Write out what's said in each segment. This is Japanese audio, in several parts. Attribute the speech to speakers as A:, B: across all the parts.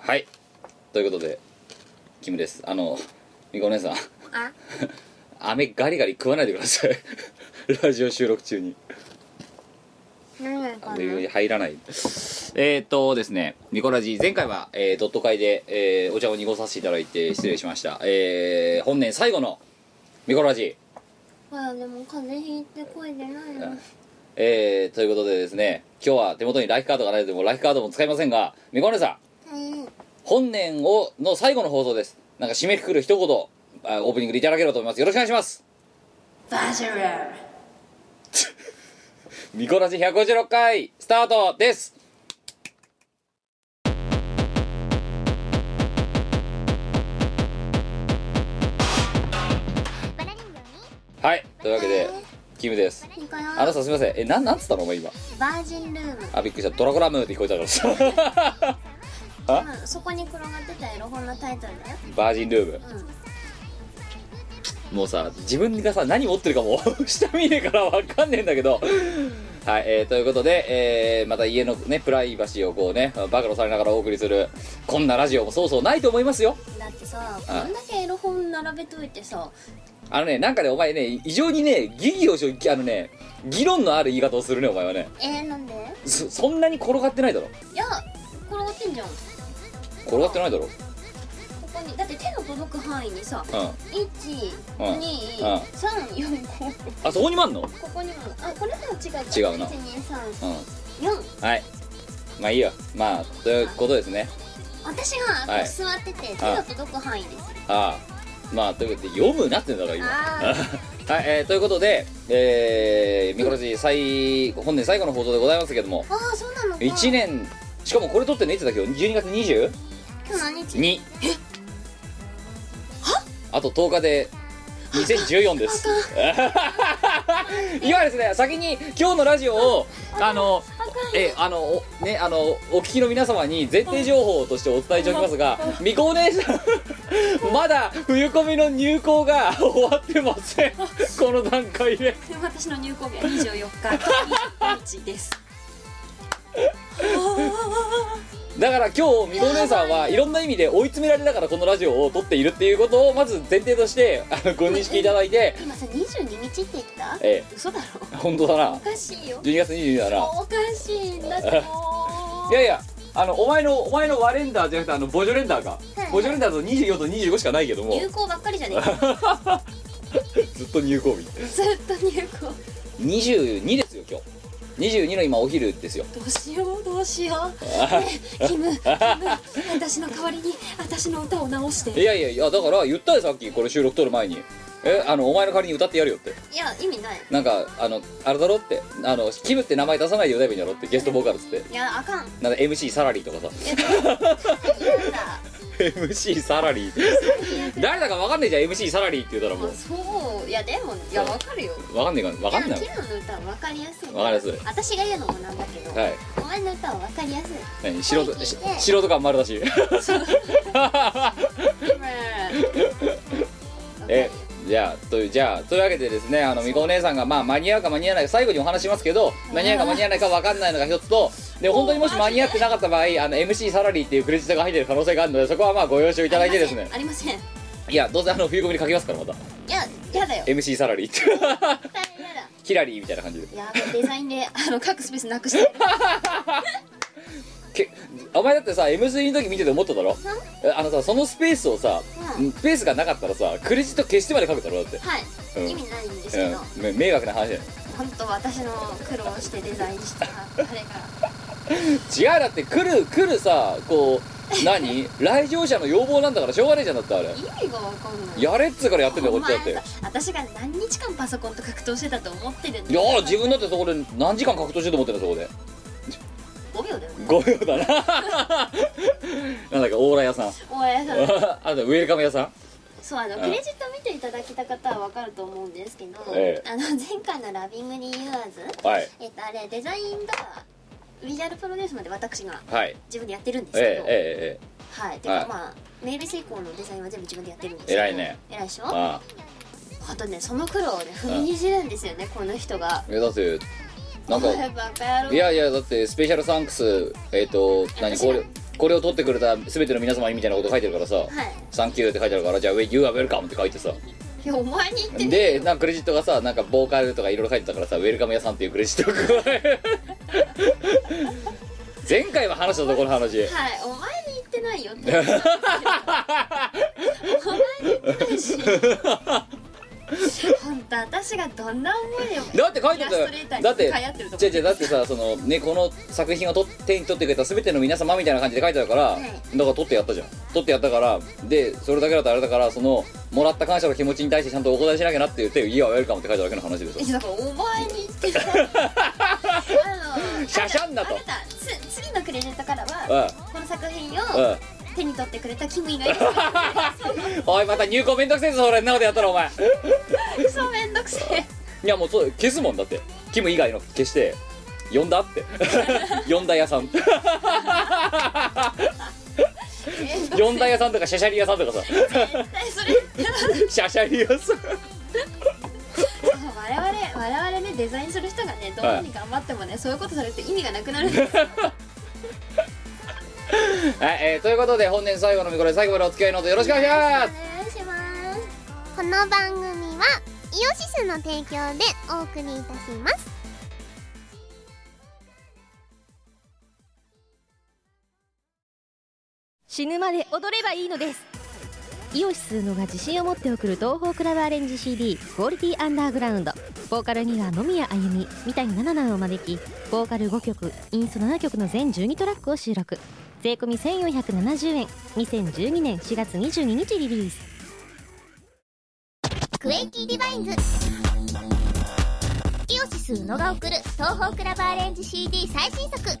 A: はいということでキムですあのみこお姉さん
B: あ
A: 飴ガリガリ食わないでください ラジオ収録中に
B: 何がいいかな
A: 飴入らないえっとですねミコラジ前回は、えードット会で、えーお茶を濁させていただいて失礼しました、えー本年最後のミコラジ
B: ほらでも風邪ひいて声出ないの
A: えーということでですね今日は手元にライフカードがないのでもうライフカードも使いませんがみこねさん
B: うん
A: 本年をの最後の放送ですなんか締めくくる一言あオープニングでいただければと思いますよろしくお願いします
B: バジル
A: ミコラジ156回スタートです
C: バラ人形に
A: はいというわけでキムです
B: いいか
A: あな
B: な
A: たすみませんえなんなんつったのお前今
B: バージンルーム
A: あびっくりしたドラゴラムって聞こえたからあ
B: うんそこに転がってたエロ本のタイトルだよ
A: バージンルーム
B: うん
A: もうさ自分がさ何持ってるかも 下見ねえからわかんねえんだけどはい、えーということで、えーまた家のねプライバシーをこうね暴露されながらお送りするこんなラジオもそうそうないと思いますよ
B: だってさこんだけエロ本並べといてさ
A: あのねなんかねお前ね異常にね議議をしあのね議論のある言い方をするねお前はね
B: えー、なんで
A: そそんなに転がってないだろ
B: いや転がってんじゃんこ
A: 転がってないだろ
B: こにだって手の届く範囲にさ
A: うんうんうん
B: 12345
A: あそこにもあんの
B: ここにもあこれとは違うか
A: 違うな
B: 1234
A: うんはいまあいいよまあということですね
B: 私が
A: は
B: こ
A: いう
B: 座ってて手が届く範囲です
A: ああまあということで読むなってんだから今は
B: あ
A: い、えーということでえー、ミコラジ最本年最後の放送でございますけども
B: あーそうなのか
A: 1年しかもこれ撮ってねいつだっけど12月 20?
B: 今日何日
A: にあと10日で2014です 今ですね先に今日のラジオをあの えあのおねあのお聞きの皆様に前提情報としてお伝えしておきますが未婚姉さん まだ冬コミの入稿が終わってませんこの段階で
B: 私の入校日は24日 日です
A: だから今日みこお姉さんはいろんな意味で追い詰められながらこのラジオを撮っているっていうことをまず前提としてあのご認識いただいて
B: 今さ22日って言った
A: え
B: 嘘だろ
A: え本当だな
B: おかしいよ
A: 12月22だな
B: おかしいんだっても
A: いやいやあのお前のお前のワレンダーじゃなくてあのボジョレンダーか
B: はい
A: ボジョレンダーと24と25しかないけど
B: う
A: も
B: 入校ばっかりじゃね えか
A: ずっと入校日
B: ずっと入校
A: 22ですよ今日22の今お昼ですよ
B: どうしようどうしようね えキムキム私の代わりに私の歌を直して
A: いやいやいやだから言ったよさっきこれ収録撮る前にえあのお前の代わりに歌ってやるよって
B: いや意味ない
A: なんかあのあれだろってあのキムって名前出さないよねみたいだろってゲストボーカルっつって
B: いやあか ん
A: なんか MC サラリーとかさ
B: 嫌だ
A: MC サラリー誰だか分かんねえじゃん MC サラリーって言ったらも
B: あ
A: う
B: そういやでもいやわかるよ
A: 分かんねえから分かんない
B: いやキムの歌はわかりやすい
A: わかりやすい
B: 私が言うのもなんだけど、
A: はい
B: お前の歌はわかりやすい
A: 何素人し素人感丸だし えじゃあというじゃあというわけでですねあのみこお姉さんがまあ間に合うか間に合わないか最後にお話しますけど間に合うか間に合わないか分かんないのが一つとで本当にもし間に合ってなかった場合あの MC サラリーっていうクレジットが入ってる可能性があるのでそこはまあご了承い
B: い
A: ただいてですね
B: ありませんありま
A: いやどうせあの冬コミに書きますからまた
B: せんいややだよ
A: MC サラリーって
B: 絶対やだ
A: キラリーみたいな感じで
B: やべデザインであの書くスペースなくして
A: けお前だってさ M3 の時見てて思っただろえあのさそのスペースをさ
B: うん
A: スペースがなかったらさクレジット消してまで書くだろだって
B: はい、
A: うん
B: 意味ないんですけど、
A: うんめ迷惑な話だよ
B: 本当私の苦労してデザインしたあれが
A: 違うだって来る来るさこう何来場者の要望なんだからしょうがねえじゃんだってあれ
B: 意味がわかんない
A: やれっつうからやってんだよ
B: お
A: こっちだって
B: 前さ私が何日間パソコンと格闘してたと思ってるんだ
A: いやー自分だってそこで何時間格闘してると思ってんだそこで
B: 5秒だよね
A: 5秒だな なんだっけオーラ屋さん
B: おやさん
A: あとウェルカム屋さん
B: そうあの
A: うん
B: クレジット見ていただけた方はわかると思うんですけど、
A: ええ
B: あの前回の「ラビング・リユアーズ」
A: はい
B: えっとあれデザインがビジュアルプロデュースまで私が
A: はい
B: 自分でやってるんです
A: ええ
B: け
A: え
B: ど、
A: えええ
B: はいてか、
A: はい
B: まあメール成功のデザインは全部自分でやってるんですけど
A: 偉いね
B: 偉いでしょ
A: あ
B: あとねその苦労をね踏みにじるんですよねこの人が
A: あいやだってなん
B: お
A: か
B: 前バカ野郎
A: いやいやだってスペシャルサンクスえっ、と何
B: 私
A: こ
B: が
A: れこれを取ってくれた全ての皆様にみたいなこと書いてるからさ「サンキュー」って書いてあるからじゃあ「You are welcome」って書いてさ
B: いやお前に言ってね
A: でなんかクレジットがさなんかボーカルとかいろいろ書いてたからさ「ウェルカム屋さん」っていうクレジットが 前回は話したところの話
B: はいお前に言ってない よってお前に言ってないし本当私がどんな思いを
A: だって書いて
B: イラストレータ
A: たよ
B: ーに
A: だって
B: 流行ってるとこ
A: 違う違うだってさそのねこの作品をと手に取ってくれた全ての皆様みたいな感じで書いてあるから、
B: い
A: だから取ってやったじゃん取ってやったからでそれだけだとあれだからそのもらった感謝の気持ちに対してちゃんとお答えしなきゃなって言って「いやウェルカム」って書いただけの話でさ
B: いやだからお前に言ってない あの
A: シャシャンだと
B: あなたつ次のクレジットからは
A: うん
B: この作品
A: う
B: を
A: ん
B: 手に取ってくれたキム以外
A: おいまた入稿めんどくせえぞそれんなことやったらお前
B: クソめんどくせえ
A: いやもうそう消すもんだってキム以外の消して呼んだって 呼んだ屋さん 呼んだ屋さんとかシャシャリ屋さんとかさ
B: えそれ
A: シャシャリ屋さん
B: 我々我々ねデザインする人がねどんなに頑張ってもね、そういうことされて意味がなくなるんです
A: はい、えーということで本年最後の見これ最後までお付き合いのほどよろしくお願いします
B: 願いします
D: この番組はイオシスの提供でお送りいたします
E: 死ぬまで踊ればいいのですイオシスのが自信を持って送る東宝クラブアレンジ CD「クオリティアンダーグラウンド」ボーカルには野宮あゆみ三谷奈々をお招きボーカル5曲インスト7曲の全12トラックを収録税込1470円2012年4月22日リリース
D: クエイティディバインズイオシス宇野が送る東方クラブアレンジ CD 最新作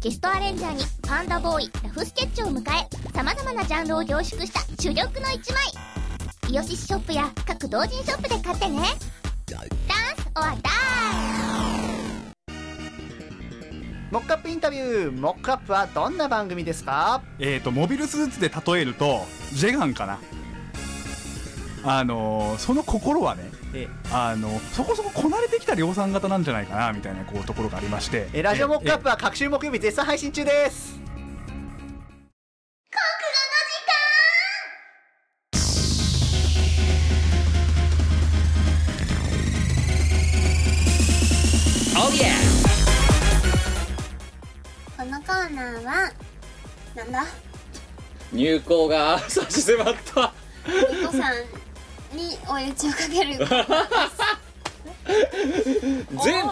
D: ゲストアレンジャーにパンダボーイラフスケッチを迎え様々なジャンルを凝縮した珠玉の一枚イオシスショップや各同人ショップで買ってねダンス or ダイ
F: モックアップインタビューモックアップはどんな番組ですか
G: えー、とモビルスーツで例えるとジェガンかなあのーその心はね、
F: え
G: あのそこそここなれてきた量産型なんじゃないかなみたいなこうところがありまして
F: えラジオモックアップは各週木曜日絶賛配信中です
D: このコーナーはなんだ
A: 入稿が差し迫った
B: お子さんに追い打ちをかける
A: 全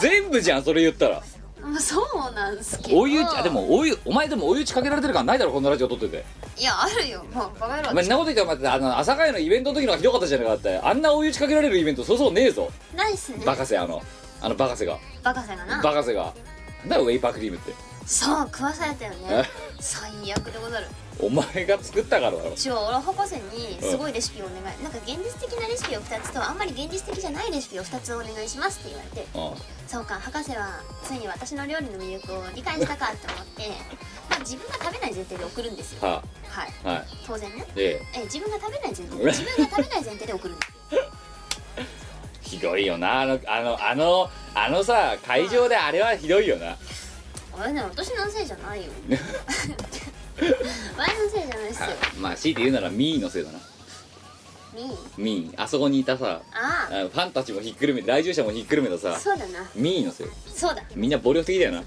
A: 全部じゃんそれ言ったら
B: まあそうなんすけど
A: 追い打ちあでも追いお前でも追い打ちかけられてる感ないだろこんなラジオ撮ってて
B: いやあるよもうバカ野
A: お
B: 郎
A: 前んなこと言ったらお前あの朝会のイベントの時のがひどかったじゃなかったあんな追い打ちかけられるイベントそうそうねえぞ
B: ないっすね
A: バカせあのあのバカせが
B: バカさんがな
A: バカせがなんだよウェイパークリームって
B: そう食わされたよね最悪でござる
A: お前が作ったからだろ
B: 違う俺博士にすごいレシピをお願いなんか現実的なレシピを2つとあんまり現実的じゃないレシピを2つお願いしますって言われて
A: う
B: そうか博士はついに私の料理の魅力を理解したかと思って、まあ、自分が食べない前提で送るんですよ
A: んは
B: はい
A: あはい
B: 当然ね
A: で
B: え自分が食べない前提で自分が食べない前提で送るんです
A: ひどいよなあのあのあのあのさ会場であれはひどいよな
B: 俺ね私のせいじゃないよ前のせいじゃないっすよ
A: まあ強いて言うならミーのせいだな
B: みー
A: ミーあそこにいたさあ
B: あ
A: のファンたちもひっくるめ来場者もひっくるめた
B: あ
A: さ
B: そうだな
A: ミーのせい
B: そうだ
A: みんな暴力的だよな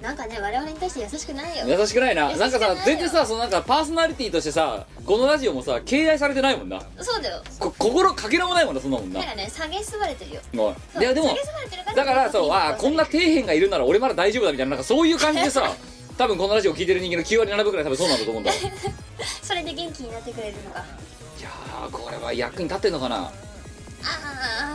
B: なんかね我々に対して優しくないよ
A: 優しくないな
B: 優し
A: な
B: くなんい
A: か
B: よ
A: さ全然さそのなんかパーソナリティとしてさこのラジオもさ敬愛されてないもんな
B: そうだよ
A: こ心かけらもないもんなそんなもんな
B: なんかね下げすばれてるよ
A: も
B: そう
A: いやでも
B: 下げすばれてるから
A: だからそうあーこんな底辺がいるなら俺まだ大丈夫だみたいななんかそういう感じで さ多分このラジオ聞いてる人間の9割7分くらい多分そうなんだと思うんだい
B: それで元気になってくれるのが
A: やーこれは役に立ってんのかな
B: あー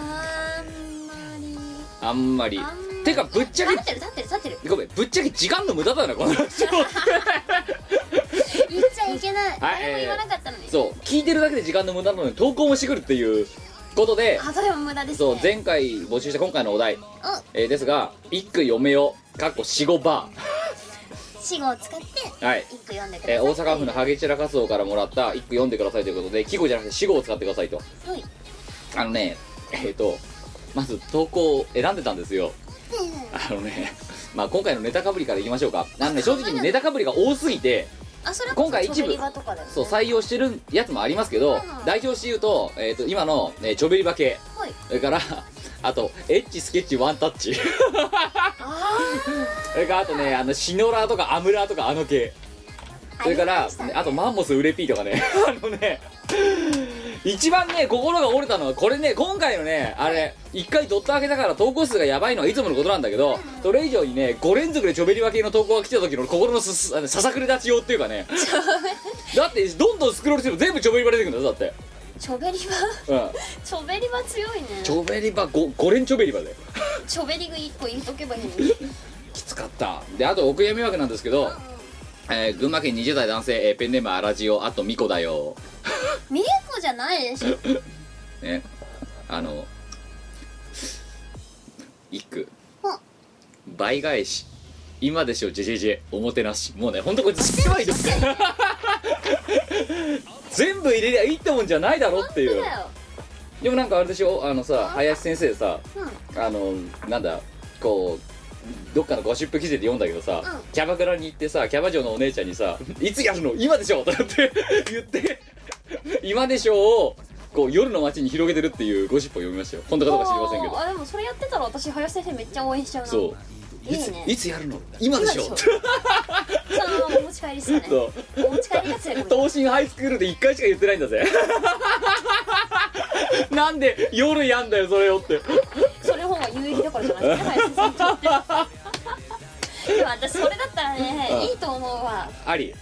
B: あ
A: あん
B: んまり
A: まり
B: あんまり
A: てかぶっちゃ
B: 立ってる立ってる立ってる
A: けごめんぶっちゃけ時間の無駄だなこのラジオ
B: 言っちゃいけない
A: はい
B: 誰も言わなかったのに、
A: そう聞いてるだけで時間の無駄なのに投稿もしてくるっていうことで
B: あそれも無駄ですね
A: そう前回募集した今回のお題、えーですが「一句読めよ」かっこ四五バ
B: 死語を使って
A: ーはい
B: 一句読んでください、
A: えー大阪府のハゲチラカスオからもらった一句読んでくださいということで季語じゃなくて死語を使ってくださいと
B: はい
A: あのねえっ、とまず投稿を選んでたんですよあのねまあ今回のネタかぶりからいきましょうかあのね正直にネタかぶりが多すぎて
B: あそれは
A: 今回一部
B: とかだよね
A: そう採用してるやつもありますけど、
B: ん
A: 代表して言うと,、えー、と今の、えー、ちょべりば系
B: はい
A: それからあとエッチスケッチワンタッチ
B: あ
A: それからあとねあのシノラーとかアムラーとかあの系
B: ー
A: それか
B: あり
A: ら
B: ましたね
A: あとマンモスウレピーとかね あのね一番ね心が折れたのはこれね今回のねあれ一回ドット開けたから投稿数がやばいのはいつものことなんだけどそれ以上にね5連続でちょべり分けの投稿が来た時の心のすすあのささくれ立ちようっていうか ねだってどんどんスクロールすると全部ちょべりば出てくるんだぞだって
B: チョベリバ
A: うん
B: チョベリバ強いね
A: チョベリバ 5, 5連チョベリバだよ
B: チョベリグ一個言っとけばいいの に
A: きつかったであとお悔やみ枠なんですけど、えー群馬県20代男性、えーペンネームアラジオあとミコだよ
B: ミエコじゃないでしょ
A: ねあの一句
B: あ
A: 倍返し今でしょジェジェジェおもてなしもうねほんとこれすごいよ全部入れりゃいいってもんじゃないだろっていう
B: だよ
A: でもなんかあれでしょあのさ林先生さ、あのなんだこうどっかのゴシップ記事で読んだけどさ、
B: うん
A: キャバクラに行ってさキャバ嬢のお姉ちゃんにさ「いつやるの今でしょ!」とかって 言って「今でしょ!」をこう夜の街に広げてるっていうゴシップを読みましたよ本当かどうか知りませんけ
B: あーあでもそれやってたら私林先生めっちゃ応援しちゃうな
A: どそう
B: い
A: い
B: い
A: つ
B: ね
A: いつやるの今でしょ
B: 今でしそのままお持ち帰りっすよね
A: そう
B: お持ち帰りが強い
A: 東進ハイスクールで1回しか言ってないんだぜ なんで夜やんだよそれをって
B: それの方が有益だからじゃないですか林先生ってでも私それだったら
A: うん
B: ねいいと思うわあ
A: あり
B: り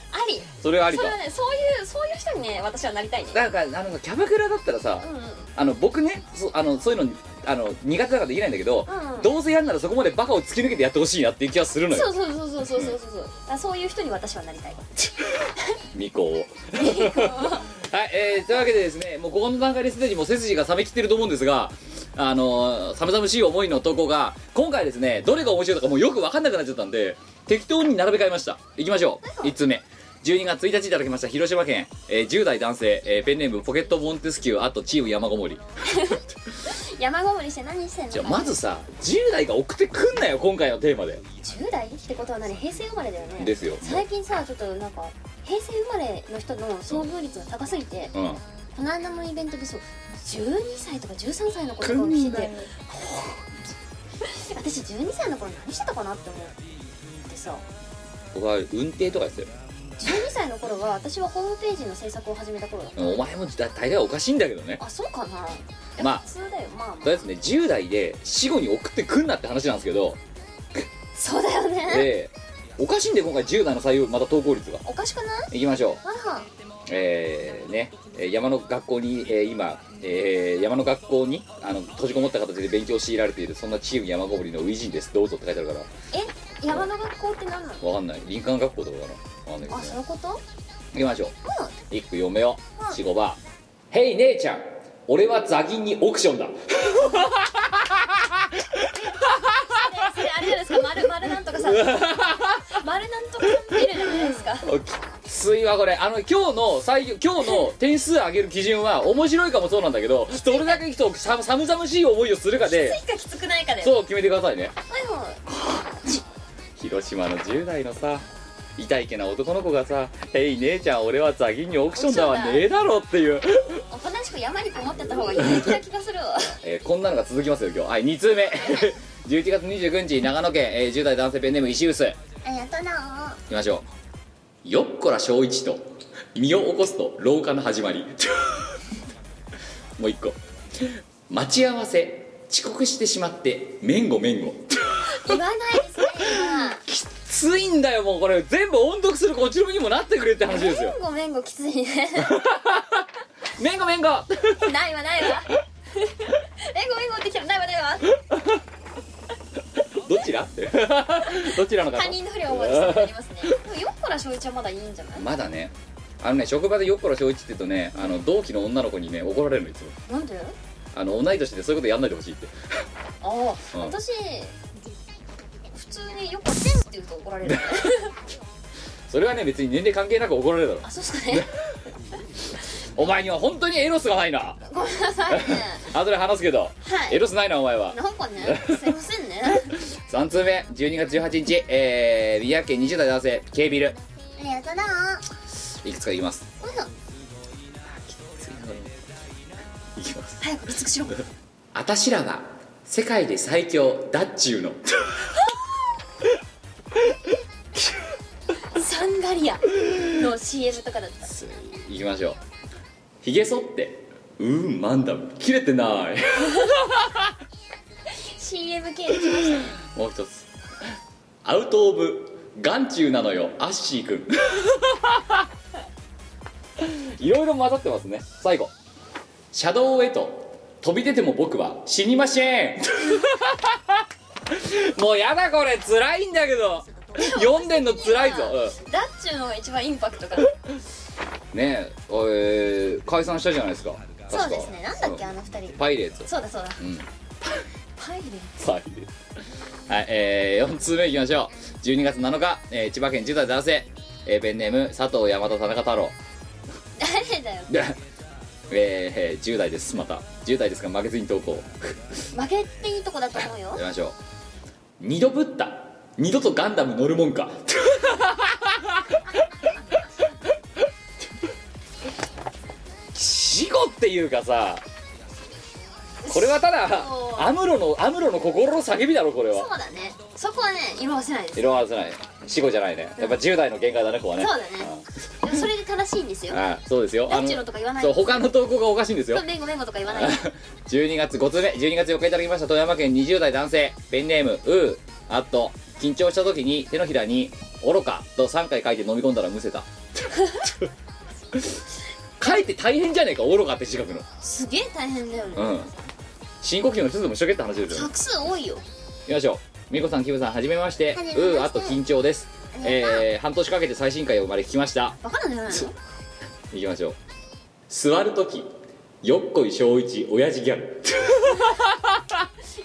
A: それはあり
B: そ
A: か
B: れはねそういうそういう人にね私はなりたいね
A: なんかあのキャバクラだったらさ、
B: うんうん
A: あの僕ねそあのそういうのあの苦手だからできないんだけど、
B: うんうん
A: どうせやるならそこまでバカを突き抜けてやってほしいなっていう気はするの
B: そ
A: よ
B: うそうそうそうそうそうそうそうあそういう人に私はなりたい
A: ミ コをはい、えーというわけでですねもうこの段階ですでにもう背筋が冷めきってると思うんですがあのー寒々しい思いの投稿が今回ですねどれが面白いとかもうよく分かんなくなっちゃったんで適当に並べ替えましたいきましょう1つ目12月1日いただきました広島県、えー10代男性、えーペンネームポケットモンテスキューあとチーム山ごもり
B: 山ごもりして何してんの
A: じゃあまずさ10代が送ってくんなよ今回のテーマで
B: 10代ってことは何平成生まれだよね
A: ですよ
B: 最近さちょっとなんか平成生まれの人の遭遇率が高すぎて、
A: うん
B: この間のイベントでそう12歳とか13歳の子とかを聞いて私12歳の頃何してたかなって思ってさ
A: 僕は運転とかですよ
B: 12歳の頃は私はホームページの制作を始めた頃だ
A: お前もだ大概おかしいんだけどね
B: あそうかなえ
A: まあ
B: 普通だよまあ、ま
A: とりあえずね10代で死後に送ってくんなって話なんですけど
B: あ、そうだよね
A: でおかしいんで今回10代の採用また投稿率が
B: おかしくない
A: いきましょう
B: わは
A: えー、ねえー山の学校に、えー今、えー山の学校にあの閉じこもった形で勉強を強いられているそんなチーム山ごもりのウィジンですどうぞって書いてあるから
B: え山の学校って何なの
A: わかんない林間学校とかかなわかんないけど
B: あ
A: ね
B: そういうこと
A: 行きましょう、一句読めよ四五番「ヘイ姉ちゃん俺はザギンにオークションだ」
B: それあれじゃないですか丸丸なんとかさ ん丸なんとかさんビルじゃないですか
A: おきついわこれあの今日の最今日の点数上げる基準は面白いかもそうなんだけどどれだけ人をさ寒々しい思いをするかで
B: きついかきつくないかで
A: そう決めてくださいね
B: はいはい
A: 広島の10代のさ痛いけな男の子がさ「ヘイ姉ちゃん俺はザギンにオークションだ」はねえだろっていう、
B: おとなしく山にこもってた方が有益な気がするわ
A: えーこんなのが続きますよ今日はい2通目 11月29日長野県、えー10代男性ペンネーム石臼
H: ありがとうない
A: きましょうよっこら小一と身を起こすと廊下の始まり もう一個待ち合わせ遅刻してしまってめんごめんご
B: 言わないですね
A: ついんだよもうこれ全部音読するこっちの身にもなってくれって話ですよ
B: 今ごめんごきついね
A: めんごめんご
B: ないわないわえごめんごってきたらないわないわ
A: どちら どちらの方
B: 他人の不良を思い出してありますねでもよっこら翔一はまだいいんじゃない
A: まだねあのね職場でよっこら小一って言うとねあの同期の女の子にね怒られるのいつも
B: なんで
A: あの同い年でそういうことやんないでほしいって
B: ああ、
A: うん
B: 私普通によっこらせんって言うと怒られる
A: それはね別に年齢関係なく怒られるだろ
B: あそうっすかね
A: お前には本当にエロスがないな
B: ごめんなさいね
A: 後で話すけど、
B: はい
A: エロスないなお前は
B: なんかねすいませんね
A: 3通目12月18日えー、宮城県20代男性 K ビル
B: ありがとうな
A: はいくつかいきます
B: うん
A: いきます
B: 早く備蓄しろ
A: あたしらが世界で最強だっちゅうの
B: サンガリアの CM とかだった
A: いきましょうひげ剃ってうーんマンダム切れてない
B: CM 系で来まし
A: もう一つアウト・オブ・眼中なのよアッシーくん いろいろ混ざってますね最後シャドウへと飛び出ても僕は死にません もうやだこれ辛いんだけど読んでんの辛いぞ、うん
B: ただっちゅうのが一番インパクトが
A: ねええー解散したじゃないですか確か
B: そうですねなんだっけあの二人
A: パイレーツ
B: そうだそうだ
A: うん
B: パイレー
A: パイレーツはいえー、4通目いきましょう12月7日、えー千葉県10代男性、えーペンネーム佐藤大和田中太郎
B: 誰だよ
A: えー、10代ですまた10代ですが負けずに投稿
B: 負けっていいとこだと思う
A: や
B: よ
A: りましょう二度ぶった二度とガンダム乗るもん か死後っていうかさこれはただ
B: そう
A: アムロのアムロの心の叫びだろこれ
B: そう
A: は
B: だねそこはね色褪せないです
A: 色はせない死後じゃないねやっぱ10代の限界だねここはね
B: そうだねでもそれで正しいんですよ
A: うんあそうですよあ
B: ラジオとか言わない
A: そう他の投稿がおかしいんですよ
B: 弁護弁護とか言わないで
A: 12月5つ目12月4日いただきました富山県20代男性ペンネームうーあと緊張した時に手のひらに「愚か」と3回書いて飲み込んだらむせ た書いて大変じゃねえか愚かって字書くの
B: すげえ大変だよね
A: うん深呼吸の一つでもしとけって話ですよね
B: 画数多いよ
A: いきましょうみこさんきぶさんはじめまして
B: はじめまして
A: うーあと緊張です
B: ありがとう
A: えー、半年かけて最新回をまで聞きました
B: バカなんじゃない
A: そう
B: の
A: いきましょう座る時よっこい小一親父ギ ャル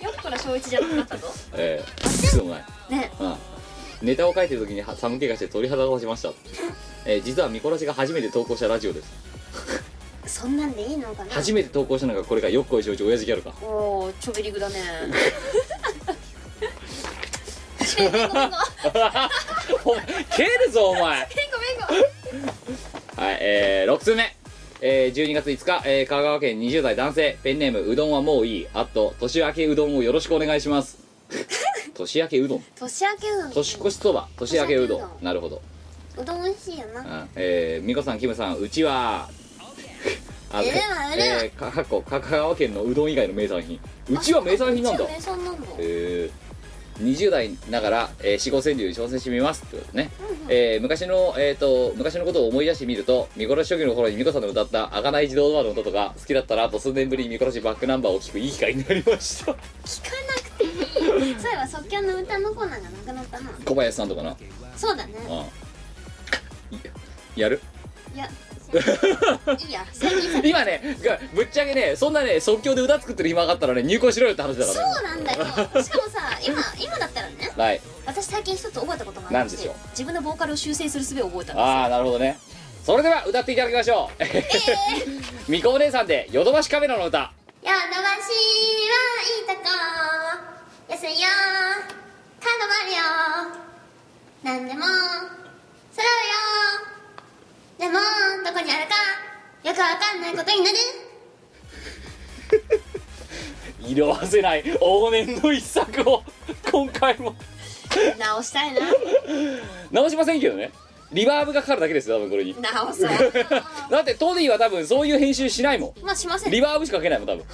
B: よっこら小一じゃなかったぞ
A: えー、いつでもない
B: ね
A: うんネタを書いてる時には寒気がして鳥肌を立ちました、えー実はミコラジが初めて投稿したラジオです
B: そんなんでいいのかな
A: 初めて投稿したのがこれがよっこいしょうち親父ギャルか
B: おおちょびりぐ だね
A: お前
B: 弁護弁護弁
A: 蹴るぞお前
B: 護弁
A: はいえー、6通目えー、12月5日、えー香川県20代男性ペンネームうどんはもういいあと年明けうどんをよろしくお願いします 年明けうどん
B: 護年明けうどん
A: 年越しそば年明けうど
B: 年明けうど
A: んなるほど
B: うどん美味しいよな
A: うんえー、美子さんキムさんうちはあの
B: うるわうるわ
A: えー、かかっこ香川県のうどん以外の名産品うちは名産品なんだ
B: うちは名産なんだ
A: えー、20代ながら、えー、四五川柳に挑戦してみますってことね、えー昔の、えー、と昔のことを思い出してみると見殺し初期の頃に美子さんの歌った「あがない自動ドアの歌」とか好きだったなと数年ぶりに見殺しバックナンバーを聞くいい機会になりました
B: 聞かなくていいそういえば即興の歌のコーナーがなくなったな
A: 小林さんとかな
B: そうだね
A: うんいやる
B: いやそういいや最近さ
A: 今ねがぶっちゃけねそんなね即興で歌作ってる暇があったらね入校しろよって話だか
B: そ
A: らね
B: うなんだよしかもさ今今だったらね
A: はい
B: 私最近一つ覚えたことがあり
A: なん
B: ま
A: で
B: し
A: しょ
B: て
A: う
B: 自分のボーカルを修正する術を覚えたの
A: ああなるほどねそれでは歌っていただきましょう「 みこお姉さんでヨドバシカメラの歌
B: ヨドバシはいいとこ安いよ角もあるよ何でも揃うよでもどこにあるかよくわかんないことになる」
A: 色褪せない往年の一作を今回も
B: 直したいな
A: 直しませんけどねリバーブがかかるだけですよ多分これに
B: 直そう
A: だってトディは多分そういう編集しないも
B: まあしませ
A: ん
B: んは
A: リバーブしかかけないもん多分
B: い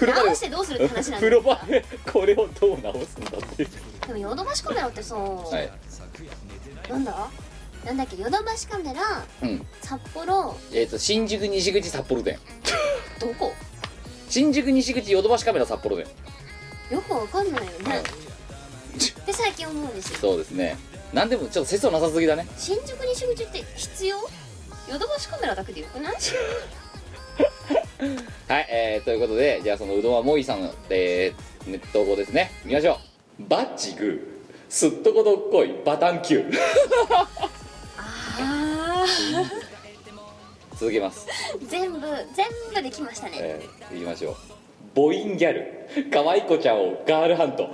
A: 風呂場
B: 直
A: で
B: してどうするって話なんだ
A: 風
B: け
A: 呂
B: ど
A: 場でこれをどう直すんだっていう
B: でもヨドバシカメラってさ、
A: はい
B: なんだなんだっけヨドバシカメラ
A: うん
B: 札幌
A: えっ、と新宿西口札幌店
B: どこ
A: 新宿西口ヨドバシカメラ札幌店
B: よくわかんないよ
A: は
B: ね
A: い
B: で最近思うんですよ
A: そうですねなんでもちょっと節操なさすぎだね
B: 新宿に集中って必要ヨドバシカメラだけでよ くない
A: はい、えー、ということで、じゃあそのうどんはもいさんの、えー、ネット号ですね。見ましょう。バッチグー、すっとこどっこい、バタンキュー。
B: あ
A: 続けます。
B: ー全部全部できましたね
A: えー、いきましょう。ボインギャル可愛い子ちゃんをガールハント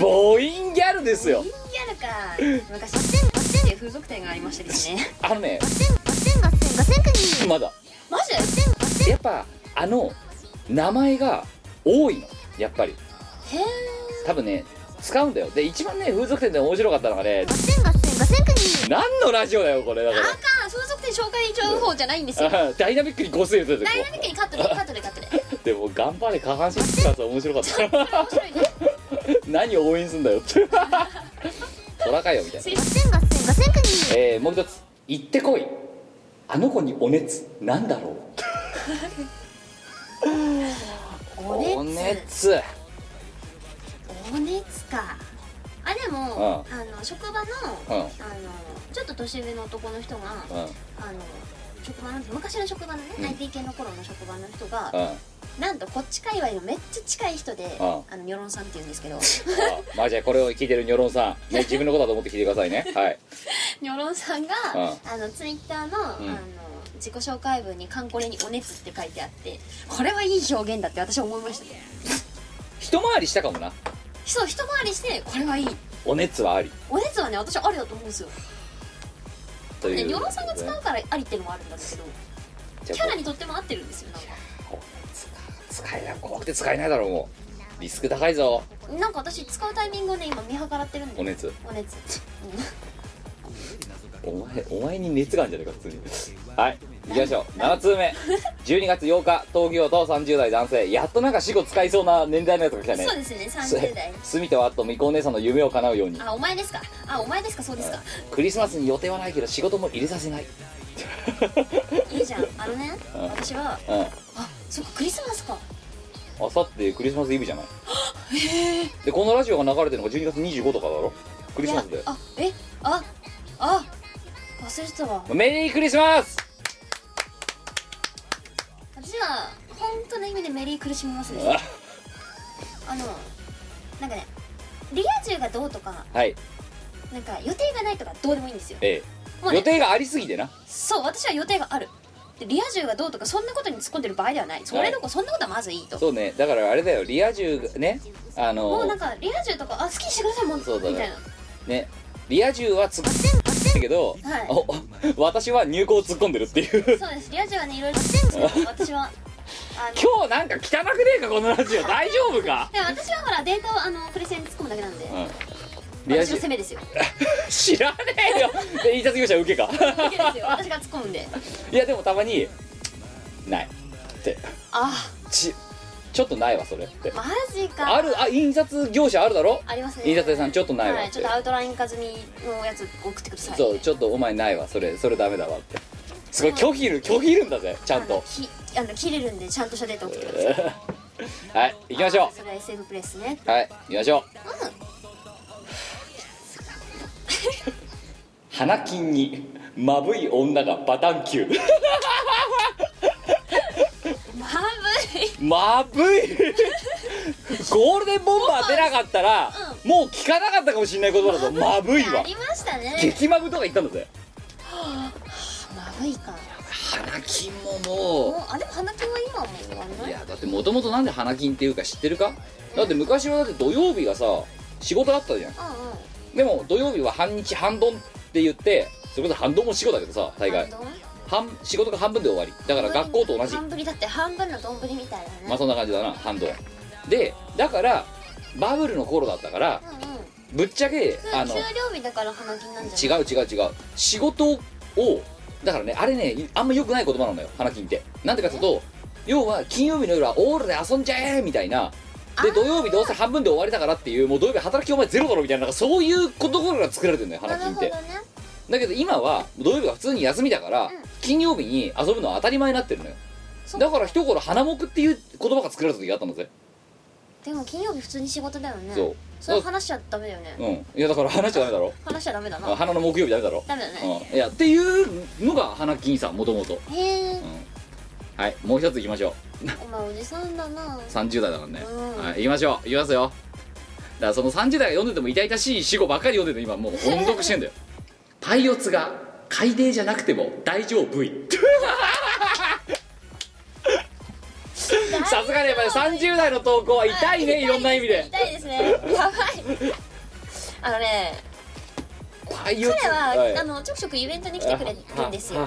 A: ボインギャルですよ
B: ギャルか昔ガッテンっていう風俗店がありましたけどね
A: あのね
D: ガッセンガッセンクニー
A: まだ
B: マジ
A: やっぱあの名前が多いのやっぱり
B: へえ
A: 多分ね使うんだよで一番ね風俗店で面白かったのがね
D: ガッセンガッセンガッセンクニー
A: 何のラジオだよこれだか
B: あかん風俗店紹介ちゃう方じゃないんですよ
A: らダイナミックに5世出てこ
B: ダイナミックにカットでカットでカットで
A: うでも頑張れ下半身使うと面白かった
B: 面白いね
A: 何を応援すん だよってトラかよみたいな、
D: ガッセンガッセンガッセンクニー
A: えー、もう一つ「行ってこいあの子にお熱なんだろう」
B: お
A: お
B: 熱
A: 熱
B: お熱かあでもあの職場の
A: うんうん
B: あのちょっと年上の男の人があの職場の昔の職場のね、
A: うん
B: IT 系の頃の職場の人が、
A: うんあ
B: なんとこっち界隈のめっちゃ近い人で、
A: う
B: あのニョロンさんって言うんですけど
A: まあじゃあこれを聞いてるニョロンさん、ね、自分のことだと思って聞いてください ねはい
B: ニョロンさんが、
A: うん
B: あのツイッターの,、
A: うん
B: あの自己紹介文に「カンコレにお熱」って書いてあってこれはいい表現だって私は思いましたね
A: 一回りしたかもな
B: そう一回りしてこれはいい
A: お熱はあり
B: お熱はね私はありだと思うんですよ
A: という
B: でニョロンさんが使うからありってのもあるんだけど
A: じゃあ
B: キャラにとっても合ってるんですよなんか
A: お熱か使えない怖くて使えないだろうもうリスク高いぞ
B: なんか私使うタイミングをね今見計らってるんで
A: お熱
B: お熱うん
A: お前お前に熱があるんじゃないか普通にはい行きまし ょう7通目12月8日東京都30代男性やっとなんか死後使いそうな年代のやつが来たね
B: そうですね30代
A: すみてはあとみこお姉さんの夢を叶うように
B: あお前ですかあお前ですかそうですか
A: クリスマスに予定はないけど仕事も入れさせない
B: いいじゃんあのね
A: うん
B: 私は
A: うんあ
B: あそっかクリスマスか
A: さってクリスマスイブじゃないでこのラジオが流れてるのが12月25とかだろクリスマス
B: い
A: で
B: やあえああ忘れてたわ
A: メリークリスマス
B: 私は本当の意味でメリー苦しみますですあのなんかねリア充がどうとか
A: はい
B: なんか予定がないとかどうでもいいんですよ
A: え
B: もう
A: え予
B: ね
A: 定がありすぎてな
B: そう私は予定があるでリア充がどうとかそんなことに突っ込んでる場合ではないそれどころそんなことはまずいいと
A: そうねだからあれだよリア充がねあの
B: もうなんかリア充とかあ好きにしてくださいもんみ
A: そうだね
B: たいな
A: ねリア充は突っ込んでるけど、
B: はい
A: お私は入稿を突っ込んでるっていう
B: そうですリア充はねいろいろしてる んですけど私はあの
A: 今日なんか汚くねえかこのラジオ大丈夫か、
B: でも私はほらデータをあのプレゼンに突っ込むだけなんで
A: うん、リア
B: 私の
A: 充
B: 攻めですよ
A: 知らねえよで印刷業者受けか
B: いけですよ私が突っ込むんで
A: いやでもたまに「ない」って
B: あ
A: ちちょっとないわそれって
B: マジか
A: あるあ印刷業者あるだろ
B: ありますね
A: 印刷屋さんちょっとないわ
B: は
A: っ
B: い、ちょ
A: て、
B: っとアウトライン化済みのやつ送ってください
A: そうちょっとお前ないわそれそれダメだわってすごい拒否いる拒否いるんだぜちゃん
B: あの
A: と
B: きあの切れるんでちゃんとしたデータ送ってください
A: はい行きましょ
B: それは SM プレスね
A: うはい行きましょう鼻筋にまぶい女がバタンキュー
B: まぶい
A: まぶいゴールデンボンバー出なかったら、もう聞かなかったかもしれない言葉 だぞまぶい
B: あ
A: は
B: りましたね
A: 激まぶとか言ったんだぜ
B: まぶいか
A: 鼻筋も
B: も
A: も
B: うあでも鼻筋は今はもう終わん
A: う
B: ないい
A: やだってもともとなんで鼻筋っていうか知ってるかだって昔はだって土曜日がさ仕事あったじゃん
B: うんうん
A: でも土曜日は半日半ドンって言ってそれこそ半ドンも仕事だけどさ大概
B: 半分
A: 半仕事が半分で終わりだから学校と同じ
B: 半ぶりだって半分の丼みたいなね、
A: まあそんな感じだな半ドンでだからバブルの頃だったから
B: うんうん
A: ぶっちゃけ
B: 給
A: あの
B: 料日だから鼻金なんじ
A: 違
B: ゃないう
A: 違う違う仕事をだからねあれねあんま良くない言葉なのよ花金ってなんでかっていうと要は金曜日の夜はオールで遊んじゃえみたいなで土曜日どうせ半分で終わりだからっていうもう土曜日働きお前ゼロだろみたいななんかそういうこところが作られてるのよ花
B: な
A: 金
B: る
A: っ
B: ほ
A: て
B: どね
A: だけど今は土曜日が普通に休みだから、金曜日に遊ぶのは当たり前になってるのよ
B: そう
A: だから一頃花木っていう言葉が作られた時があったのぜ、
B: でも金曜日普通に仕事だよね
A: そう
B: それ話しちゃダメだよね、
A: うんいやだから話しちゃダメだろ
B: 話しちゃダメだな
A: 花の木曜日ダメだろ
B: ダメだね、
A: うん、いやっていうのが花金さんもともと
B: へえ
A: はいもう一ついきましょ
B: お前おじさんだな
A: う30代だからね、
B: うん
A: はい行きましょう行きますよだからその30代が読んでても痛々しい死後ばっかり読んでて今もう音読してん だよパイオツが海底じゃなくても大丈夫いさすがねやっぱり30代の投稿は痛いねいろんな意味で
B: 痛いですねやばいあのね
A: 彼
B: 彼は、あのちょくちょくイベントに来てくれるんですよ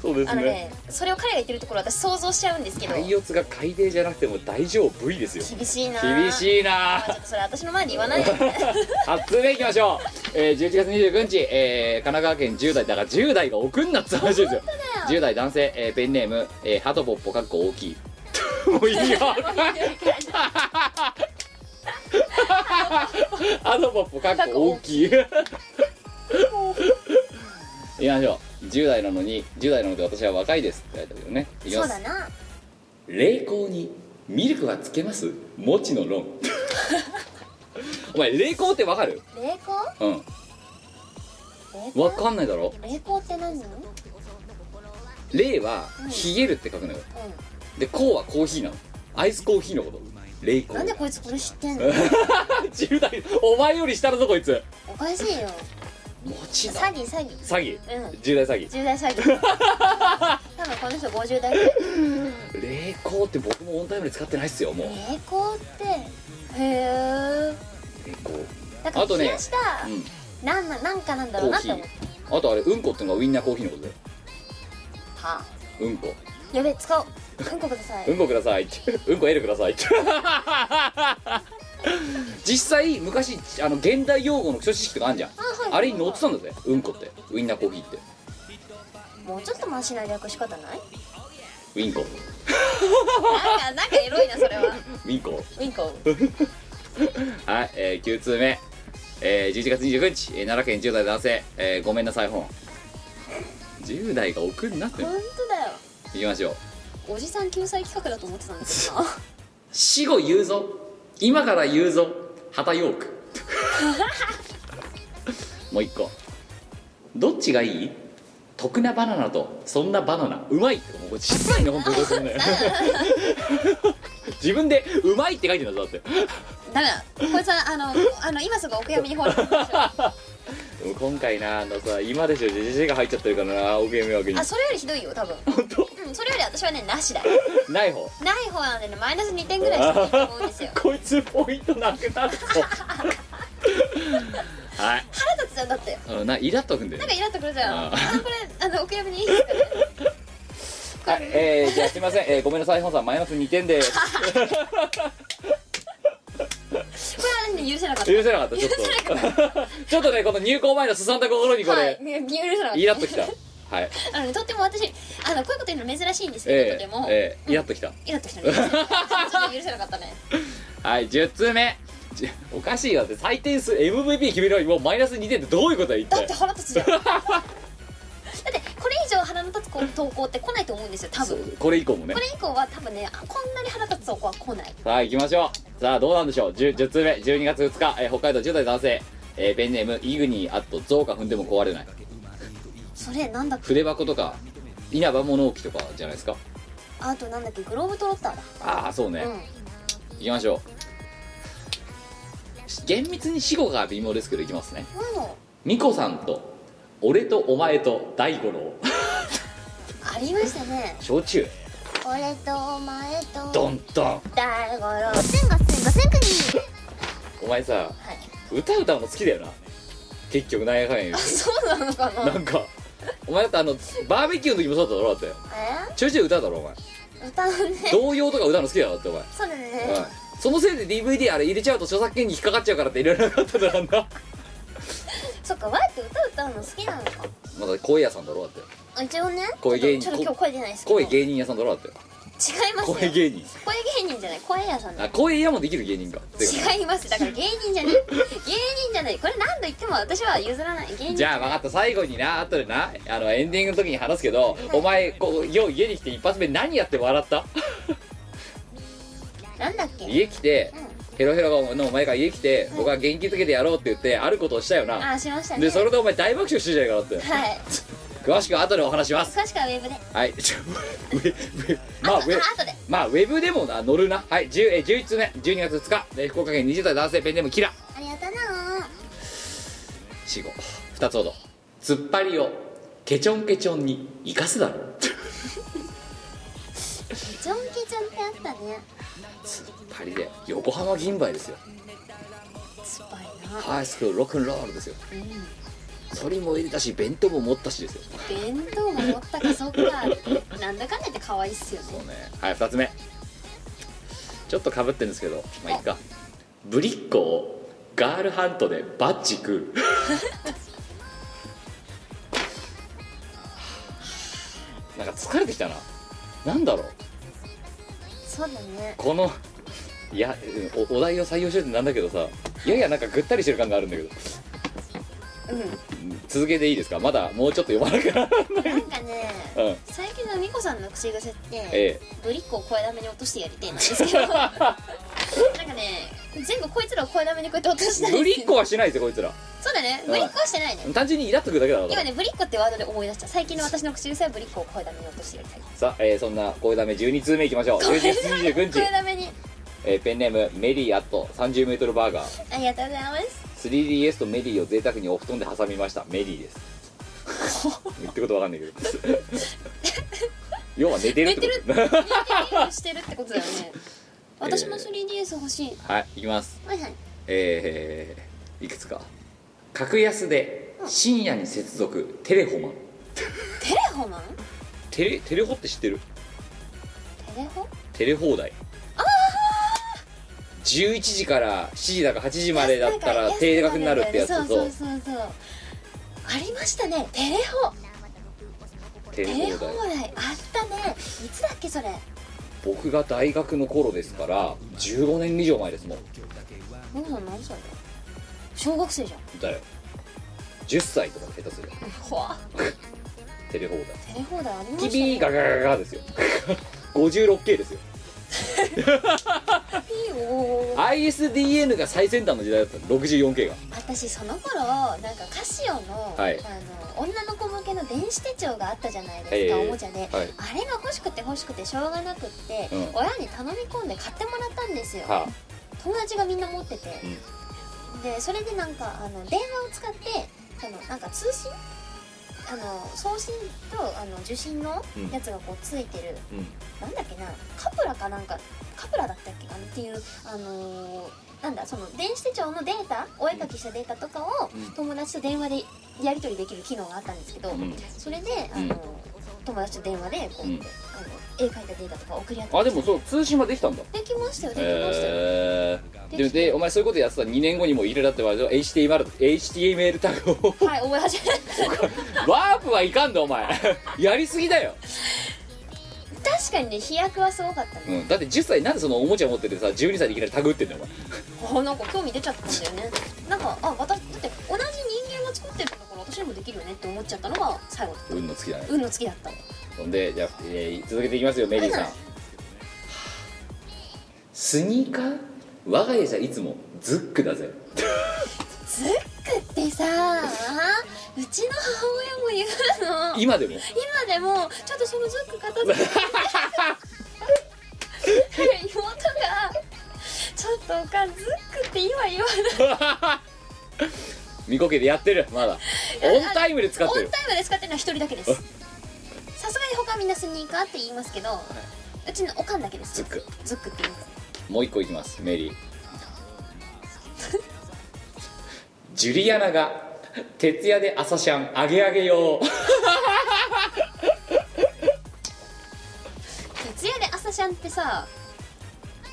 A: そうで
B: あ
A: す
B: の
A: ね
B: ねそれを彼が言ってるところ私想像しちゃうんですけど
A: 大四つが海底じゃなくても大丈夫いですよ
B: 厳しいな
A: 厳
B: い
A: しいな
B: ちょっとそれ私の前で言わないで
A: 初目いきましょう、えー、11月29日、えー神奈川県10代だから10代が送んなって話ですよ10代男性、えーペンネーム、えー、ハトポッポかっこ大きい もういいよハトポッポかっこ大きいいきましょう10代なのに10代なので私は若いですって書いてあるけどねいき
B: そ
A: ま
B: う
A: す
B: だな
A: 冷凍にミルクはつけますもちの論 お前冷凍ってわかる
B: 冷凍
A: うん
B: 冷凍
A: わかんないだろ
B: 冷凍って何うん
A: 冷は冷えるって書くのよでこうはコーヒーなのアイスコーヒーのこと冷凍
B: なんでこいつこれ知ってんの
A: 10代お前より下だぞこいつ
B: おかしいよ
A: もちだ
B: 詐欺詐欺
A: 詐欺
B: うん
A: 10代詐
B: 10代詐欺多分この人50代ぐらい
A: 欺冷凍って僕もオンタイムで使ってないっすよもう
B: 冷凍ってへえ
A: 冷凍
B: なんか
A: あとね
B: 冷やした、
A: うん
B: なんななんかなんだ
A: コ
B: ろうな
A: ー
B: って
A: ヒ
B: 思っ
A: ー
B: て
A: あとあれうんこってのがウインナーコーヒーのことだよ
B: は
A: うんこ
B: あやべえ使おううんこください
A: うんこくださいってうんこ L くださいって 実際昔あの現代用語の基礎知識とかあんじゃん
B: あ,、
A: あれに載ってたんだぜうんこってウインナーコーヒーって
B: もうちょっとマシな略し方ない
A: ウィンコ
B: なんかなんかエロいなそれは
A: ウィンコ
B: ウィンコ
A: はい、えー、9通目、えー、11月29日、えー奈良県10代男性、えーごめんなさい本10代が送んなって
B: 本当だよ
A: いきましょう
B: おじさん救済企画だと思ってたんですよな
A: 死後言うぞ今から言うぞ畑ヨーク もう一個どっちがいい得なバナナとそんなバナナうまいってもうこれ失敗な本当にどうするね自分でうまいって書いてるんだぞだって
B: ダメだこいつはあのあの今すぐお悔やみに放り込みましょう
A: でも今回なあのさ今でしょじじが入っちゃってるからなお悔やみわけに
B: あそれよりひどいよ多分
A: 本当
B: うんそれより私はねなしだよ
A: ない方
B: ない方なんでねマイナス2点ぐらいしてると思うんですよ
A: こいつポイントなくなるぞ はい
B: 腹立つじゃんだって
A: あのなイラっとくんで
B: なんかイラっとくるじゃん
A: あ
B: あのこれあのお悔やみにいいですかね
A: はい、えー、じゃあすいません、えー、ごめんなさい本さんマイナス2点で
B: これは私ね許せなかった
A: 許せなかったちょっ と ちょっとねこの入校前のすさんだ心にこ
B: は
A: れ、
B: い、ね許せなかった
A: イラっときたはい
B: あのねとっても私あのこういうこと言うの珍しいんですけど、
A: え
B: で
A: ー
B: も、
A: えー、イラっときた
B: イラっと きたねちょっと許せなかったね
A: はい10通目じゅおかしいよだって採点数 MVP 決めるのにもうマイナス2点ってどういうことだ一
B: だっ
A: 体
B: て腹立つじゃんだってこれ以上腹の立つこ投稿って来ないと思うんですよ多
A: そ
B: 分
A: うこれ以降もね
B: これ以降は多分ねあこんなに腹立つ投稿は来ない
A: さあ行きましょうさあどうなんでしょう 10, 10通目12月2日、えー北海道10代男性、えーペンネームイグニーアットゾウが踏んでも壊れない
B: それなんだっけ
A: 筆箱とか稲葉物置とかじゃないですか
B: あとなんだっけグローブトロッターだ
A: ああそうね、
B: うん
A: 行きましょう厳密に死後が微妙ですけど行きますね
B: も
A: ミコさんと俺とお前と大五郎
B: うありましたね
A: 焼酎
I: 俺とお前と
A: ドンドン
B: 大五郎
I: 千が千が千国
A: お前さ、歌歌うの好きだよな結局なんやかんや言う
B: あそうなのかな
A: なんかお前だってあのバーベキューの時もそうだったろだってちょいちょい歌うだろお前
B: え歌うね
A: 童謡とか歌うの好きだろだってお前
B: そうだね
A: うんそのせいで DVD あれ入れちゃうと著作権に引っかかっちゃうからっていろいろなかっただろうな
B: そっかワイって歌歌うの好きなのか
A: まだ声屋さんだろだって
B: あ一応ね
A: 声芸人
B: ちょっとちょっと今日声出ないですけど
A: 声芸人屋さんだろだって
B: 違いますよ
A: 声芸人
B: 声芸人じゃない声屋さんだ
A: あ声屋もできる芸人かてか
B: 違いますだから芸人じゃない芸人じゃないこれ何度言っても私は譲らない芸人
A: じゃあ分かった最後にな後でなあのエンディングの時に話すけどお前こうよう家に来て一発目何やって笑った
B: なんだっけ
A: 家来てヘロヘロのお前が家来て僕は元気づけてやろうって言ってあることをしたよな
B: あしましたね
A: でそれでお前大爆笑してるじゃないかだっ
B: はい
A: て詳しくは後でお話します
B: 詳しくはウェブで
A: はいちょ ウェウェまあウェ
B: あ後で
A: まあウェブでもな乗るなはい10え11つ目12月2日え福岡県20代男性ペンネームキラ
I: ありがとうな
A: 死後2つほど突っ張りをケチョンケチョンに生かすだろう
B: ケチョンケ
I: ったね
A: つっぱりで横浜銀杯ですよ
B: 酸っぱいな
A: ハイスクールロックンロールですよそれも入れたし弁当も持ったしですよ
B: 弁当も持ったかそっかなんだかんだ言って可愛いっすよね
A: そうねはい2つ目ちょっとかぶってるんですけどまあいいかぶりっ子をガールハントでバッチ食う なんか疲れてきたななんだろう
B: そうだね
A: このいやうんおお題を採用してるってなんだけどさいやいやなんかぐったりしてる感があるんだけど
B: う
A: 続けていいですかまだもうちょっと読まなきゃ
B: んなんか ね
A: うん
B: 最近のみこさんの口癖っ
A: え
B: て
A: え
B: ぶりっ子を声だめに落としてやりてえなんです けどなんかね全部こいつらを声だめにこうやって落としたい
A: ぶり
B: です
A: っ子はしないですよこいつら
B: そうだねぶりっ子はしてないね
A: 単純にイラっとくるだけだろう
B: 今ねぶりっ子ってワードで思い出した最近の私の口癖はぶりっ子を声だめに落としてやりたい
A: さあ、えーそんな声だめ12通目いきましょう11月29日
B: 声、だめに
A: えーペンネームメリーアット 30m バーガー
B: ありがとうございま す
A: 3DS とメリーを贅沢にお布団で挟みましたメリーです言ってることわかんないけど要は寝てるってこと
B: いいことしてるってことだよね私も 3DS 欲しい、
A: はいいきます
B: はいはい
A: えー、いくつか格安で深夜に接続テレホマン
B: テレホマン
A: テレテレホって知ってる
B: テレホ
A: テレ放題11時から7時だか8時までだったら定額になるってや
B: そ
A: つ
B: うそ
A: と
B: うそうそうありましたねテレホ
A: テ
B: テレ
A: レ放
B: ホ
A: 題
B: 放題あったねいつだっけそれ
A: 僕が大学の頃ですから15年以上前ですもん
B: みこさん何歳だ小学生じゃん
A: だよ10歳とかで下手する
B: ほわ
A: テレ放題
B: テレ放題ありま
A: キ
B: した
A: ビー
B: ね
A: ガガガガガですよ 56K ですよ
B: ピーおー
A: ISDN が最先端の時代だったの 64K が
B: 私その頃なんかカシオの,、
A: はい
B: あの女の子向けの電子手帳があったじゃないですか、
A: ええ
B: おもちゃで、
A: はい
B: あれが欲しくて欲しくてしょうがなくって、
A: うん
B: 親に頼み込んで買ってもらったんですよ、
A: は
B: 友達がみんな持ってて、でそれでなんかあの電話を使ってそのなんか通信あの送信とあの受信の
A: うん
B: やつがこうついてる、
A: うん
B: なんだっけなカプラかなんかカプラだったっけかなっていうあのーなんだその電子手帳のデータお絵かきしたデータとかを
A: うん
B: 友達と電話でやり取りできる機能があったんですけど、
A: ん
B: それであの、
A: うん
B: 友達と電話でこう、
A: うん
B: あの絵描いたデータとか送り合って
A: あでもそう通信はできたんだ
B: できましたよできましたよ、
A: えー、で
B: できて
A: でお前そういうことやってたら2年後にもう入れたって言われて HTML, HTML タグを
B: はい覚え始め
A: ワープはいかんだお前 やりすぎだよ、
B: 確かにね飛躍はすごかったね、
A: うん、だって10歳なんでそのおもちゃ持っててさ12歳でいきなりタグ打ってんだよ
B: あなんか興味出ちゃったんだよねなんかあ私だって同じ人間が作ってるんだから私にもできるよねって思っちゃったのが最後だ
A: お前運の尽きだね
B: 運の月だった
A: ほんでじゃあ、えー続けていきますよメリーさん
B: はい
A: スニーカー我が家じゃいつもズックだぜ
B: ズックってさうちの母親も言うの今
A: 今 でも
B: でもちょっとそのズック片付けて妹がちょっとおかんズックって今言わない
A: 見こけでやってるまだオンタイムで使
B: オン
A: って
B: タイ
A: る
B: ムで使ってるのは一人だけですさすがに他はみんなスニーカーって言いますけど、うちのおかんだけです
A: ズック
B: ズックって言います
A: もう一個いきますメリージュリアナが徹夜で朝シャンあげあげよう
B: 徹夜で朝シャンってさ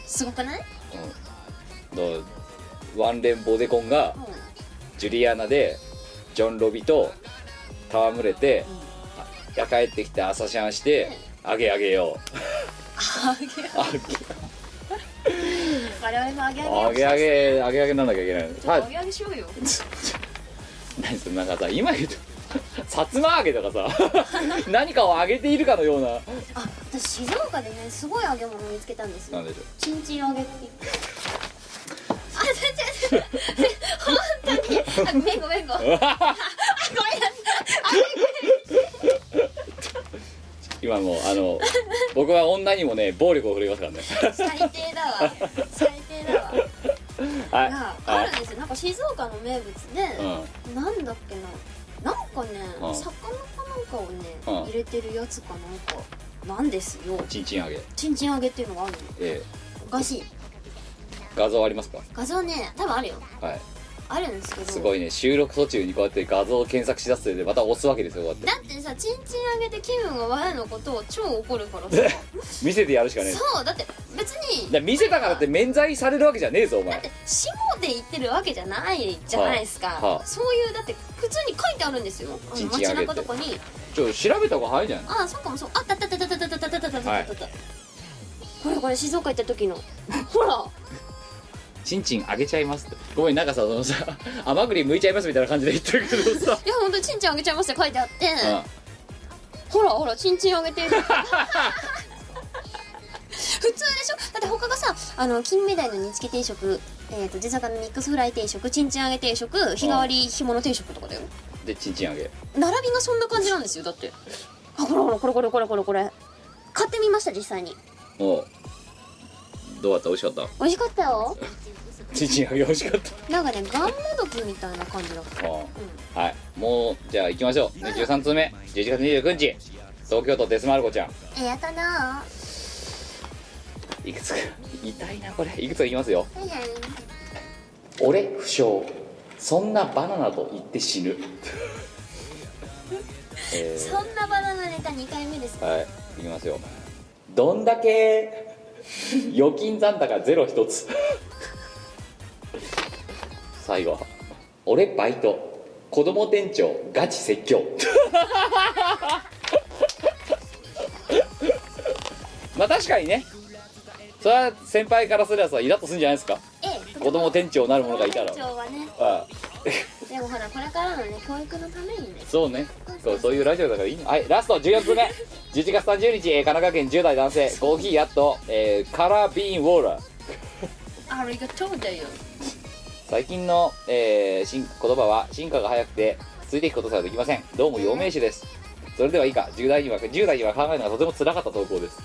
B: すごくない、
A: のワンレンボデコンが
B: うん、
A: ジュリアナでジョン・ロビと戯れて、あ帰ってきて朝シャンして、あげあげよう
B: あげ
A: あ
B: 我々もあげ
A: あげあ
B: あげ
A: げあげあげなんなきゃいけないの
B: あ
A: は
B: げあげしようよ
A: 何それなんかさ今言うと さつま揚げとかさ 何かを揚げているかのような
B: あ私静岡でねすごい揚げ物見つけたんです
A: な
B: よ
A: んでしょう
B: ちんちん揚げって言ってあ違う違う違う本当にあごめんごめんごめんあごめんなさい
A: 今もうあの僕は女にもね暴力を振るいます からね
B: あ最低だわ最低だわ
A: はい
B: があ
A: はい
B: るんですよなんか静岡の名物で、なんだっけななんかね、
A: うん
B: 魚かなんかをね、
A: うん
B: 入れてるやつかなんかなんですよ
A: チンチン上げ
B: チンチン揚げっていうのがあるの
A: え
B: おかしい
A: ー画像ありますか
B: 画像ね多分あるよ
A: はい
B: あるんですけど
A: すごいね収録途中にこうやって画像を検索しだすでまた押すわけですよこうやって
B: だってさチンチン揚げて気分が悪いのことを超怒るからさ
A: 見せてやるしかねえだか
B: そうだって別に
A: ら見せたからって免罪されるわけじゃねえぞお
B: だっ
A: 前
B: て死亡で言ってるわけじゃないじゃないですか、
A: はあはあ
B: そういうだって普通に書いてあるんですよあ
A: ち
B: の
A: んちん上げて
B: 街中とかに
A: ちょ調べた方が早いんじゃない
B: ああそうかもそうあったあったあったあったあったあったあったあったあったあったこれこれ静岡行った時のほら
A: チンチン上げちゃいますってごめんなんかさそ のさ甘栗剥いちゃいますみたいな感じで言ってるけどさ
B: いや本当にちんちんあげちゃいますって書いてあって
A: うん
B: ほらほらちんちんあげてる普通でしょだって他がさあの金目鯛の煮つけ定食、えー、と地魚のミックスフライ定食ちんちんあげ定食日替わり干物定食とかだよ
A: でチンチン上げ
B: 並びがそんな感じなんですよだってあほらほらこれこれこれこれこれ買ってみました実際に
A: もうどうだった美味しかっ
B: 美味しかったよ
A: たチンチン上げ美味しかった
B: なんかねガンモドキみたいな感じだった
A: うんはいもうじゃあ行きましょう、ね、13通目11月29日東京都デスマルコちゃん
I: えやだなぁ
A: いくつか痛いなこれいくつかいきますよ
I: 何々
A: 俺不詳そんなバナナと言って死ぬえ
B: そんなバナナネタ2回目です
A: ー、はいいきますよどんだけ預金残高ゼロ一つ最後俺バイト子供店長ガチ説教まあ確かにねそれは先輩からすればさイラッとするんじゃないですか
B: ええ
A: 子供店長なるものがいたら
B: 店長はね
A: ああ
B: でもほらこれからのね教育のためにね
A: そうねそうそういうラジオだからいいのはいラスト14つ目11月30日、えー神奈川県10代男性コーヒーやっと、えーカラービーンウォーラー
B: ありがとうだよ
A: 最近の、えー進言葉は進化が早くてついていくことさえできませんどうも陽明詞ですそれではいいか10代には10代には考えるのがとても辛かった投稿です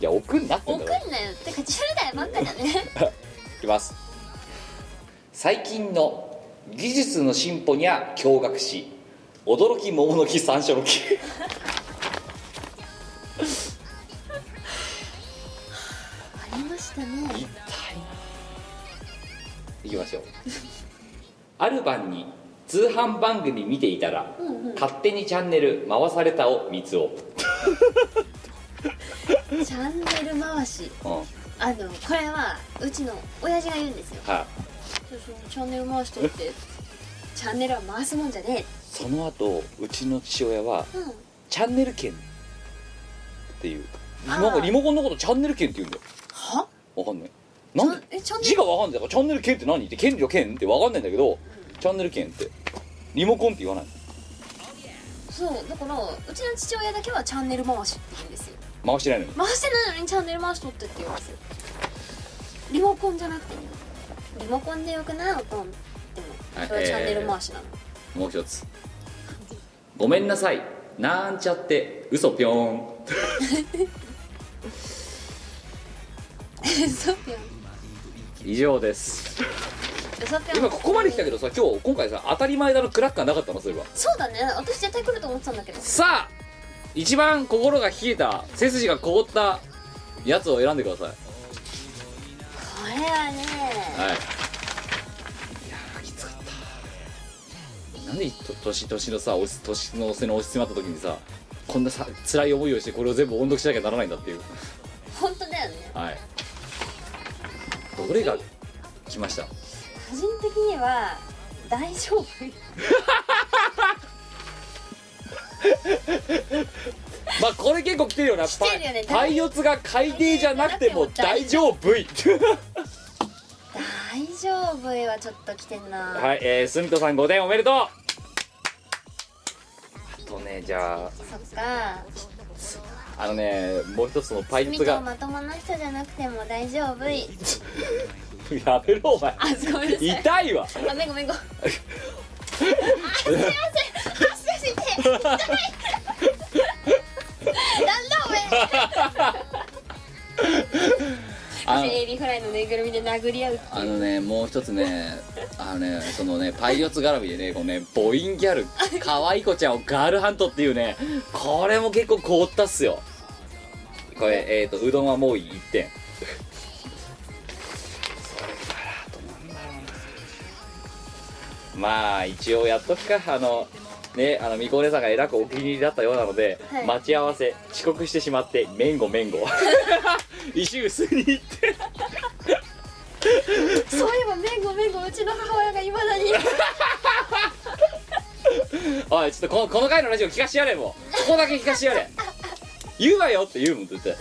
A: いや送んなってん
B: 送
A: だ
B: ん
A: から
B: なよてか10代ばっかだね
A: いきます最近の技術の進歩には驚愕し驚き桃の木山椒の木
B: ありましたね
A: いきましょうある晩に通販番組見ていたら、勝手にチャンネル回されたを三つを、
B: チャンネル回し
A: うんは
B: あのこれはうちの親父が言うんですよ
A: い
B: そうそうチャンネル回しとってチャンネルは回すもんじゃね
A: その後うちの父親は
B: えうん
A: チャンネル権っていう
B: あ
A: な
B: ー
A: んかリモコンのことチャンネル権って言うんだよ
B: は
A: わかんないなんで
B: えチャンネ
A: 字
B: ル
A: がわかんないからチャンネル権って何って権利の権ってわかんないんだけど、チャンネル権ってリモコンって言わない
B: そうだからうちの父親だけはチャンネル回しって言うんですよ
A: 回してないのに
B: 回してないのにチャンネル回しとってって言うんですよリモコンじゃなくてねリモコンでよくないおとんでもそれはチャンネル回しなの、
A: もう一つごめんなさいなんちゃって嘘ぴょーん
B: 嘘ぴょん
A: 以上です
B: 嘘ぴょん
A: 今ここまで来たけどさ今日今回さ当たり前だのクラッカーなかったのそういえば
B: そうだね私絶対来ると思ってたんだけど
A: さあ一番心が冷えた背筋が凍ったやつを選んでください
B: これは
A: はい
B: ね
A: いやーきつかったなんでと年年のさおす年の瀬の押し詰まった時にさこんなさ辛い思いをしてこれを全部音読しなきゃならないんだっていう
B: 本当だよね
A: はいどれが来ました
B: 個人的には大丈夫
A: まあこれ結構来てるよな
B: てるよね
A: パイパイ四つが海底じゃなくても大丈夫
B: 大丈夫はちょっと来てんな、
A: はいえー、すみとさん5点おめでとうあとねじゃあ
B: そっか
A: あのねもう一つのパイ四
B: み
A: つ
B: と
A: が
B: まともな人じゃなくても大丈夫い
A: やめろお前
B: あごめんなさい
A: 痛いわ
B: あめんごめんごめん
A: あ
B: エビフライのぬいぐるみで殴り合う
A: あのねもう一つね あのねそのねパイオツ絡みでねこのねボインギャル可愛い子ちゃんをガールハントっていうねこれも結構凍ったっすよこれえっ、とうどんはもういい1点それからあとなんだろうなまあ一応やっとくかあのねあのみこお姉さんがえらくお気に入りだったようなので、
B: はい
A: 待ち合わせ遅刻してしまってめんごめんご 石臼に行って
B: そういえばめんごめんごうちの母親がいまだに
A: おいちょっとこのこの回のラジオ聞かしてやれもうここだけ聞かしてやれ言うわよって言うもん絶対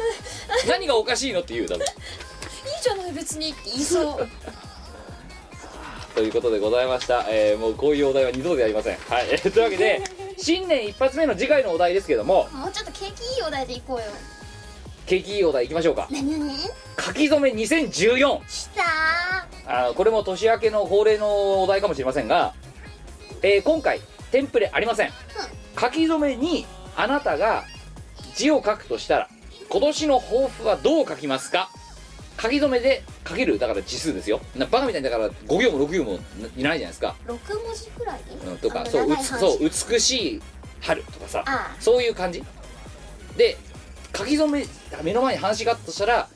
A: 何がおかしいのって言うだろ
B: いいじゃない別にって言いそう
A: ということでございました、えーもうこういうお題は二度とやりませんはい、え ーというわけで新年一発目の次回のお題ですけども
B: もうちょっと景気いいお題でいこうよ
A: 景気いいお題いきましょうか
I: 何々
A: 書き初め2014
I: さあ
A: あーこれも年明けの恒例のお題かもしれませんが、えー今回テンプレありません、書き初めにあなたが字を書くとしたら今年の抱負はどう書きますか書き初めで書けるだから字数ですよなバカみたいにだから5行も6行もいないじゃないですか、
B: 6文字くらいで、
A: うん、と
B: あ
A: か
B: の
A: そうう
B: 長い
A: つ
B: 話
A: そう美しい春とかさ
B: あ
A: そういう感じで書き初め目の前に話があったとしたら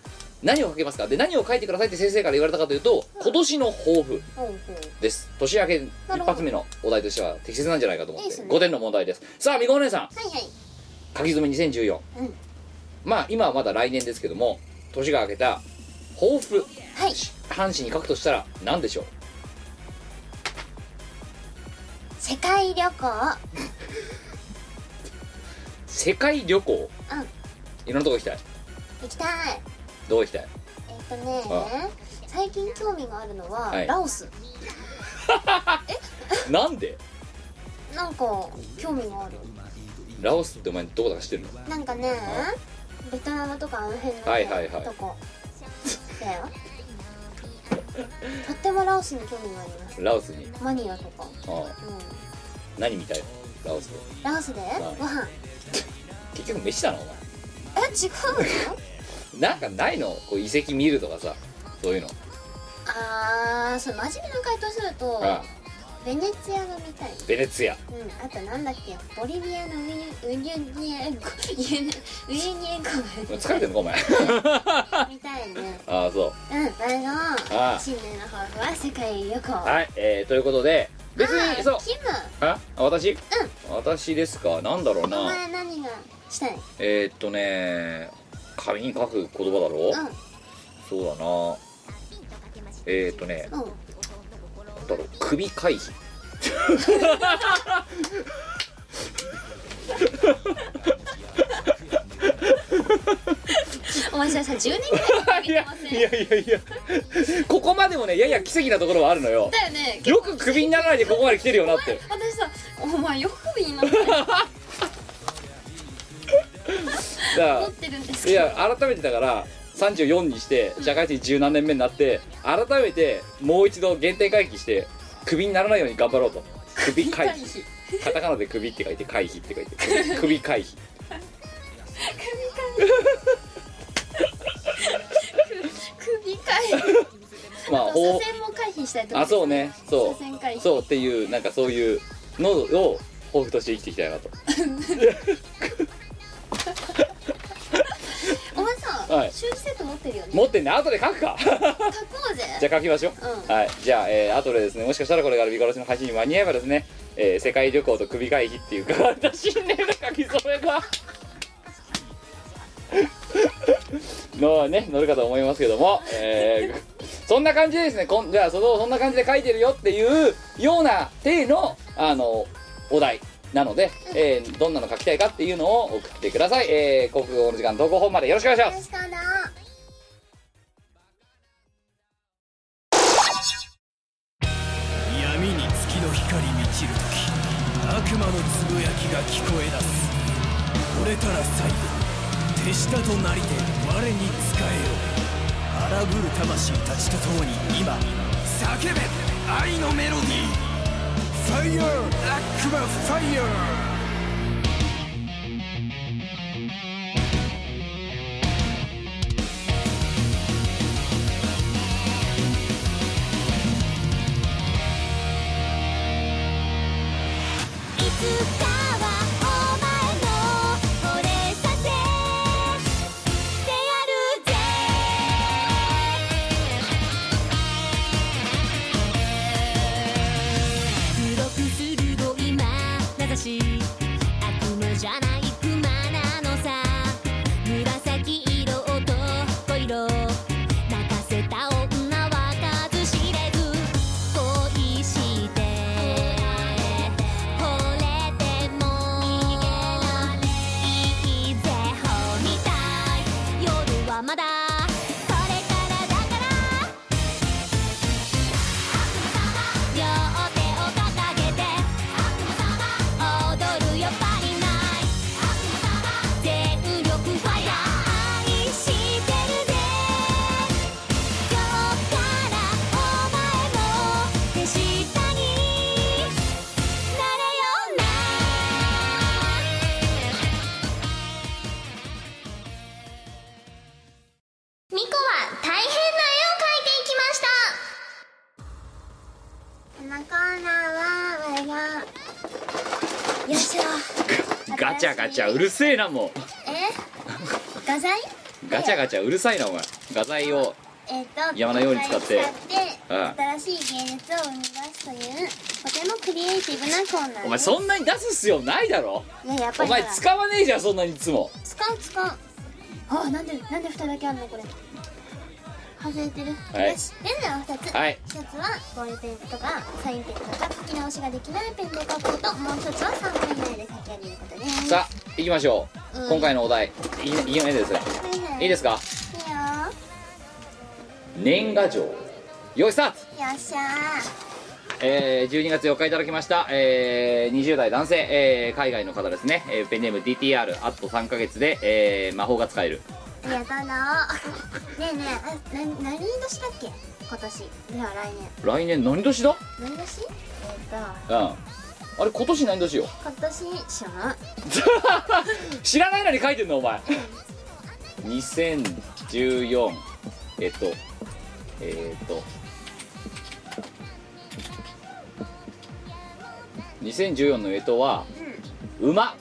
A: 何を書けますかで何を書いてくださいって先生から言われたかというと今年の抱負
B: あほうほう
A: です年明け一
B: なるほど
A: 発目のお題としては適切なんじゃないかと思っ
B: いい
A: て
B: ですね
A: 5点の問題ですさあみこお姉さん
I: はいはい
A: 書き初め2014、
I: うん
A: まあ今はまだ来年ですけども年が明けた抱負
I: はい
A: 半紙に書くとしたら何でしょう
I: 世界旅行
A: 世界旅行、いろんなとこ行きたい
I: 行きたい
A: どこ行きたい
I: えっとね
A: あ
B: 最近興味があるのは、
A: はい
B: ラオス
A: なんで
B: なんか興味がある
A: ラオスってお前どこだか知ってるの
B: なんかねベトナムとかあの辺の、ね
A: はいはいはい
B: とこだよとってもラオスに興味があります
A: ラオスに
B: マニラとか、
A: ああ
B: う
A: 何みたいのラオスで
B: ん、ラオスで
A: い
B: ご飯
A: 結局飯だなお前
B: え違うの
A: なんかないのこう遺跡見るとかさそういうの
B: あーそう真面目な回答すると
A: ああ
B: ベネツィアが見たい
A: ベネツィア
B: うん、あとなんだっけボリビアのウユウユニエンコウユニウユニエンコ
A: 疲れてんのかお前
B: が見たいね
A: ああそう
B: うんあ
A: あ
B: の新年の抱負は世界旅行
A: はい、えー、ということで別にそう
B: キム
A: あ私、私ですかなんだろう
B: お
A: な
B: 前何がしたい
A: えー、っとね紙に書く言葉だろ、
B: うん
A: そうだなえー、っとね
B: うん
A: なんだろう首回避
B: お前それさ10年ぐらい
A: いやいやいやいやここまでもねやや奇跡なところはあるのよ
B: だよね
A: よく首にならないでここまで来てるよな って
B: 私さお前よく言いなっ
A: だ
B: て
A: から
B: 思ってるんです
A: い
B: けど
A: や改めてだから34にして社会人十何年目になって改めてもう一度原点回帰してクビにならないように頑張ろうとクビ回 避
B: 避
A: カタカナでクビって書いて回避って書いてクビクビ回避
B: 首回避
A: まあ
B: あと
A: ほう
B: 左遷も回避したいと思
A: あそうねそ
B: 左遷回
A: う
B: 避
A: そうっていうなんかそういうのを抱負として生きていきたいなと
B: お前さ、
A: はい
B: 修理セット持ってるよね
A: 持ってんね後で書くか
B: 書こうぜ
A: じゃあ書きましょう
B: うん
A: はい、じゃあ、えー、後でですねもしかしたらこれから見殺しの配信に間に合えばですね、えー世界旅行と首回避っていうか新年の書き初めが のね乗るかと思いますけども、えーそんな感じでですねこんじゃあそのそんな感じで書いてるよっていうような体のあのお題なので、えーどんなの書きたいかっていうのを送ってください、えー、国語の時間投稿本までよろしくお願いします
I: 確かな
J: 闇に月の光満ちる時悪魔のつぶやきが聞こえ出す惚れたら最後手下となりて我に仕えよ荒ぶる魂たちと共に今叫べ愛のメロディーファイヤー悪魔ファイヤー
D: いつかはお前の惚れさせ
B: よいしょ
A: ガチャガチャうるせえなも
B: え画材
A: うガチャガチャうるさいなお前画材を
B: えっと
A: 山のように使って
B: 使って
A: うん
B: 新しい芸術を生み出すというとてもクリエイティブなコーナー
A: お前そんなに出す必要ないだろ
B: いややっぱ
A: お
B: りほら
A: 前使わねえじゃんそんなにいつも
B: 使う使うあなんでなんで2だけあるのこれ外れてる、
A: はい
B: よしペンは2つ、
A: はい
B: 1つはボールペンとかサインペンとか書き直しができないペンで書くこともう1つは3分以内で書き上げることです
A: さあ行きましょう、
B: うん
A: 今回のお題いいいいねです
B: これね
A: いいですか
B: いいよ
A: 年賀状よいスタート
B: よっしゃ
A: えー12月4日いただきました、えー20代男性、えー海外の方ですね、えーペンネーム DTR あと3ヶ月で、えー魔法が使える
B: ーや だなねえねえあな何年だっけ今年では来年
A: 来年何年だ
B: 何年えっ、と
A: うんあれ今年何年よ
B: 今年知らない
A: 知らないのに書いてんのお前2014えっとえっと2014の干支は馬
B: あ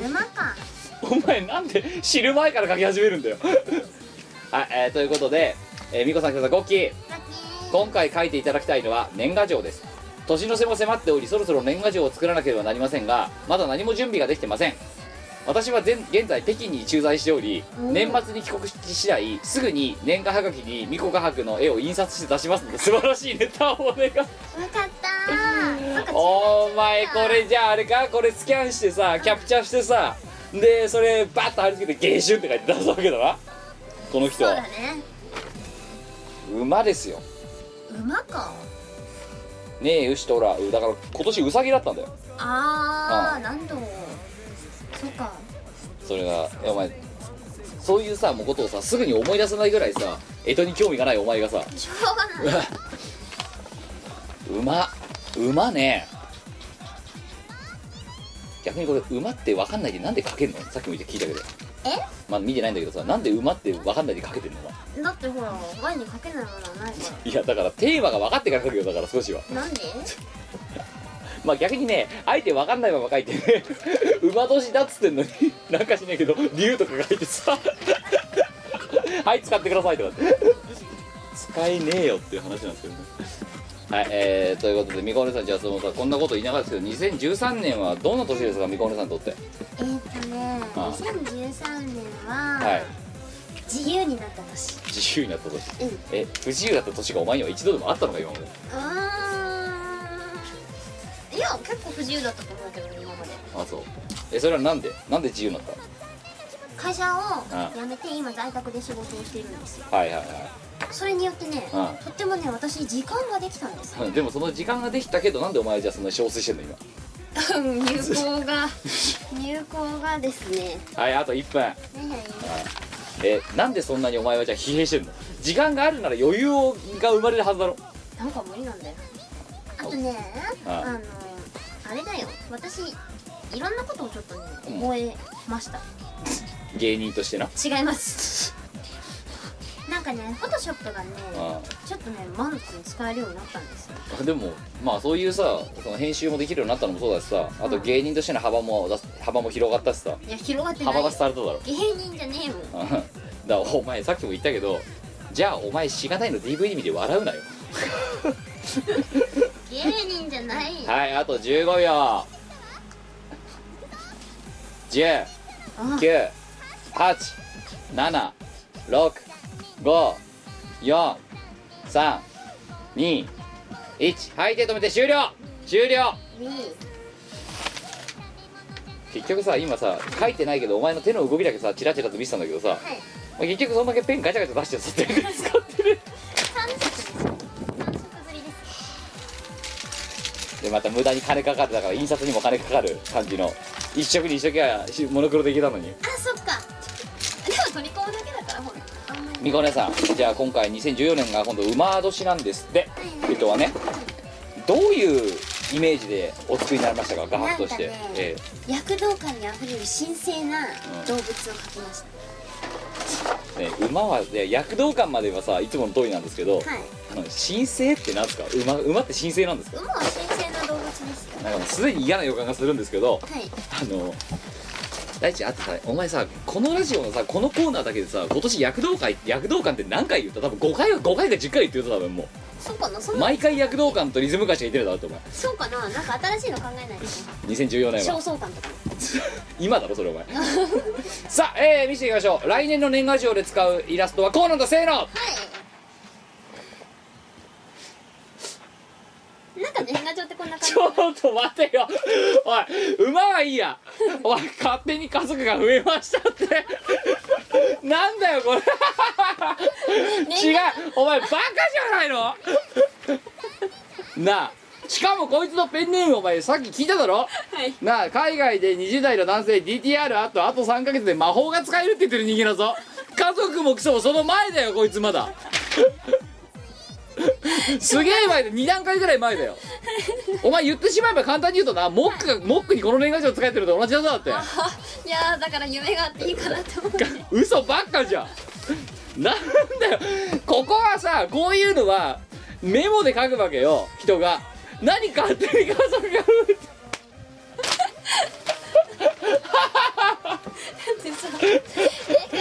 B: 沼か
A: お前なんで知る前から書き始めるんだよはい、えーということで、えー、みこさんきこさんごっきー
B: ラッキー
A: 今回書いていただきたいのは年賀状です年の瀬も迫っておりそろそろ年賀状を作らなければなりませんがまだ何も準備ができてません私は全現在北京に駐在しており年末に帰国し次第すぐに年賀はがきに巫女画伯の絵を印刷して出しますので素晴らしいネタをお願い
B: わかったなんか違う
A: お前これじゃああれかこれスキャンしてさキャプチャーしてさでそれバッと貼り付けて「芸春」って書いて出すわけだなこの人
B: そうだ
A: は
B: ね
A: 馬ですよ
B: 馬か
A: ねえ牛とらだから今年ウサギだったんだよ
B: あーなんだろうそうか
A: それがえお前そういうさもうことをさすぐに思い出せないぐらいさ江戸に興味がないお前がさ
B: しょうがない
A: 馬馬ね逆にこれ馬って分かんないでなんでかけんのさっきも言って聞いたけど
B: え
A: まあ見てないんだけどさなんで馬って分かんないでかけてんのお前
B: だってほら前にかけないものはないか
A: いやだからテーマが分かってから書くよだから少しは
B: らなんで
A: まあ逆にねあえて分かんないまま書いてね 馬年だっつってんのに なんかしないけど竜とか書いてさ はい使ってくださいとかって使えねえよっていう話なんですけどねはいえー、ということでみこお姉さんじゃあそのさこんなこと言いながらですけど2013年はどんな年ですかみこお姉さんにとって
B: えーっとね
A: あ
B: 2013年
A: はい
B: は自由になった年
A: 自由になった年
B: うん
A: え不自由だった年がお前には一度でもあったのか今まで
B: うーんいや結構不自由だったと思うけどね今まで
A: あそうえそれはなんでなんで自由になっ
B: 会社
A: あ
B: を辞めて今在宅で仕事をしてるんですよ
A: たはいはい
B: それによってね
A: あ
B: とってもね私時間ができたんですよ
A: はい でもその時間ができたけどなんでお前じゃあそんな憔悴してんの今
B: 入校が 入校がですね
A: はいあと1分
B: 何々
A: えなんでそんなにお前はじゃあ疲弊してんの時間があるなら余裕をが生まれるはずだろ
B: なんか無理なんだよあとね
A: あ
B: あのあれだよ私いろんなことをちょっとね
A: うん
B: 覚えました
A: 芸人としてな
B: 違いますなんかねフォトショップがね
A: あ
B: ちょっとねマルチに使えるようになったんですよ
A: あでもまあそういうさその編集もできるようになったのもそうだしさあと芸人としての幅もだ幅も広がったしさ
B: いや広がってない
A: 幅
B: よ
A: が伝われただろ
B: 芸人じゃねえも
A: う
B: ん
A: んだからお前さっきも言ったけどじゃあお前しがないの DVD 見て笑うなよ
B: 芸人じゃない
A: はいあと15秒10九八七六五四三二一はい手止めて終了終了結局さ今さ書いてないけどお前の手の動きだけさチラチラと見てたんだけどさ、結局そんだけペンガチャガチャ出してさ全然使ってる
B: 三色です三色ぶりです
A: でまた無駄に金かかるだから印刷にも金かかる感じの一色に一色がモノクロでいけたのに
B: あそっかでも取り込むだけだからほらあんまり
A: みこねさんじゃあ今回2014年が今度馬年なんですって
B: はい
A: 人はねどういうイメージでお作りになりましたか画伯として、
B: なんかね
A: え
B: 躍動感にあふれる神聖な動物を描きました、
A: えね馬は、ね、躍動感まではさいつもの通りなんですけど、
B: はい
A: あの神聖ってなんですか馬馬って神聖なんですか
B: 馬は神聖な動物ですよ
A: なんかもうすでに嫌な予感がするんですけど
B: はい
A: あの大地あとさお前さこのラジオのさこのコーナーだけでさ今年躍動会躍動感って何回言った多分5回は5回か10回言ってるぞ多分も
B: そうかなそうんな
A: 毎回躍動感とリズム会社言ってるだろってお前
B: そうかななんか新しいの考えないとね
A: 2014年
B: 焦
A: は
B: 燥感とか
A: 今だろそれお前さあ、えー見せていきましょう来年の年賀状で使うイラストはこうなんだせーの
B: はいなんか年賀状ってこんな感じ
A: ちょっと待てよおい馬はいいやおい勝手に家族が増えましたってなんだよこれ違うお前バカじゃないのなあしかもこいつのペンネームお前さっき聞いただろ、なあ海外で20代の男性 DTR あとあと3ヶ月で魔法が使えるって言ってる人間だぞ家族もクソもその前だよこいつまだすげえ前だ2段階ぐらい前だよお前言ってしまえば簡単に言うとなモックがモックにこの年賀状使えてると同じだぞだって
B: いやーだから夢があっていいかなと思って
A: 嘘ばっかじゃんなんだよここはさこういうのはメモで書くわけよ人が何勝手に家族が
B: で さ年賀状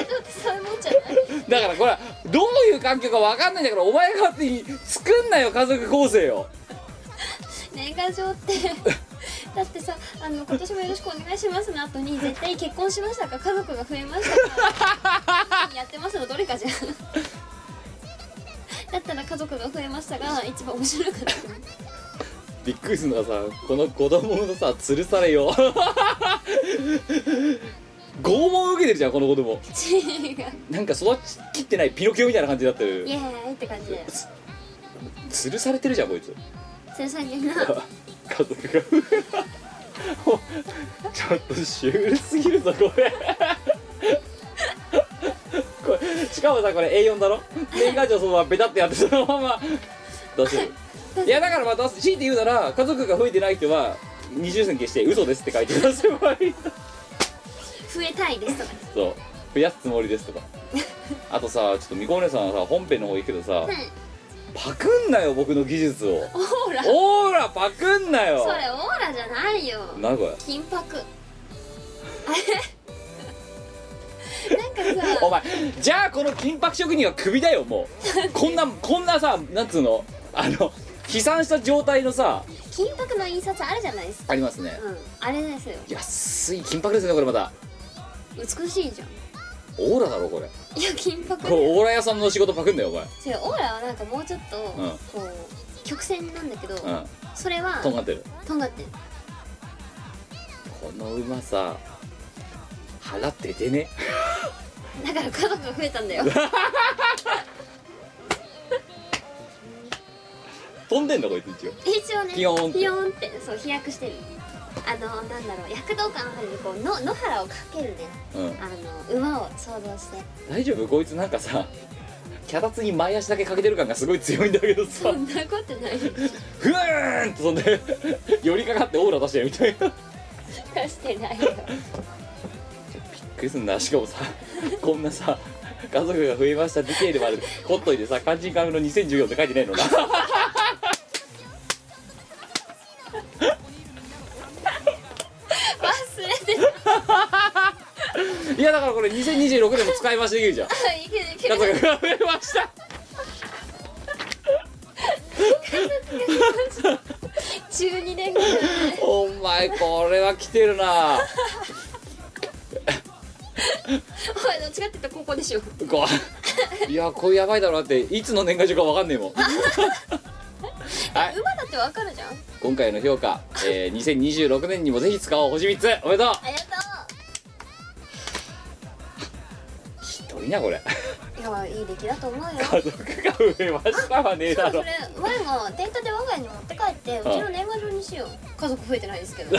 B: ってそういうもんじゃない
A: だからこれはどういう環境か分かんないんだからお前が勝手に作んなよ家族構成を
B: 年賀状って だってさあの今年もよろしくお願いしますの後に絶対結婚しましたか家族が増えました かやってますのどれかじゃんだったら家族が増えましたが一番面白かった
A: びっくりするのはさこの子供のさ吊るされよ 拷問受けてるじゃんこの子供
B: チーが
A: なんか育ちきってないピノキオみたいな感じになってる
B: イエーイって感じで
A: 吊るされてるじゃんこいつ
B: それさげな
A: 家族が ちょっとシュールすぎるぞこれ これしかもさこれ A4 だろ年賀状そのままベタってやってそのまま出せるいやだからまあ出す強いて言うなら家族が増えてない人は二重線消して嘘ですって書いて出せばいい
B: 増えたいですとか
A: そう増やすつもりですとかあとさちょっとみこお姉さんはさ本編の方行くけどさ、パクんなよ僕の技術を
B: オーラそ
A: オーラパクんなよ
B: れオーラじゃないよ
A: なこれ
B: 金 箔あれなんか
A: お
B: さ
A: 前じゃあこの金箔職人はクビだよもうこんなこんなさなんつうのあの悲惨した状態のさ
B: 金箔の印刷あるじゃないですか
A: ありますね
B: うんあれですよ
A: 安い金箔ですねこれまた
B: 美しいじゃん
A: オーラだろこれ
B: いや金箔
A: これオーラ屋さんの仕事パクんだよお前
B: 違うオーラはなんかもうちょっと、
A: ん
B: こう曲線なんだけど、
A: うん
B: それは
A: とんがってる
B: とんがってる
A: この馬さ払っててね
B: だから家族が増えたんだよ
A: 飛んでんのこいつ一応
B: 一応ね
A: ピヨーンって
B: ってそう飛躍してるあのなんだろう躍動感あるこうの野原をかけるね
A: うん
B: あの馬を想像して
A: 大丈夫こいつなんかさ脚立に前足だけかけてる感がすごい強いんだけど
B: そ
A: さ
B: んなこと ない
A: ふーんって飛んで寄りかかってオーラ出してるみたいな
B: かしてないよ
A: びっくりすんなしかもさこんなさ家族が増えましたディテールまでほっといてさ肝心カムの2014って書いてないのな
B: 忘れてた
A: いやだからこれ2026年も使い回しできるじゃん
B: いけるいけ
A: 家
B: る
A: 族が増えました
B: 12年ぐらい
A: お前これは来てるな
B: お前どっちかって言ったらここでしょ
A: こういやこれやばいだろうなっていつの年賀状かわかんねえもんはい
B: 馬だってわかるじゃん
A: 今回の評価、えー、2026年にもぜひ使おう星3つおめでとう
B: ありがと
A: ひどいなこれ
B: ういやいい出来だと思うよ
A: 家族が増えましたはねえ
B: しか
A: だ
B: もそ
A: ろ
B: れ前がデータで我が家に持って帰ってうちの年賀状にしよう家族増えてないですけど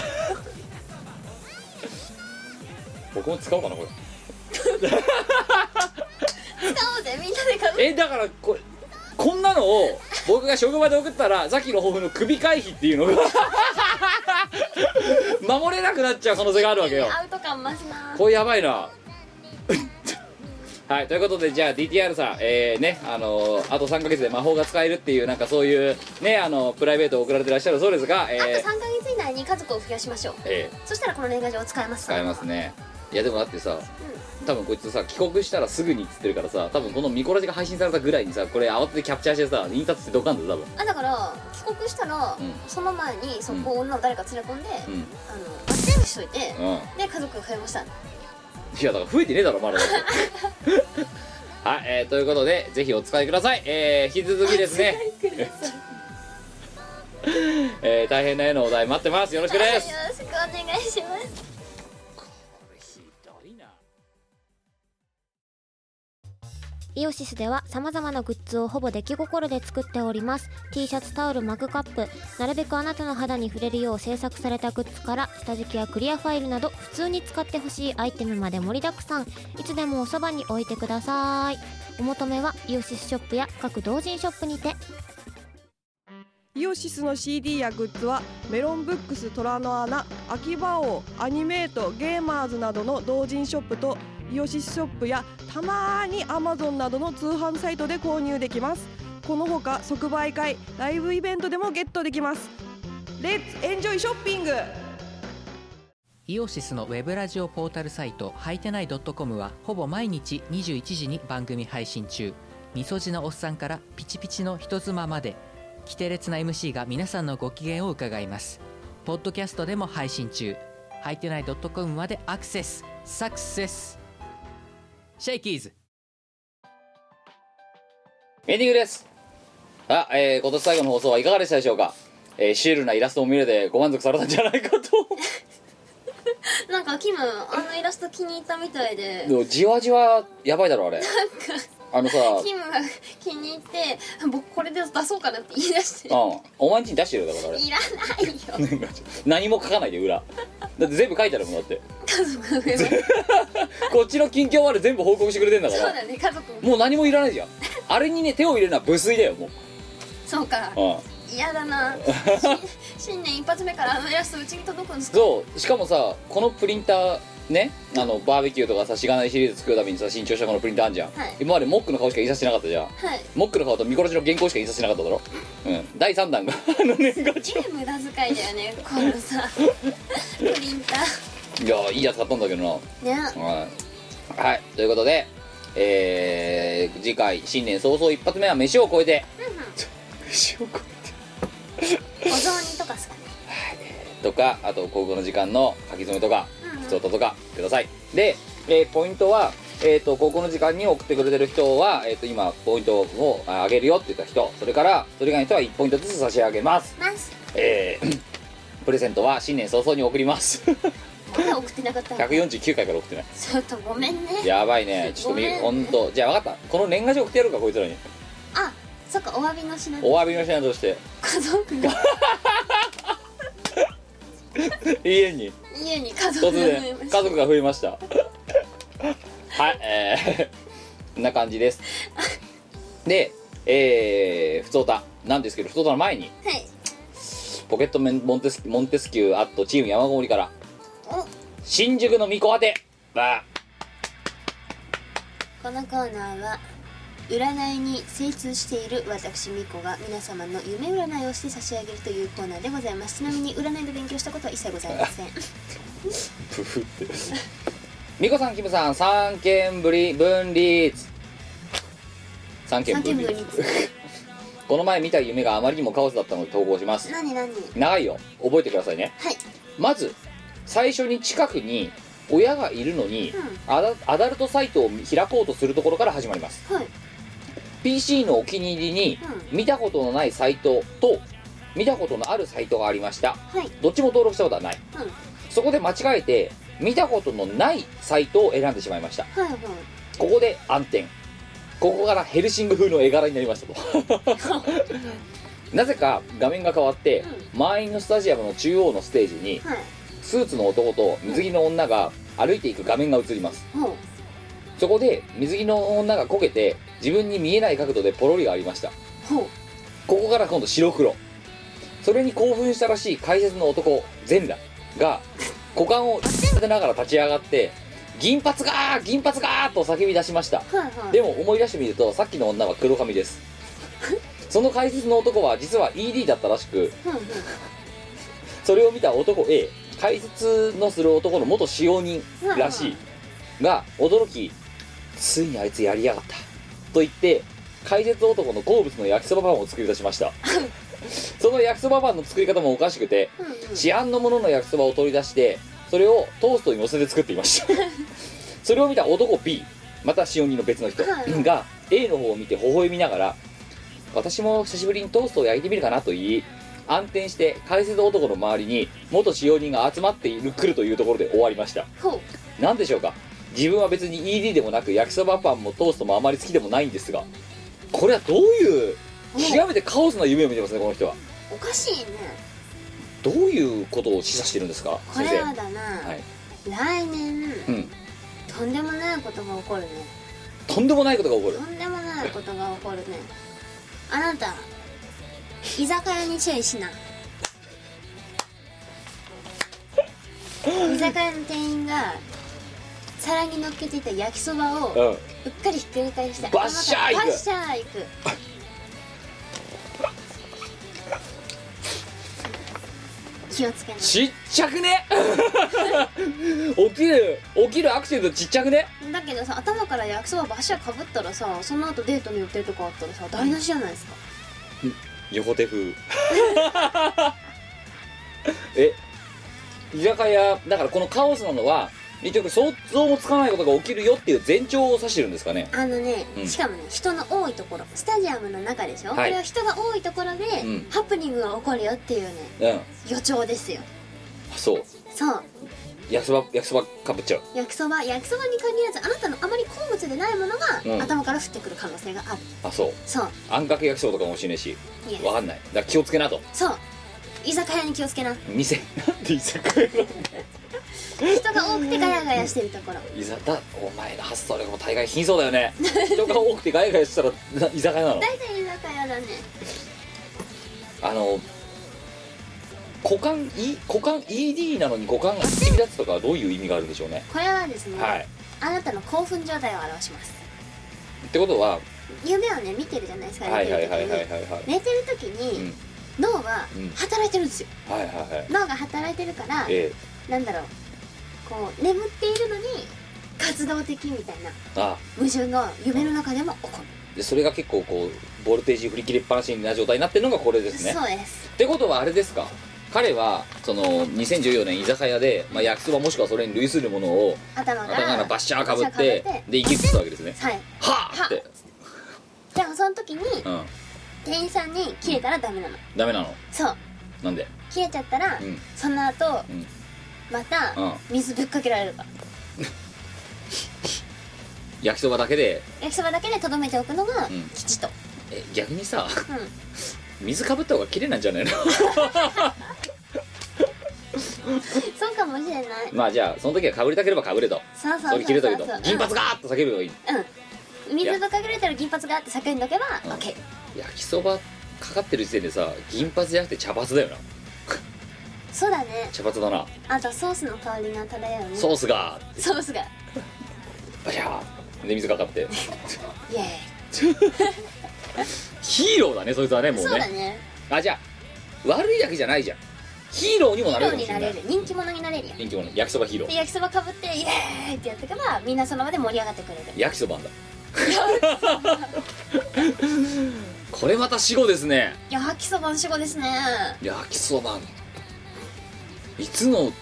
A: 僕も使おうかなこれ
B: 使おうぜみんなで家族
A: えだからこれこんなのを僕が職場で送ったらさっきの抱負の首回避っていう のが守れなくなっちゃう可能性があるわけよ
B: アウト感増すな
A: これやばいなはいということでじゃあ DTR さんえー、ねあのーあと3ヶ月で魔法が使えるっていうなんかそういうねあのプライベートを送られてらっしゃるそうですがえ
B: あと3
A: ー
B: ヶ月以内に家族を増やしましょう
A: えー
B: そしたらこの年賀状を使えます
A: 使えますねいやでもだってさ多分こいつさ帰国したらすぐにっつってるからさ多分このミコラジが配信されたぐらいにさこれ慌ててキャプチャーしてさ印刷してどかんだよ多分
B: あだから帰国したら、
A: ん
B: その前にそこを女を誰か連れ込んで、
A: うん
B: あのバッテンしといて、
A: うん
B: で家族が増えました
A: いやだから増えてねえだろまだだって はい、えーということでぜひお使いくださいえー、引き続きですね、 えー、大変な絵のお題待ってますよろしく
B: はい
A: で
B: よ
A: す
B: ろしくお願いします
D: イオシスでは様々なグッズをほぼ出来心で作っております T シャツタオルマグカップなるべくあなたの肌に触れるよう制作されたグッズから下敷きやクリアファイルなど普通に使ってほしいアイテムまで盛りだくさんいつでもおそばに置いてくださいお求めはイオシスショップや各同人ショップにて
K: イオシスの CD やグッズはメロンブックス虎の穴秋葉王アニメートゲーマーズなどの同人ショップとイオシスショップやたまーに Amazon などの通販サイトで購入できますこのほか即売会ライブイベントでもゲットできますレッツエンジョイショッピング
F: イオシスのウェブラジオポータルサイトはいてない .com はほぼ毎日21時に番組配信中みそじのおっさんからピチピチの人妻まで規定列な MC が皆さんのご機嫌を伺いますポッドキャストでも配信中はいてない .com までアクセスサクセスシェイキーズ
A: エンディングですあ、えー、今年最後の放送はいかがでしたでしょうかえー、シュールなイラストを見るでご満足されたんじゃないかと
B: なんかキムあのイラスト気に入ったみたいで
A: でもじわじわやばいだろあれあ のさ
B: キムが気に入って僕これで出そうかなって言い出して
A: うん、お前んちに出してるよだからあれ
B: いらないよ
A: 何も書かないで裏だって全部書いてあるもんだって
B: 家族が増えました
A: こっちの近況まで全部報告してくれてんだか
B: そう
A: ら
B: だね家族も
A: もう何もいらないじゃんあれにね手を入れるのは無粋だよもう
B: そうか
A: うん
B: 嫌だなし新年一発目からあのイラストうちに届くんですか
A: そうしかもさこのプリンターねあのバーベキューとかさしがないシリーズ作るためにさ新調したこのプリンターあんじゃん、
B: はい
A: 今までモックの顔しか印刷してなかったじゃん
B: はい
A: モックの顔と見殺しの原稿しか印刷してなかっただろうん第3弾があの年賀状
B: え無駄遣いだよねこのさプリンター
A: いやいいやつ買ったんだけどな
B: ね
A: はい、はい、ということでえー、次回新年早々一発目は飯を超えて飯を超
B: お雑煮とかすかね
A: えてとかあと高校の時間の書き初めとか普通歌とかくださいで、えーポイントはえー、と高校の時間に送ってくれてる人は、えー、と今ポイントをああげるよって言った人それからそれ以外の人は1ポイントずつ差し上げます
B: ます
A: えー プレゼントは新年早々に送ります
B: これ送ってなかったら
A: 149回から送ってない
B: ちょっとごめんね
A: やばいねちょっとみ
B: ごめん
A: 本当じゃあ分かったこの年賀状送ってやるかこいつらに
B: あそっかお詫びの品
A: お詫びの品として
B: 家族が
A: 家に
B: 家に家
A: 突
B: 族が増え
A: 然家
B: ました
A: 族が増えました はいえーこんな感じですでえー、ふつおたなんですけどふつおたの前に
B: はい
A: ポケットメンモンテスモンテスキューアットチーム山ごもりから
B: お
A: 新宿の巫女宛てわあ
B: このコーナーは占いに精通している私ミコが皆様の夢占いをして差し上げるというコーナーでございますちなみに占いで勉強したことは一切ございません
A: プフってみこさんキムさん3件ぶり分立3件分
B: 三件分
A: 立
B: 立
A: この前見た夢があまりにもカオスだったので投稿します
B: 何何はい
A: 長いよ覚えてくださいねまず最初に近くに親がいるのに、アダアダルトサイトを開こうとするところから始まります
B: はい
A: PC のお気に入りに見たことのないサイトと見たことのあるサイトがありました
B: はい
A: どっちも登録したことはない、
B: うん
A: そこで間違えて見たことのないサイトを選んでしまいました
B: はいはい
A: ここで暗転ここからヘルシング風の絵柄になりました となぜか画面が変わって、満員のスタジアムの中央のステージに
B: はい
A: スーツの男と水着の女が歩いていく画面が映ります
B: ほう
A: そこで水着の女がこけて自分に見えない角度でポロリがありました
B: ほう
A: ここから今度白黒それに興奮したらしい解説の男全裸が股間を立てながら立ち上がって銀髪がー銀髪がーと叫び出しましたでも思い出してみるとさっきの女は黒髪ですその解説の男は実は ED だったらしくそれを見た男 A 解説のする男の元使用人らしいが驚きついにあいつやりやがったと言って解説男の好物の焼きそばパンを作り出しましたその焼きそばパンの作り方もおかしくて市販のものの焼きそばを取り出してそれをトーストに乗せて作っていました それを見た男 B また使用人の別の人が A の方を見て微笑みながら私も久しぶりにトーストを焼いてみるかなと言い暗転して解説男の周りに元使用人が集まっている来るというところで終わりました
B: ほ
A: 何でしょうか自分は別に ED でもなく焼きそばパンもトーストもあまり好きでもないんですがこれはどういう極めてカオスな夢を見てますねこの人は
B: うおかしいね
A: どういうことを示唆してるんですか
B: こ
A: 先
B: れ
A: 生
B: はだな、
A: はい
B: 来年
A: うん
B: とんでもないことが起こるね
A: とんでもないことが起こる
B: とんでもないことが起こるねあなた居酒屋に注意しな居酒屋の店員が皿に乗っけていた焼きそばを
A: うん
B: うっかりひっくり返して
A: バッシャーいく
B: 頭からバッシャーいく気をつけな
A: ちっちゃくね 起きる起きるアクシデントちっちゃくね
B: だけどさ頭から焼きそばバッシャーかぶったらさその後デートの予定とかあったらさ台無しじゃないですか
A: 横手風 え居酒屋だからこのカオスなのは結局想像もつかないことが起きるよっていう前兆を指してるんですかね
B: あのね、
A: うん
B: しかもね人の多いところスタジアムの中でしょ、
A: はい
B: これは人が多いところで、
A: うん
B: ハプニングが起こるよっていうね
A: うん
B: 予兆ですよ
A: そう
B: そう
A: 焼きそば焼きそばかぶっちゃう
B: 焼きそば焼きそばに限らずあなたのあまり好物でないものが、
A: うん
B: 頭から降ってくる可能性がある
A: あそう
B: そう
A: あんかけ焼きそばとかも欲しいねえし
B: いや
A: わかんないだから気をつけなと
B: そう居酒屋に気をつけな
A: 店なんで居酒屋なんだ
B: 人が多くてガヤガヤしてるところ
A: 居酒屋お前の発想力も大概貧相だよ ね人が多くてガヤガヤしたらな居酒屋なの
B: 大体居酒屋だね
A: あの股間い股間 ED なのに股間が突き立つとかはどういう意味があるんでしょうね
B: これはですね、
A: はい
B: あなたの興奮状態を表します
A: ってことは
B: 夢をね見てるじゃないですか
A: は
B: 寝
A: い
B: て
A: はい
B: る
A: はい
B: 時
A: はいはいは
B: に
A: いはい
B: 寝てる時に、脳は
A: うん
B: 働いてるんですよ、
A: はいはい
B: 脳が働いてるから、
A: ええ
B: なんだろうこう眠っているのに活動的みたいな
A: あ
B: 矛盾が夢の中でも起こ
A: でそれが結構こうボルテージ振り切れっぱなしな状態になってるのがこれで
B: る、
A: すね
B: そうです
A: ってことはあれですか彼はその2014年居酒屋で、まあ、焼きそばもしくはそれに類するものを
B: 頭から
A: 頭からバッシャーかぶっ
B: バッシャー
A: て
B: かぶって
A: で生きつったわけですね
B: はい
A: はあって
B: でもその時に
A: うん
B: 店員さんに切れたらダメなの
A: ダメなの
B: そう
A: なんで
B: 切れちゃったら、
A: うん
B: その後、
A: うん
B: また
A: うん
B: 水ぶっかけられるから
A: 焼きそばだけで
B: 焼きそばだけでとどめておくのが
A: うん
B: きちっと、
A: え逆にさ
B: うん
A: 水かぶった方が綺麗なんじゃないの
B: そうかもしれない
A: まあじゃあその時はかぶりたければかぶれと
B: そうそう
A: そ
B: そう
A: れ
B: そ
A: 切れ
B: うそ
A: た
B: う
A: けど銀髪がーっと叫べばいい
B: うん水ぶっかけられたら銀髪があって叫んどけば
A: うん
B: OK
A: 焼きそばかかってる時点でさ銀髪じゃなくて茶髪だよな
B: そうだね
A: 茶髪だな
B: あとソースの香りが漂うね
A: ソースがー
B: ソースが
A: バシャーで水かか って
B: イエーイ
A: ヒーローだねそいつはねもうね
B: そうだね
A: あじゃあ悪いだけじゃないじゃんヒーローにもなれ
B: プ
A: る
B: ロ
A: かも
B: に
A: しれ
B: な
A: な
B: れ
A: い
B: る人気者になれるよ
A: 人気者焼きそばヒーロ
B: で
A: ー
B: 焼きそばかぶってイエーイってやってけばみんなその場で盛り上がってくれる
A: 焼きそばだこれまた死後ですね
B: 焼きそばの仕事ですね
A: 焼きそばいつの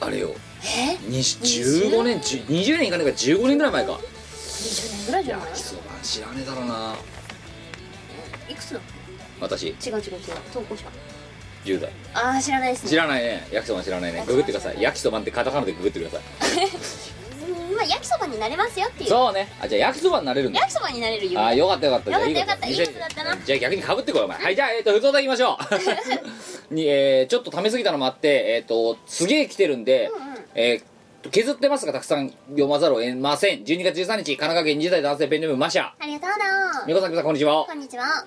A: あれよ
B: え
A: に15年ちゅ20年いかないから15年ぐらい前か
B: 20年ぐらいじゃない
A: 焼きそば知らねえだろうない
B: くつだ
A: 私
B: 違う違う違う投稿者
A: 10代
B: ああ知らないですね
A: 知らないね焼きそば知らないねググってください焼きそばってカタカナでググってください
B: うんまあ焼きそばになれますよっていう
A: そうねあじゃあ焼きそばになれるんだ
B: 焼きそばになれるよ
A: あーよかったよかった
B: よかった
A: じゃあ
B: よかったいいことだったな
A: 2000じゃあ逆にかぶってこいお前はいじゃあえっ、と普通だいきましょ うに、えーちょっとためすぎたのもあってえっ、とすげえ来てるんで、えー削ってますがたくさん読まざるを得ません12月13日神奈川県20代男性ペンネームマシャ
B: ありがとう
A: み
B: だ
A: こさんみこさんこんにちは
B: こんにちは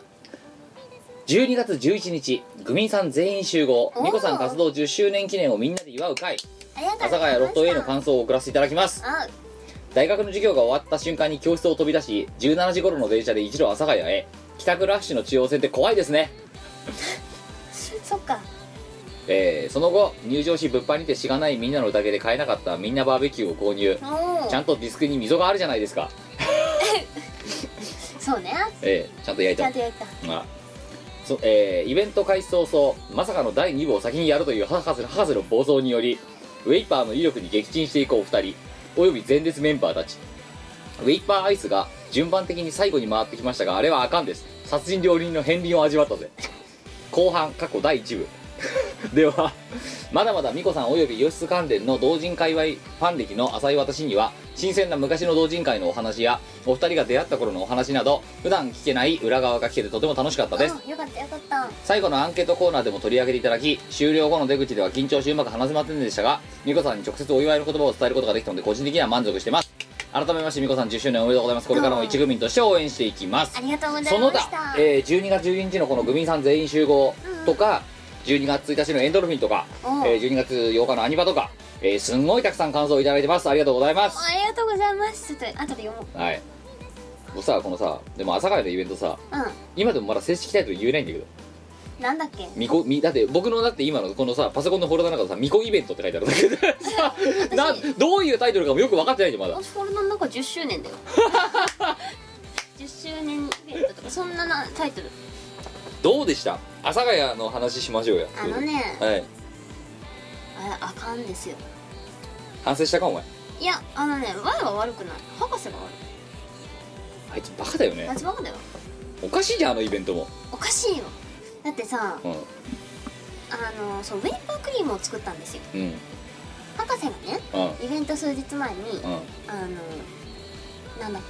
A: 12月11日グミンさん全員集合
B: おー
A: みこさん活動10周年記念をみんなで祝う会
B: えありが
A: 阿
B: とうご
A: 佐
B: ざ
A: ヶ谷
B: います
A: ロフト A の感想を送らせていただきます
B: あ
A: 大学の授業が終わった瞬間に教室を飛び出し17時頃の電車で一度阿佐ヶ谷へ帰宅ラッシュの中央線って怖いですね
B: そっか
A: えーその後入場し物販にてしがないみんなの宴で買えなかったみんなバーベキューを購入
B: おお
A: ちゃんとディスクに溝があるじゃないですか、
B: そうね
A: えーちゃんと焼い
B: ちゃ
A: た
B: んと焼いた
A: あそえーイベント開始早々まさかの第2部を先にやるという博士の博士の暴走によりウェイパーの威力に撃沈していくお二人および前列メンバーたちウェイパーアイスが順番的に最後に回ってきましたがあれはあかんです殺人料理人の片鱗を味わったぜ後半過去第1部 ではまだまだ美子さんおよび義経関連の同人界隈ファン歴の浅い私には新鮮な昔の同人会のお話やお二人が出会った頃のお話など普段聞けない裏側が聞けてとても楽しかったです
B: うんよかったよかった
A: 最後のアンケートコーナーでも取り上げていただき終了後の出口では緊張しうまく話せませんでしたが美子さんに直接お祝いの言葉を伝えることができたので個人的には満足してます改めまして美子さん10周年おめでとうございますこれからも一組員として応援していきます
B: ありがとうござ
A: そ
B: いま
A: の
B: し
A: 他
B: た、
A: えー、12月12日のこの「グミンさん全員集合」とか、12月1日の「エンドルフィン」とか、
B: うん
A: えー12月8日の「アニバ」とか、えーすんごいたくさん感想をいただいてますありがとうございます
B: ありがとうございますちょっと後で読もう
A: はいもうさこのさでも朝からのイベントさ
B: う
A: 今でもまだ正式タイトル言えないんだけど
B: んなんだっけ
A: みこみだって僕のだって今のこのさパソコンのフォルダの中でさ「みこイベント」って書いてあるんだけどさ などういうタイトルかもよく分かってないんだよまだ
B: 私フォルダの中10 周年だよ10周年イベントとかそんななタイトル
A: どうでした阿佐ヶ谷の話しましょうや
B: あのね
A: はい
B: ああかんですよ
A: 反省したかお前
B: いやあのね前は悪くない博士が悪
A: あいつバカだよ
B: い
A: ね
B: マジバカだよ
A: おかしいじゃんあのイベントも
B: おかしいよだってさ
A: うん
B: あのそうウェイパークリームを作ったんですよ
A: うん
B: 博士がね
A: うん
B: イベント数日前に
A: うん
B: あのなんだっ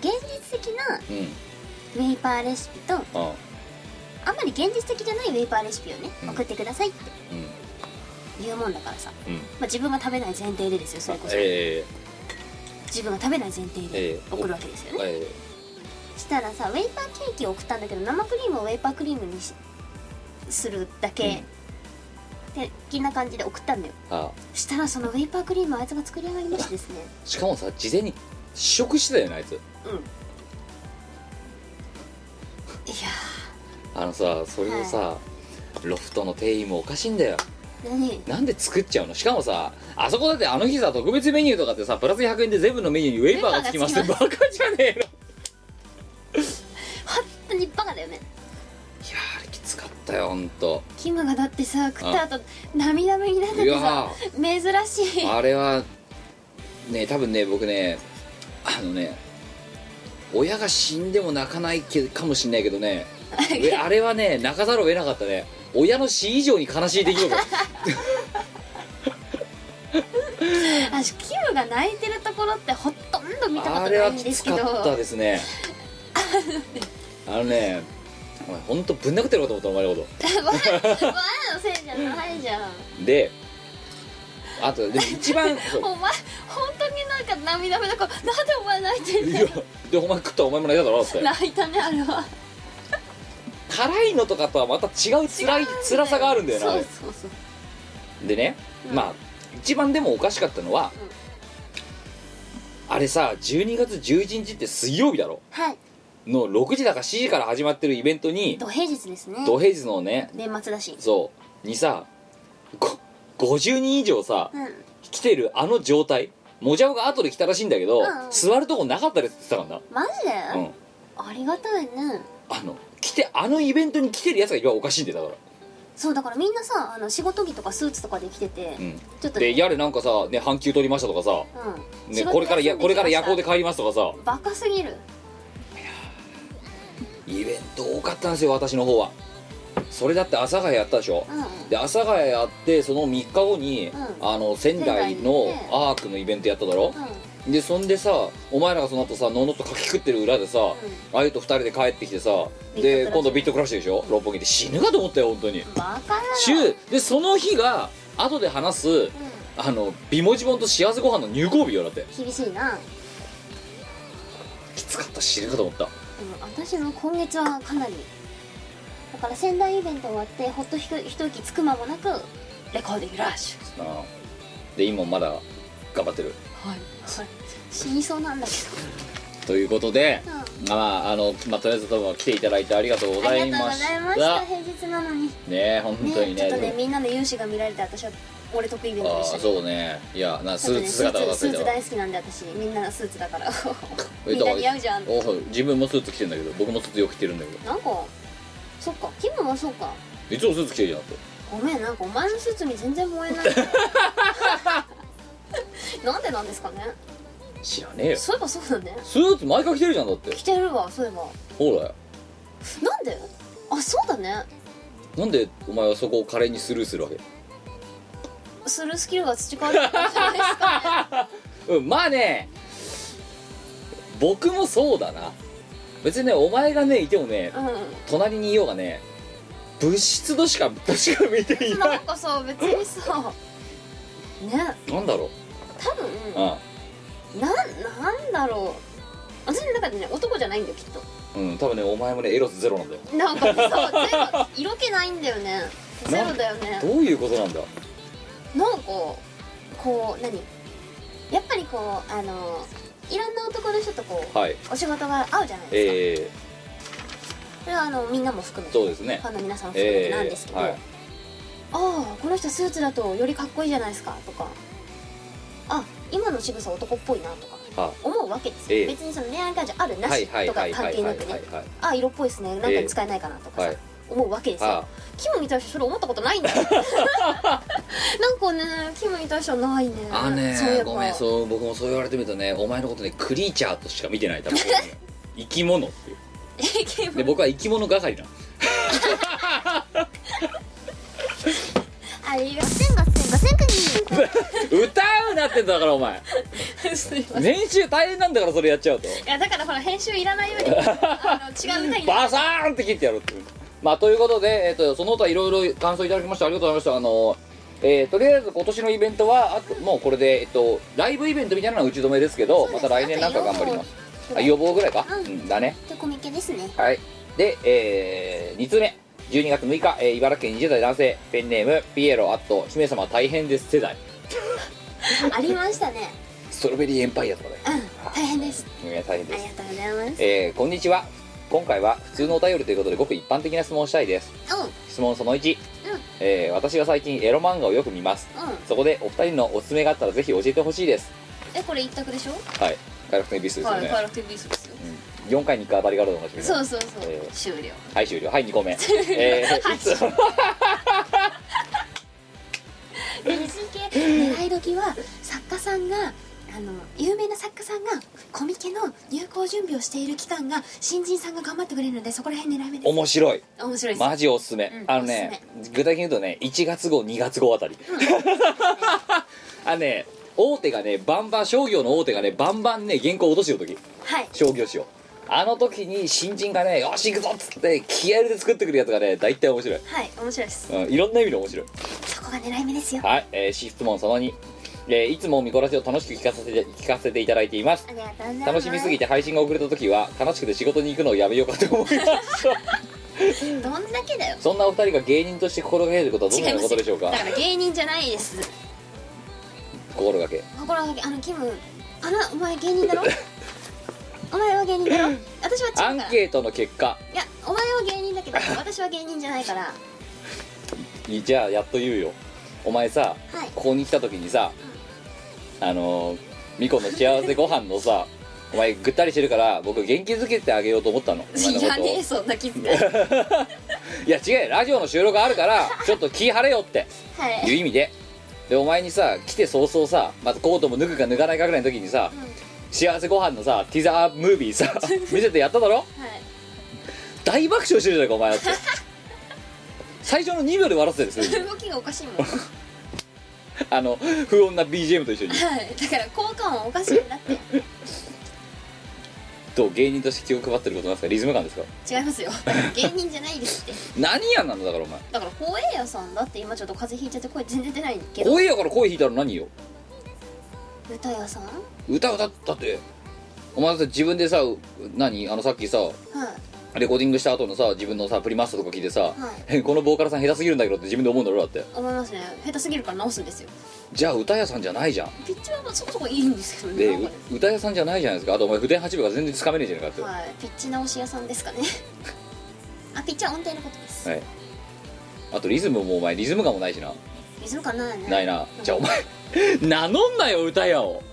B: け現実的な
A: うん
B: ウェイパーレシピと
A: うん
B: あんまり現実的じゃないウェイパーレシピをね
A: うん
B: 送ってくださいって
A: うん
B: 言うもんだからさ、
A: うん
B: まあ、自分が食べない前提でですよそれこそ
A: え
B: 自分が食べない前提
A: え
B: で
A: ー
B: 送るわけですよ
A: ー、
B: ね
A: え
B: したらさウェイパーケーキを送ったんだけど生クリームをウェイパークリームにしするだけ、的な感じで送ったんだよ
A: ー、あ
B: したらそのウェイパークリームをあいつが作り上がりまし てですね
A: しかもさ事前に試食してたよねあいつ
B: うんいや
A: あのさそれをさ、ロフトの店員もおかしいんだよ
B: ー何
A: なんで作っちゃうのしかもさあそこだってあの日さ特別メニューとかってさプラス100円で全部のメニューにウェイパーがつきますって
B: ウェイパ
A: バカじゃねえのいや
B: 本当にバカだよね
A: ーあれきつかったよほんと
B: キムがだってさ食った後涙目になって
A: い
B: てさ
A: や
B: 珍しい
A: ーあれはね多分ね僕ねあのね親が死んでも泣かないけかもしんないけど ねうあれはね泣かざるを得なかったね親の死以上に悲しい出来事
B: あキムが泣いてるところってほとんど見たこ
A: あ
B: と
A: れ
B: ない
A: は
B: ん
A: き
B: です
A: つ
B: け
A: か
B: ど
A: ったですねあのねお前ほんとぶん殴ってるかと思ったお前のこ
B: お前のせいじゃないじゃん
A: とであとでも一 番そう
B: お前本当になんか涙目だからなんでお前泣いてん
A: い
B: だ
A: や
B: よ
A: でお前食ったらお前も泣いただろだって
B: 泣いたねあれは
A: 辛いのとかとはまた違う辛い辛さがあるんだよなあ
B: そう
A: れ
B: そうそう
A: でね、まあ一番でもおかしかったのは、あれさ12月11日って水曜日だろ
B: はい
A: の6時だか7時から始まってるイベントに
B: 土平日ですね
A: 土平日のね
B: 年末だし
A: そうにさご50人以上さ
B: うん
A: 来てるあの状態もじゃおが後で来たらしいんだけど、
B: うんうん
A: 座るとこなかったですって言ってたか
B: マジで、
A: らな、うん、
B: ありがたいね
A: あの来てあのイベントに来てるやつが今おかしいんでだから
B: そうだからみんなさあの仕事着とかスーツとかで来てて、
A: うん
B: ちょっと
A: で
B: ね
A: やれなんかさね半休取りましたとかさ、
B: うん
A: ね、
B: 仕事
A: これからや
B: 休ん
A: これ
B: でき
A: から
B: ました
A: 夜行で帰りますとかさ
B: バカすぎる
A: イベント多かったんですよ私の方はそれだって朝ヶ谷やったでしょ、
B: うんうん
A: で朝ヶ谷やってその3日後に、
B: うん
A: あの仙台
B: 仙台に
A: の
B: ね
A: アークのイベントやっただろ、でそんでさお前らがその後さのうのっと書き食ってる裏でさ、あゆと2人で帰ってきてさ
B: ビ
A: で
B: ットクラッシュ
A: 今度ビットクラッシュでしょ六本木で死ぬかと思ったよ本当に
B: バカだな
A: 週でその日が後で話す、あの美文字本と幸せご飯の入校日よだって
B: 厳しいなで
A: きつかった死ぬかと思った
B: も私の今月はかなりだから仙台イベント終わってほっとひと一息つく間もなくレコーディングラッシュ
A: あで今もまだ頑張ってる
B: はい死にそうなんだけ
A: ということで、
B: う
A: まああの、まあ、とりあえずどうも来ていただいてありがとうご
B: どあ
A: ざい
B: りがと
A: ま
B: うご
A: し
B: ざい
A: た
B: ました平日なのに
A: ねえ本当にね
B: ちょっと
A: で
B: ね
A: も
B: みんなの勇姿が見られて私は俺得意で
A: ああ
B: した
A: そうねいやなス
B: ちょっ
A: ー
B: とね
A: ツ姿を出
B: ス
A: せ
B: ー
A: て
B: ツ
A: は
B: 大好きなんで私みんなスーツだから
A: え
B: みんな似合うじゃん
A: おう自分もスーツ着てんだけど僕もスーツよく着てるんだけど
B: なんかそっかキムもそうか
A: いつもスーツ着てるじゃんって
B: ごめんなんかお前のスーツに全然燃えない なんでなんですかね
A: 知らねえよス
B: そういえばそうだね
A: ーツ毎回着てるじゃんだって
B: 着てるわそういえば
A: ほら
B: なんであそうだね
A: なんでお前はそこを華麗にスルーするわけ
B: するスキルが培われてるじゃないです かね
A: うんまあね僕もそうだな別にねお前がねいてもね隣にいようがね物質度しか僕しか見て
B: う
A: い
B: ん
A: な
B: ないんかさ別にさね
A: なんだろ
B: 多分
A: うあ
B: なんなんだろう私の中でね男じゃないんだよきっと
A: あうん多分ねお前もねエロスゼロなんだよ
B: なんかねそうゼロ色気ないんだよねゼロだよね
A: どういうことなんだ
B: なんかこう何やっぱりこうあのいろんな男の人とこう、
A: はい
B: お仕事が合うじゃないです
A: え
B: か、それはあのみんなも含
A: ー、
B: めて
A: そうですね
B: ファンの皆さんも含め
A: え
B: て
A: ー
B: なんですけど、
A: はい、
B: ああこの人スーツだとよりかっこいいじゃないですかとかあ今の仕草男っぽいなとか
A: は
B: 思うわけですよ、
A: ええ
B: 別にその恋愛感情あるな
A: はい
B: し
A: はい
B: と
A: は
B: か
A: いは
B: 関
A: い
B: 係
A: は
B: ないく
A: はい
B: ね
A: はい
B: あ色っぽいですねなんかに使えないかなとかさ、
A: はい
B: 思うわけです
A: は
B: よキムに対してそれ思ったことないんだ よなんかねキムに対してはないね
A: ああね
B: そういえば
A: ごめんそう僕もそう言われてみるとねお前のことねクリーチャーとしか見てない多分 生き物っていう
B: えキム
A: で僕は生き物係なの
B: ありが
D: ガセンガセンガセンクニー
A: 歌うなってんだからお前
B: とう すいません
A: 練習大変なんだからそれやっちゃうと
B: いやだからほら編集いらないようにあの違うみたいに
A: バサーンって切ってやろうっていうまあということで、えっとその他いろいろ感想いただきましてありがとうございましたあのえーとりあえず今年のイベントはあともうこれで、えっとライブイベントみたいなのは打ち止めですけどまた来年なんか頑張りますあ予防ぐらいか、
D: うん
A: うん、だね
D: ってコミケですね
A: はい。で、えー、2通目。12月6日、えー茨城県20代男性、ペンネーム、ピエロ、アット、姫様大変です世代、
B: ありましたね
A: ストロベリーエンパイアとかだよ。
B: 大変です
A: いや大変
B: あ
A: で
B: り
A: す。
B: がとうございます
A: えー、こんにちは。今回は普通のお便りということで、ごく一般的な質問をしたいです。
D: うん
A: 質問その1、えー私が最近エロ漫画をよく見ます。
B: うん
A: そこでお二人のおすすめがあったらぜひ教えてほしいです。
B: えこれ一択でしょ
A: はい。快楽天ビスですよ
B: はい
A: ね。
B: カラクティビースですよ
A: 4回に1回当たりがあるのかもしれない。
B: そうそうそう、
A: えー
B: 終了
A: はい終了はい2個目 えー、いつも
B: 狙い時は作家さんがあの有名な作家さんがコミケの入稿準備をしている期間が新人さんが頑張ってくれるのでそこら辺狙い目です
A: 面白い
B: 面白いです、
A: マジおすすめ、
B: うん
A: あのね具体的に言うとね1月号2月号あたり、 あのね大手がねバンバン商業の大手がねバンバンね原稿落としてる時
B: はい
A: 商業誌をあの時に新人がねよし行くぞっつって気合入れで作ってくるやつがね大体面白い、
B: はい面白いです
A: うん、いろんな意味で面白い
B: そこが狙い目ですよ
A: はい、えー、質問その2、えーいつも見こらしを楽しく聞かせて聞かせていただいています
D: ありがとうございます
A: 楽しみすぎて配信が遅れた時は悲しくて仕事に行くのをやめようかと思いま した
B: どんだけだよ
A: そんなお二人が芸人として心がけていることはどの
B: 違
A: よ
B: いう
A: なこ
B: ます
A: とでしょうか
B: だから芸人じゃないです
A: 心がけ
B: 心がけあのキムあらお前芸 人だろお前は芸人だろ私は違うから
A: アンケートの結果
B: いやお前は芸人だけ ど私は芸人じゃないから
A: じゃあやっと言うよお前さ、
B: はい
A: ここに来た時にさ、あのーミコの幸せご飯のさお前ぐったりしてるから僕元気づけてあげようと思ったのお前の
B: い
A: こ
B: や
A: とを
B: ねえそんな気遣いはい
A: や違うよラジオの収録あるからちょっと気晴れよってい
B: いう
A: 意味ででお前にさ来て早々さまずコートも脱ぐか脱がないかぐらいの時にさ、幸せご飯のさティザームービー さ見せてやっただろ
B: はい
A: 大爆笑してるじゃないかお前だって最初の2秒で笑ってたよすでに
B: 動きがおかしいもんは
A: あの不穏な BGM と一緒に
B: いだから効果音おかしいんだって
A: と芸人として気を配ってることなんですかリズム感ですか
B: 違いますよ だから芸人じゃないですって
A: 何やなんだからお前
B: だから光栄屋さんだって今ちょっと風邪ひいちゃって声全然出ないけど
A: 声やから声引いたら何よ
B: 歌屋さんは
A: 歌歌ったってお前だって自分でさう何あのさっきさ
B: い
A: レコーディングした後のさ自分のさプリマストとか聞いてさ、えこのボーカルさん下手すぎるんだけどって自分で思うんだろだって
B: 思いますね下手すぎるから直すんですよ
A: じゃあ歌屋さんじゃないじゃん
B: ピッチはそこそこいいんですけど
A: で
B: ねなんか
A: う歌屋さんじゃないじゃないですかあとお前筆八分が全然つかめねえじゃないかって、は
B: はいピッチ直し屋さ んですかねあピッチは音程のことです
A: いあとリズムもお前リズム感もないしな、
B: リズム感ないね
A: ないなじゃあお前 名乗んなよ歌屋を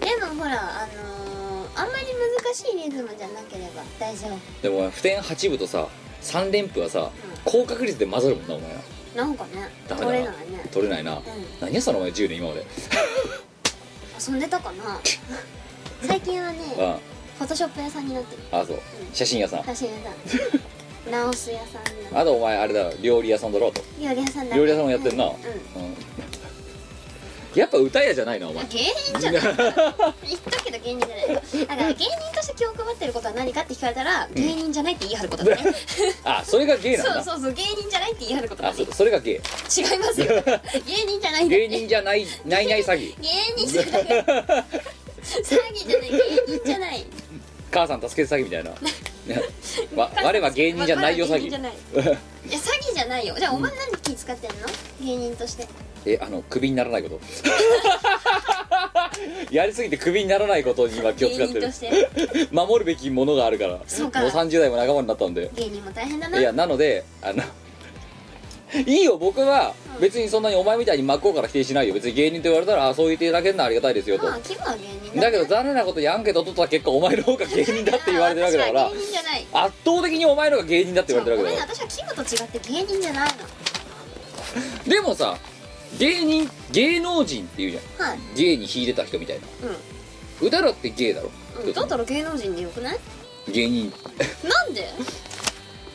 B: でもほらあのーあんまり難しいリズムじゃなければ大丈夫
A: でもお前普天八分とさ三連符はさ高確率で混ざるもんなお前は
B: なんかね
A: ダメだ
B: 取れないね
A: 取れないな、何やってたのお前10年今まで
B: 遊んでたかな 最近はね
A: うん
B: フォトショップ屋さんになってる
A: あそう写真屋さん
B: 写 真屋さん直す屋さんにな
A: あとお前あれだ料理屋さんだろうと
B: 料理屋さんだ
A: 料理屋さんもやってんな、
B: うん
A: うんやっぱ歌屋じゃないなお前
B: 芸人じゃない言ったけど芸人じゃないだから芸人として気を配ってることは何かって聞かれたら芸人じゃないって言い張ることだね、
A: あ それが芸なんだ
B: そうそうそう芸人じゃないって言い張ることだ
A: あ
B: ね
A: そうだそれが芸
B: 違 いますよ芸人じゃないんだ
A: 芸
B: ね
A: 人じゃないないない詐欺
B: 芸人じゃ ない詐欺じゃない芸人じゃない
A: 母さん助けて詐欺みたい なわ我は芸人じゃないよ
B: ま
A: 詐
B: あ我は芸人じゃない
A: 欺
B: いや詐欺じゃないよじゃあお前なんで気使ってんの芸人として
A: えあのクビにならないこと やりすぎてクビにならないことに今気を使って
B: 芸人
A: る
B: として
A: 守るべきものがあるから
B: そうか
A: もう30代も仲間になったんで
B: 芸人も大変だ
A: い
B: な
A: やなのであのいいよ僕は別にそんなにお前みたいに真っ向から否定しないよ別に芸人と言われたらああそう言っていただけるのはありがたいですよと、
B: まあ気分は芸人だ
A: だけど残念なことにアンケート取った結果お前の方が芸人だって言われてるわけだから
B: 私は芸人じゃない
A: 圧倒的にお前の方が芸人だって言われてる
B: ご
A: わ
B: め
A: け
B: ん
A: だか
B: 私はキムと違って芸人じゃない
A: らでもさ芸人芸能人っていうじゃん
B: のはい
A: 芸に秀でた人みたいな
B: う
A: 歌だって芸だろ
B: ん、うん、だったら芸能人でよくない
A: 芸人
B: なんで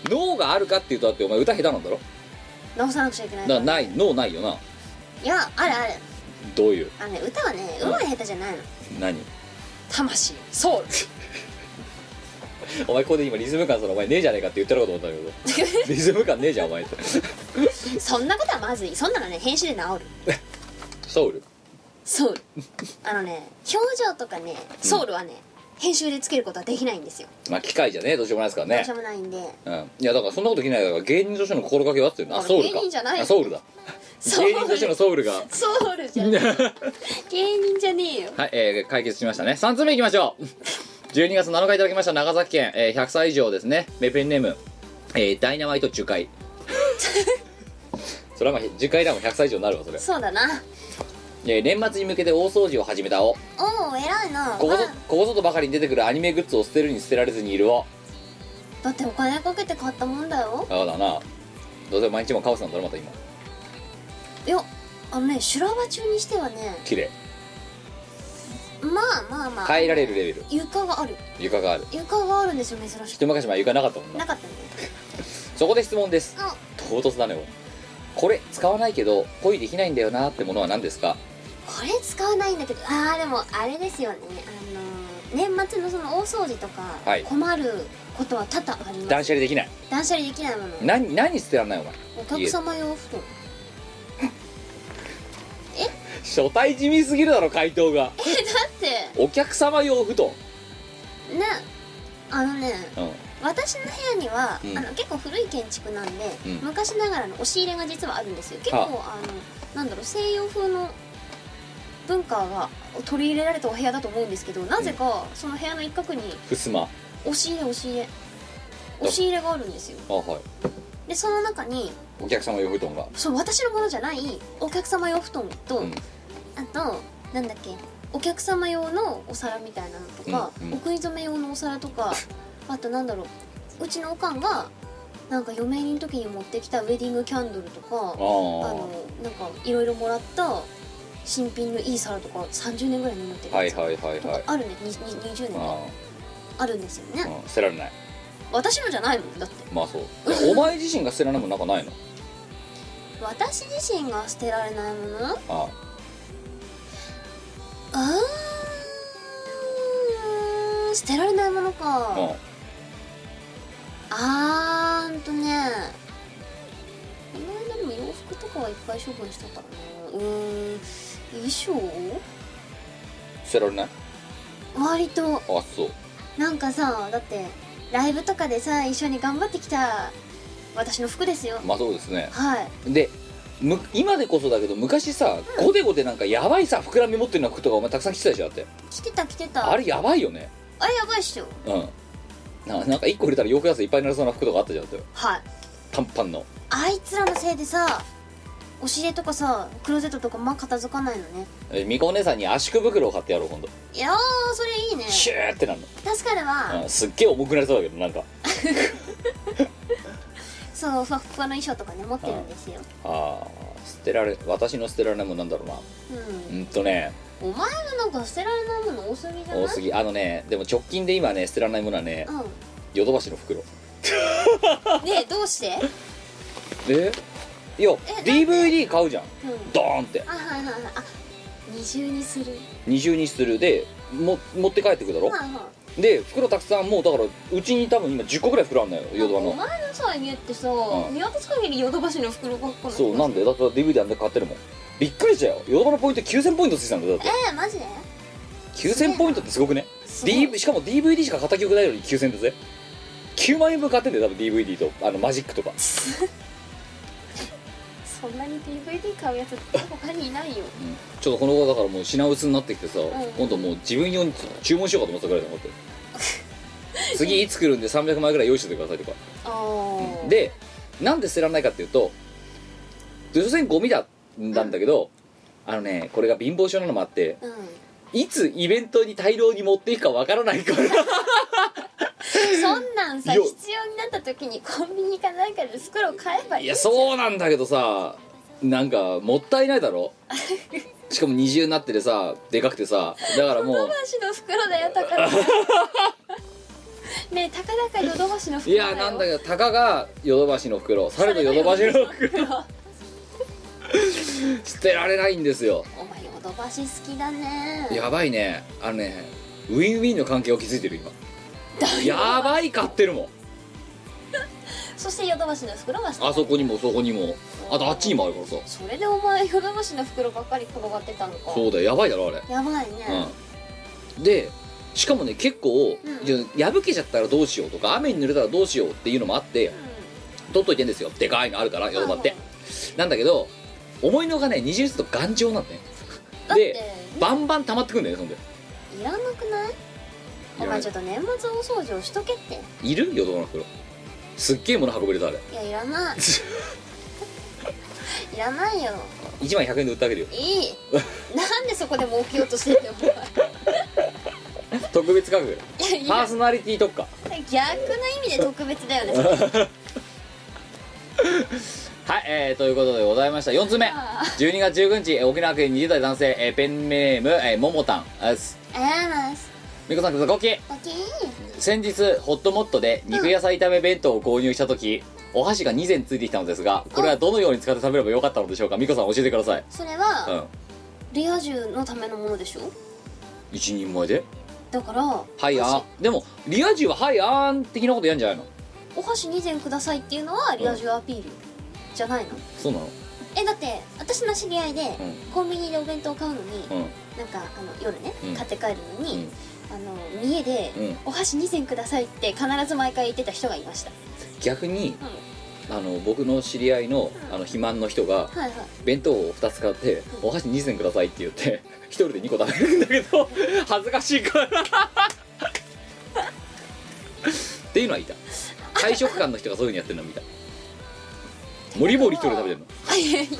A: 脳があるかっていうとだってお前歌下手なんだろ
B: 直さなくちゃいけな
A: だ
B: い
A: か
B: から
A: らない脳ないよない
B: やあるある
A: どういう
B: あのね歌はね上手い下手じゃないの
A: 何
B: 魂ソウル
A: お前ここで今リズム感そのお前ねえじゃねえかって言ってるかと思ったんだけ どリズム感ねえじゃんお前って
B: そんなことはまずいそんなのね編集で治る
A: ソウル
B: ソウルあのね表情とかねソウルはね、編集でつけることはできないんですよ
A: まあ機械じゃねえどうしようもないですから
B: どう
A: ね
B: しようもないんで
A: うん、いやだからそんなことできないから芸人としての心掛けはっていうのあ
B: あ
A: ソウルか
B: 芸人じゃない
A: あソウルだ
B: ソウル
A: 芸人としてのソウルが
B: ソウルじゃない 芸人じゃねえよ
A: はい、えー解決しましたね3つ目いきましょう12月7日いただきました長崎県、えー100歳以上ですねメペンネーム、えーダイナマイト樹 海それはまあ樹海だもん100歳以上になるわそれ、
B: そうだな
A: えー年末に向けて大掃除を始めたお
B: おお偉いな
A: ここぞ
B: まあ
A: ここぞとばかりに出てくるアニメグッズを捨てるに捨てられずにいるお
B: だってお金かけて買ったもんだよ
A: ああだなどうせ毎日もカオスなんだろまた今
B: いやあのね修羅場中にしてはね
A: 綺麗
B: まあまあまあ
A: 変えられるレベル
B: 床がある
A: 床がある
B: 床があるんですよ珍し
A: 一昔前床なかったもん
B: くなかったね
A: そこで質問です
B: あ
A: 唐突だねおいこれ使わないけど恋できないんだよなってものは何ですか
B: これ使わないんだけどああでもあれですよねあのー年末のその大掃除とか
A: はい
B: 困ることは多々あります、
A: 断捨離できない
B: 断捨離できないもの
A: 何何捨てらんないお前
B: お客様用布団
A: 初対地味すぎるだろ回答が
B: えだ
A: お客様用布団
B: ってねあのね
A: う
B: 私の部屋には、
A: うん
B: あの結構古い建築なんで、
A: うん
B: 昔ながらの押し入れが実はあるんですよ結構あのなんだろう西洋風の文化が取り入れられたお部屋だと思うんですけどなぜかその部屋の一角に
A: ふすまあ
B: 押し入れ押し入れ押し入れがあるんですよ
A: はい
B: でその中に
A: お客様用布団が
B: そう私のものじゃないお客様用布団と、
A: うん
B: あとなんだっけお客様用のお皿みたいなのとか、
A: うんうん
B: お食い初め用のお皿と かあとなんだろううちのおかんがなんか嫁入りの時に持ってきたウェディングキャンドルとかあのなんかいろいろもらった新品のいい皿とか30年ぐらいに持ってる
A: は
B: や
A: い
B: つ、
A: はいはいはい
B: あるねにに20年
A: あ
B: あるんですよ
A: あ
B: ね
A: うん捨てられない
B: 私のじゃないもんだって
A: まあそういやお前自身が捨てられないもんなんかないの
B: 私自身が捨てられないもの
A: あ
B: あー捨てられないもの
A: あ
B: か、
A: うん
B: あーんとねこの間でも洋服とかはいっぱい処分してたなうーん衣装
A: 捨てられない
B: 割と
A: あそう
B: なんかさだってライブとかでさ一緒に頑張ってきた私の服ですよ
A: まあそうですね
B: はい
A: でむ今でこそだけど昔さゴテゴテなんかやばいさ膨らみ持ってるような服とかお前たくさん着てたでしょだって
B: 着てた着てた
A: あれやばいよね
B: あれやばいっしょ
A: うんななんか1個売れたら洋服屋さんいっぱいになりそうな服とかあったじゃんだって
B: はい
A: 短パンの
B: あいつらのせいでさ押し入れとかさクローゼットとかまあ片付かないのね
A: えみこお姉さんに圧縮袋を買ってやろう今度
B: いやーそれいいね
A: シューってなるの
B: 確かに
A: う
B: は
A: んすっげえ重くなりそうだけどなんか
B: そうふわっふわの衣装とかね持ってるんですよ
A: あー捨てられ私の捨てられないもんなんだろうな
B: う
A: うんとね
B: んお前もなんか捨てられないもの多すぎじゃない
A: 多すぎあのねでも直近で今ね捨てられないものはね
B: うん
A: ヨドバシの袋
B: ねえどうして
A: えいや DVD 買うじゃん
B: うん
A: ドーンって
B: あはいはいはいあ二重にする
A: 二重にするでも持って帰ってくだろ
B: はいはい
A: で袋たくさんもうだからうちに多分今10個ぐらい袋あんのよヨドバ
B: お
A: の
B: 前のさ家ってさ、
A: うん
B: 見渡す限りヨドバシの袋ばっか
A: そうなんでだって DVD あんだけ買ってるもんびっくりしたよヨドバのポイント9000ポイントついてたんだよだって
B: えー、マジで
A: 9000ポイントってすごくね、
B: すごい
A: DV、しかも DVD しか買った記憶ないのに9000だぜ9万円分買ってんだよ多分 DVD とあのマジックとか
B: そんなに DVD 買うやつ他にいないよ
A: ちょっとこの子だからもう品薄になってきてさ、
B: ん
A: 今度もう自分用に注文しようかと思ったぐらいだと思って 次いつ来るんで300枚ぐらい用意しててくださいとか
B: ああ
A: でなんで捨てられないかっていうと所詮ゴミだなんだけど、あのねこれが貧乏症なのもあって
B: うん
A: いつイベントに大量に持っていくかわからないから
B: そんなんさ
A: よ
B: 必要になった時にコンビニかなんかで袋を買 えばいい
A: いやそうなんだけどさなんかもったいないだ ろしかも二重になっててさでかくてさだからも
B: ヨド
A: う
B: バシの袋だよ高田 ねえ高田かヨドバシの
A: い
B: 袋だよ
A: やなんだけどたかがヨドバシの袋されどヨドバシの袋 捨てられないんですよ
B: お前ヨドバシ好きだね
A: やばいねあのねウィンウィンの関係を築いてる今やばい買ってるもん
B: そしてヨドバシの袋が好き
A: あそこにもそこにもあとあっちにもあるからさ
B: それでお前ヨドバシの袋ばっかり転がってたのか
A: そうだよやばいだろあれ
B: やばいね、
A: うん、でしかもね結構、
B: うん
A: じゃあ破けちゃったらどうしようとか雨に濡れたらどうしようっていうのもあって、取っといてんですよでかいのあるからヨドバって、なんだけど思いのがね20室と頑丈なんだよ
B: だって
A: でバンバン溜まってくんだよねそんで
B: いらなくないお
A: いらな
B: 前
A: い
B: ちょっと年末大掃除をしとけって
A: いるヨドバの袋すっげえもの運べるぞあれ
B: いやいら ないいらないよ
A: 1枚100円で売ってあげるよ
B: いいなんでそこで儲けようとしてんだよ お
A: 特別価格
B: 前いやい
A: パー
B: や
A: ソナリティ特価
B: 逆な意味で特別だよねそれ
A: はい、えーということでございました4つ目12月19日えー沖縄県20代男性、えーペンネーム、えー、ももたんあす
B: あらます
A: みこさんくずこき
B: パキー
A: 先日ホットモットで肉野菜炒め弁当を購入した時お箸が2膳ついてきたのですがこれはどのように使って食べればよかったのでしょうかみこさん教えてください
B: それ
A: う
B: は
A: ん
B: レア重のためのものでしょ
A: 一人前で
B: だから
A: はい
B: お
A: あん
B: 箸
A: でもリア充ははいあん的なことやんじゃないの
B: お箸2膳くださいっていうのはレア重アピールじゃないの
A: そうなの
B: えだって私の知り合いで
A: うん
B: コンビニでお弁当を買うのに
A: うん
B: なんかあの夜ね、
A: うん
B: 買って帰るのに、あの家で、
A: うん
B: お箸2膳ください」って必ず毎回言ってた人がいました、
A: 逆に
B: うん、
A: あの僕の知り合いのあの肥満の人が
B: はいはい
A: 弁当を2つ買って「お箸2膳ください」って言って1人で2個食べるんだけど恥ずかしいからっていうのはいた会食館の人がそういうふうにやってるの見たもりもり1人で食べてるの
B: あいやいや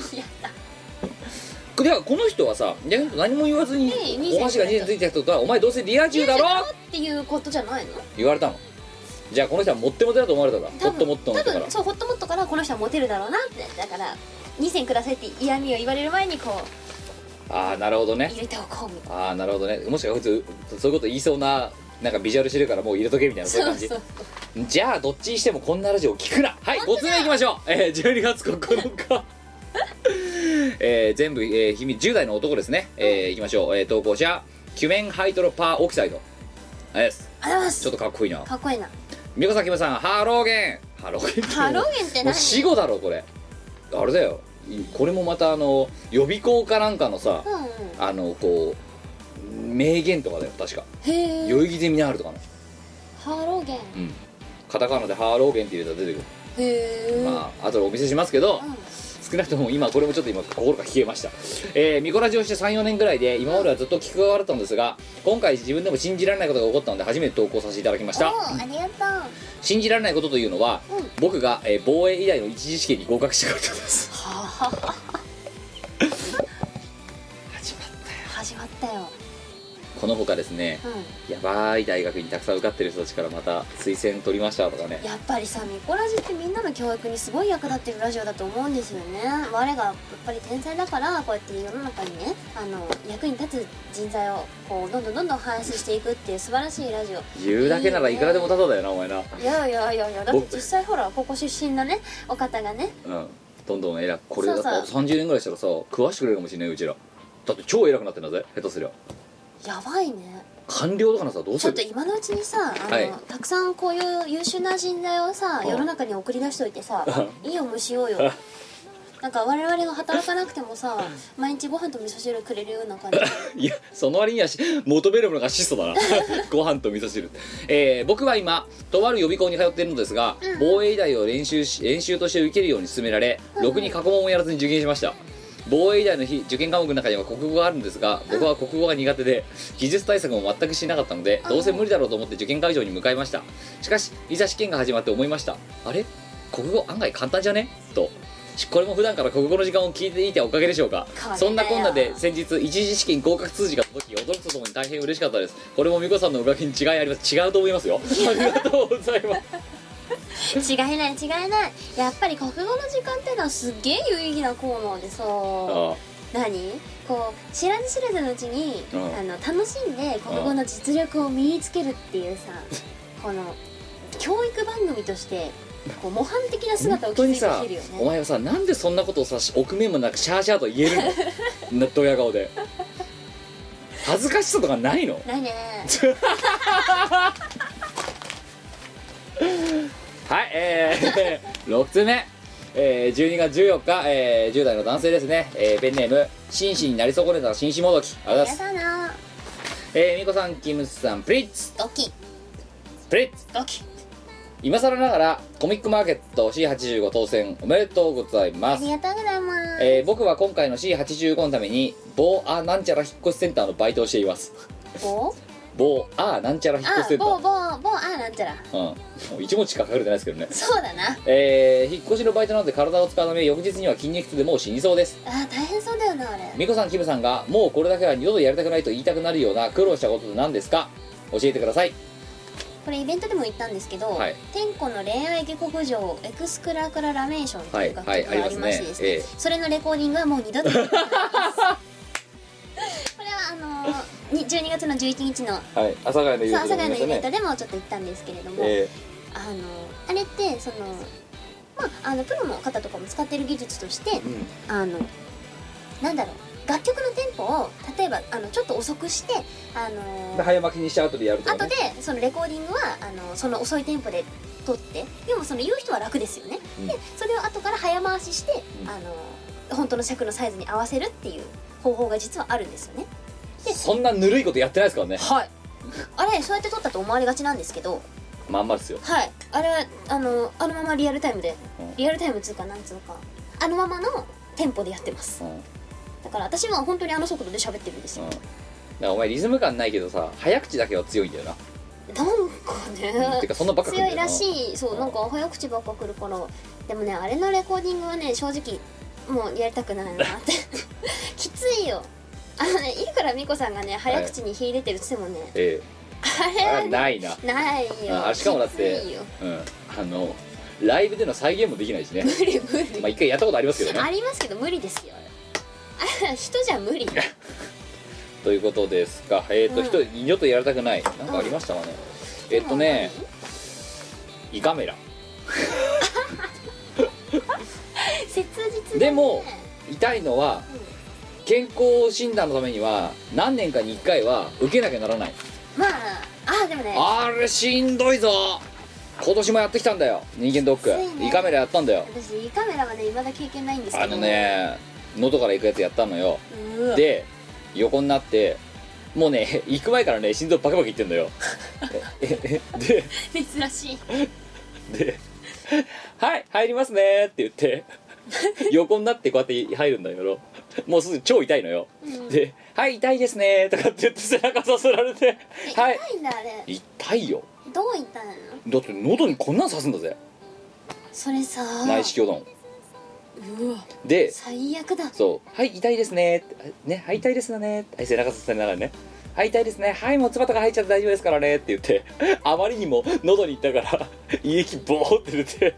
A: ではこの人はさ逆に何も言わずに
B: ねえ二膳
A: お箸が2膳ついてきたってことは「お前どうせリア充だ
B: いや
A: ろ!
B: 違う」っていうことじゃないの
A: 言われたのじゃあこの人はもってもてだと思われたから
B: 多
A: ホット
B: 分
A: モットの人
B: 多
A: から
B: 分そうホットモットからこの人はモテるだろうなってだから2膳くださいって嫌味を言われる前にこう
A: ああなるほどね
B: 入れておこうみたい
A: ああなるほどねもしか普通そういうこと言いそうななんかビジュアルしてるからもう入れとけみたいなそういう
B: な
A: 感
B: そ
A: じ
B: うそう
A: じゃあどっちにしてもこんなラジオ聞くなはい5つ目いきましょう、えー、12月9日えー全部、えー、秘密10代の男ですね、えー、いきましょう、えー、投稿者キュメンハイトロパーオキサイドです
B: ありがとうございます
A: ちょっとかっこいいな
B: かっこいいな
A: 美子さんキムさんハローゲンハローゲンって
B: ハローゲンって
A: も
B: 何
A: う死後だろこれあれだよこれもまたあの予備校かなんかのさ、
B: うんうん
A: あのこう名言とかだよ確か代
B: へえ
A: 々木ゼミナールとかの
B: ハローゲン
A: うんカタカナでハーローゲンって入れたら出てくる
B: へえ、
A: まあ後でお見せしますけど、少なくとも今これもちょっと今心が冷えましたえー、ミコラジをして34年ぐらいで今まではずっと聞く側だったんですが今回自分でも信じられないことが起こったので初めて投稿させていただきました
I: おうありがとう
A: 信じられないことというのは、僕が、えー防衛医大の一次試験に合格したことです
B: 始まったよ
A: このほかですねやばい大学にたくさん受かってる人たちからまた推薦取りましたとかね
B: やっぱりさミコラジってみんなの教育にすごい役立ってるラジオだと思うんですよね我がやっぱり天才だからこうやって世の中にねあの役に立つ人材をこうどんどんどんどん反映していくっていう素晴らしいラジオ
A: 言うだけならいくらでもただだよなお前ない
B: やいやいやいやだって実際ほらここ出身のねお方がね
A: うんどんどん偉くこれだっ
B: そう
A: て
B: そう
A: あと30年ぐらいしたらさ食わしてくれるかもしれないうちらだって超偉くなってんだぜ下手すりゃ
B: やばいね
A: 官僚とかなさどう
B: ち
A: す
B: ょ
A: る
B: っと今のうちにさあの、
A: はい
B: たくさんこういう優秀な人材をさ
A: うん
B: 世の中に送り出しておいてさ
A: う
B: いい思いしようよなんか我々が働かなくてもさ毎日ご飯と味噌汁くれるような 感じ
A: いやその割にはし求めるものが質素だ なご飯と味噌汁、えー僕は今とある予備校に通っているのですが、防衛医大を練習し練習として受けるように勧められ、ろくに過去問をやらずに受験しました防衛医大の日受験科目の中には国語があるんですが僕は国語が苦手で技術対策も全くしなかったのでどうせ無理だろうと思って受験会場に向かいましたしかしいざ試験が始まって思いましたあれ国語案外簡単じゃねとしこれも普段から国語の時間を聞いていたおかげでしょうか
B: 変わったよ
A: そんなこんなで先日一次試験合格通知が届き驚くとともに大変嬉しかったですこれも美子さんのおかげに違いあります違うと思い ますよありがとうござい ます
B: 違いない違いないやっぱり国語の時間ってのはすっげえ有意義なコーナーでさ
A: あ
B: 何こう知らず知らずのうちに
A: うん
B: あの楽しんで国語の実力を身につけるっていうさこの教育番組としてこう模範的な姿
A: 本
B: を築
A: 当に
B: いてき
A: さ
B: てるよ
A: お
B: ね
A: 前はさなんでそんなことをさ臆面もなくシャーシャーと言えるのなドヤ顔で 恥ずかしさとかないの
B: ないね
A: はい、えー、6つ 目、えー、12月14日、えー、10代の男性ですね、えー、ペンネーム「紳士になり損ねた紳士もどき」ありがとうございます
B: やだな
A: えー、みこさんキムスさんプリッツ
B: ドキ
A: プリッツ
B: ドキ
A: 今更ながらコミックマーケット C85 当選おめでとうござい
B: あ
A: ます
B: りがとうございます、
A: えー僕は今回の C85 のために某あなんちゃら引っ越しセンターのバイトをしています
B: ぼ
A: 某あなんちゃら引っ越し
B: あ
A: センタ
B: ぼ
A: ー
B: うぼうぼうあなんちゃら
A: うんもう一文字しか書かれてないですけどね
B: そうだな
A: えー、引っ越しのバイトなので体を使うため翌日には筋肉痛でもう死にそうです
B: あー大変そうだよなあれ
A: 美子さんキムさんがもうこれだけは二度とやりたくないと言いたくなるような苦労したことって何ですか教えてください
B: これイベントでも言ったんですけど、
A: はい
B: 天子の恋愛下克上エクスクラクララメーションと
A: はいいう
B: 楽
A: は
B: 曲
A: いあり
B: が
A: ま
B: あり
A: す
B: まし
A: ね
B: てですね
A: え
B: それのレコーディングはもう二度とこれは あのーに12月の11日の
A: えはい阿佐ヶ谷の
B: そう阿佐ヶ谷のイベン
A: ね
B: トでもちょっと言ったんですけれども、
A: え
B: あのーあれってそのまああのプロの方とかも使ってる技術として、あのなんだろう楽曲のテンポを例えばあのちょっと遅くしてあのー
A: で早巻きにして後でやるとか
B: 後
A: ね
B: でそのレコーディングはあのその遅いテンポで撮ってでもその言う人は楽ですよね、
A: うん
B: でそれを後から早回しして、あの本当の尺のサイズに合わせるっていう方法が実はあるんですよね
A: そんなぬるいことやってないですからね
B: はいあれそうやって撮ったと思われがちなんですけど
A: まんまですよ
B: はいあれはあのあのままリアルタイムで
A: うん
B: リアルタイムつうかなんつうかあのままのテンポでやってます
A: うん
B: だから私は本当にあの速度で喋ってるんです
A: う
B: よ
A: ん、だからお前リズム感ないけどさ早口だけは強いんだよな
B: なんかね
A: てかそんなばっか来るんだ
B: 強い
A: よな
B: らしいそうなんか早口ばっか来るからでもねあれのレコーディングはね正直もうやりたくないなって きついよあのねいくら美子さんがね早口に秀でてるっつってもね、
A: ええ
B: あれは
A: あれ
B: ね
A: ないな
B: ないよ
A: あしかもだって
B: きついよ
A: うんあのライブでの再現もできないしね
B: 無理無理、
A: まあ一回やったことありますけど
B: あ
A: ね
B: りますけど無理ですよあれは人じゃ無理
A: ということですかえっ、と
B: うん
A: 一人二度とやりたくないなんかありましたかね、えっ、とね胃カメラ
B: 切実
A: でも痛いのは健康診断のためには何年かに1回は受けなきゃならない
B: まああでもね
A: あれしんどいぞ今年もやってきたんだよ人間ドック
B: きついね
A: 胃カメラやったんだよ
B: 私胃カメラはね未だ経験ないんですけど
A: あのね喉から行くやつやったのよ
B: うわ
A: で横になってもうね 行く前からね心臓バクバクいってんだよで
B: 珍しい
A: で 「はい入りますね」って言 って横になってこうやって入るんだけどもうすぐ超痛いのよ、で「はい痛いですね」とかって言って背中させられて「
B: 痛
A: はい
B: いんだあれ
A: 痛いよ
B: どう痛いの
A: だって喉にこんなん刺すんだぜ
B: それさ
A: 内視鏡だもん
B: うわ
A: で
B: 最悪だ
A: そう「はい痛いですね」って「ねはい痛いですよね」はい背中させながらね「はい痛いですね」「はいもう唾とか入っちゃって大丈夫ですからね」って言ってあまりにも喉にいったから胃液ボーって出て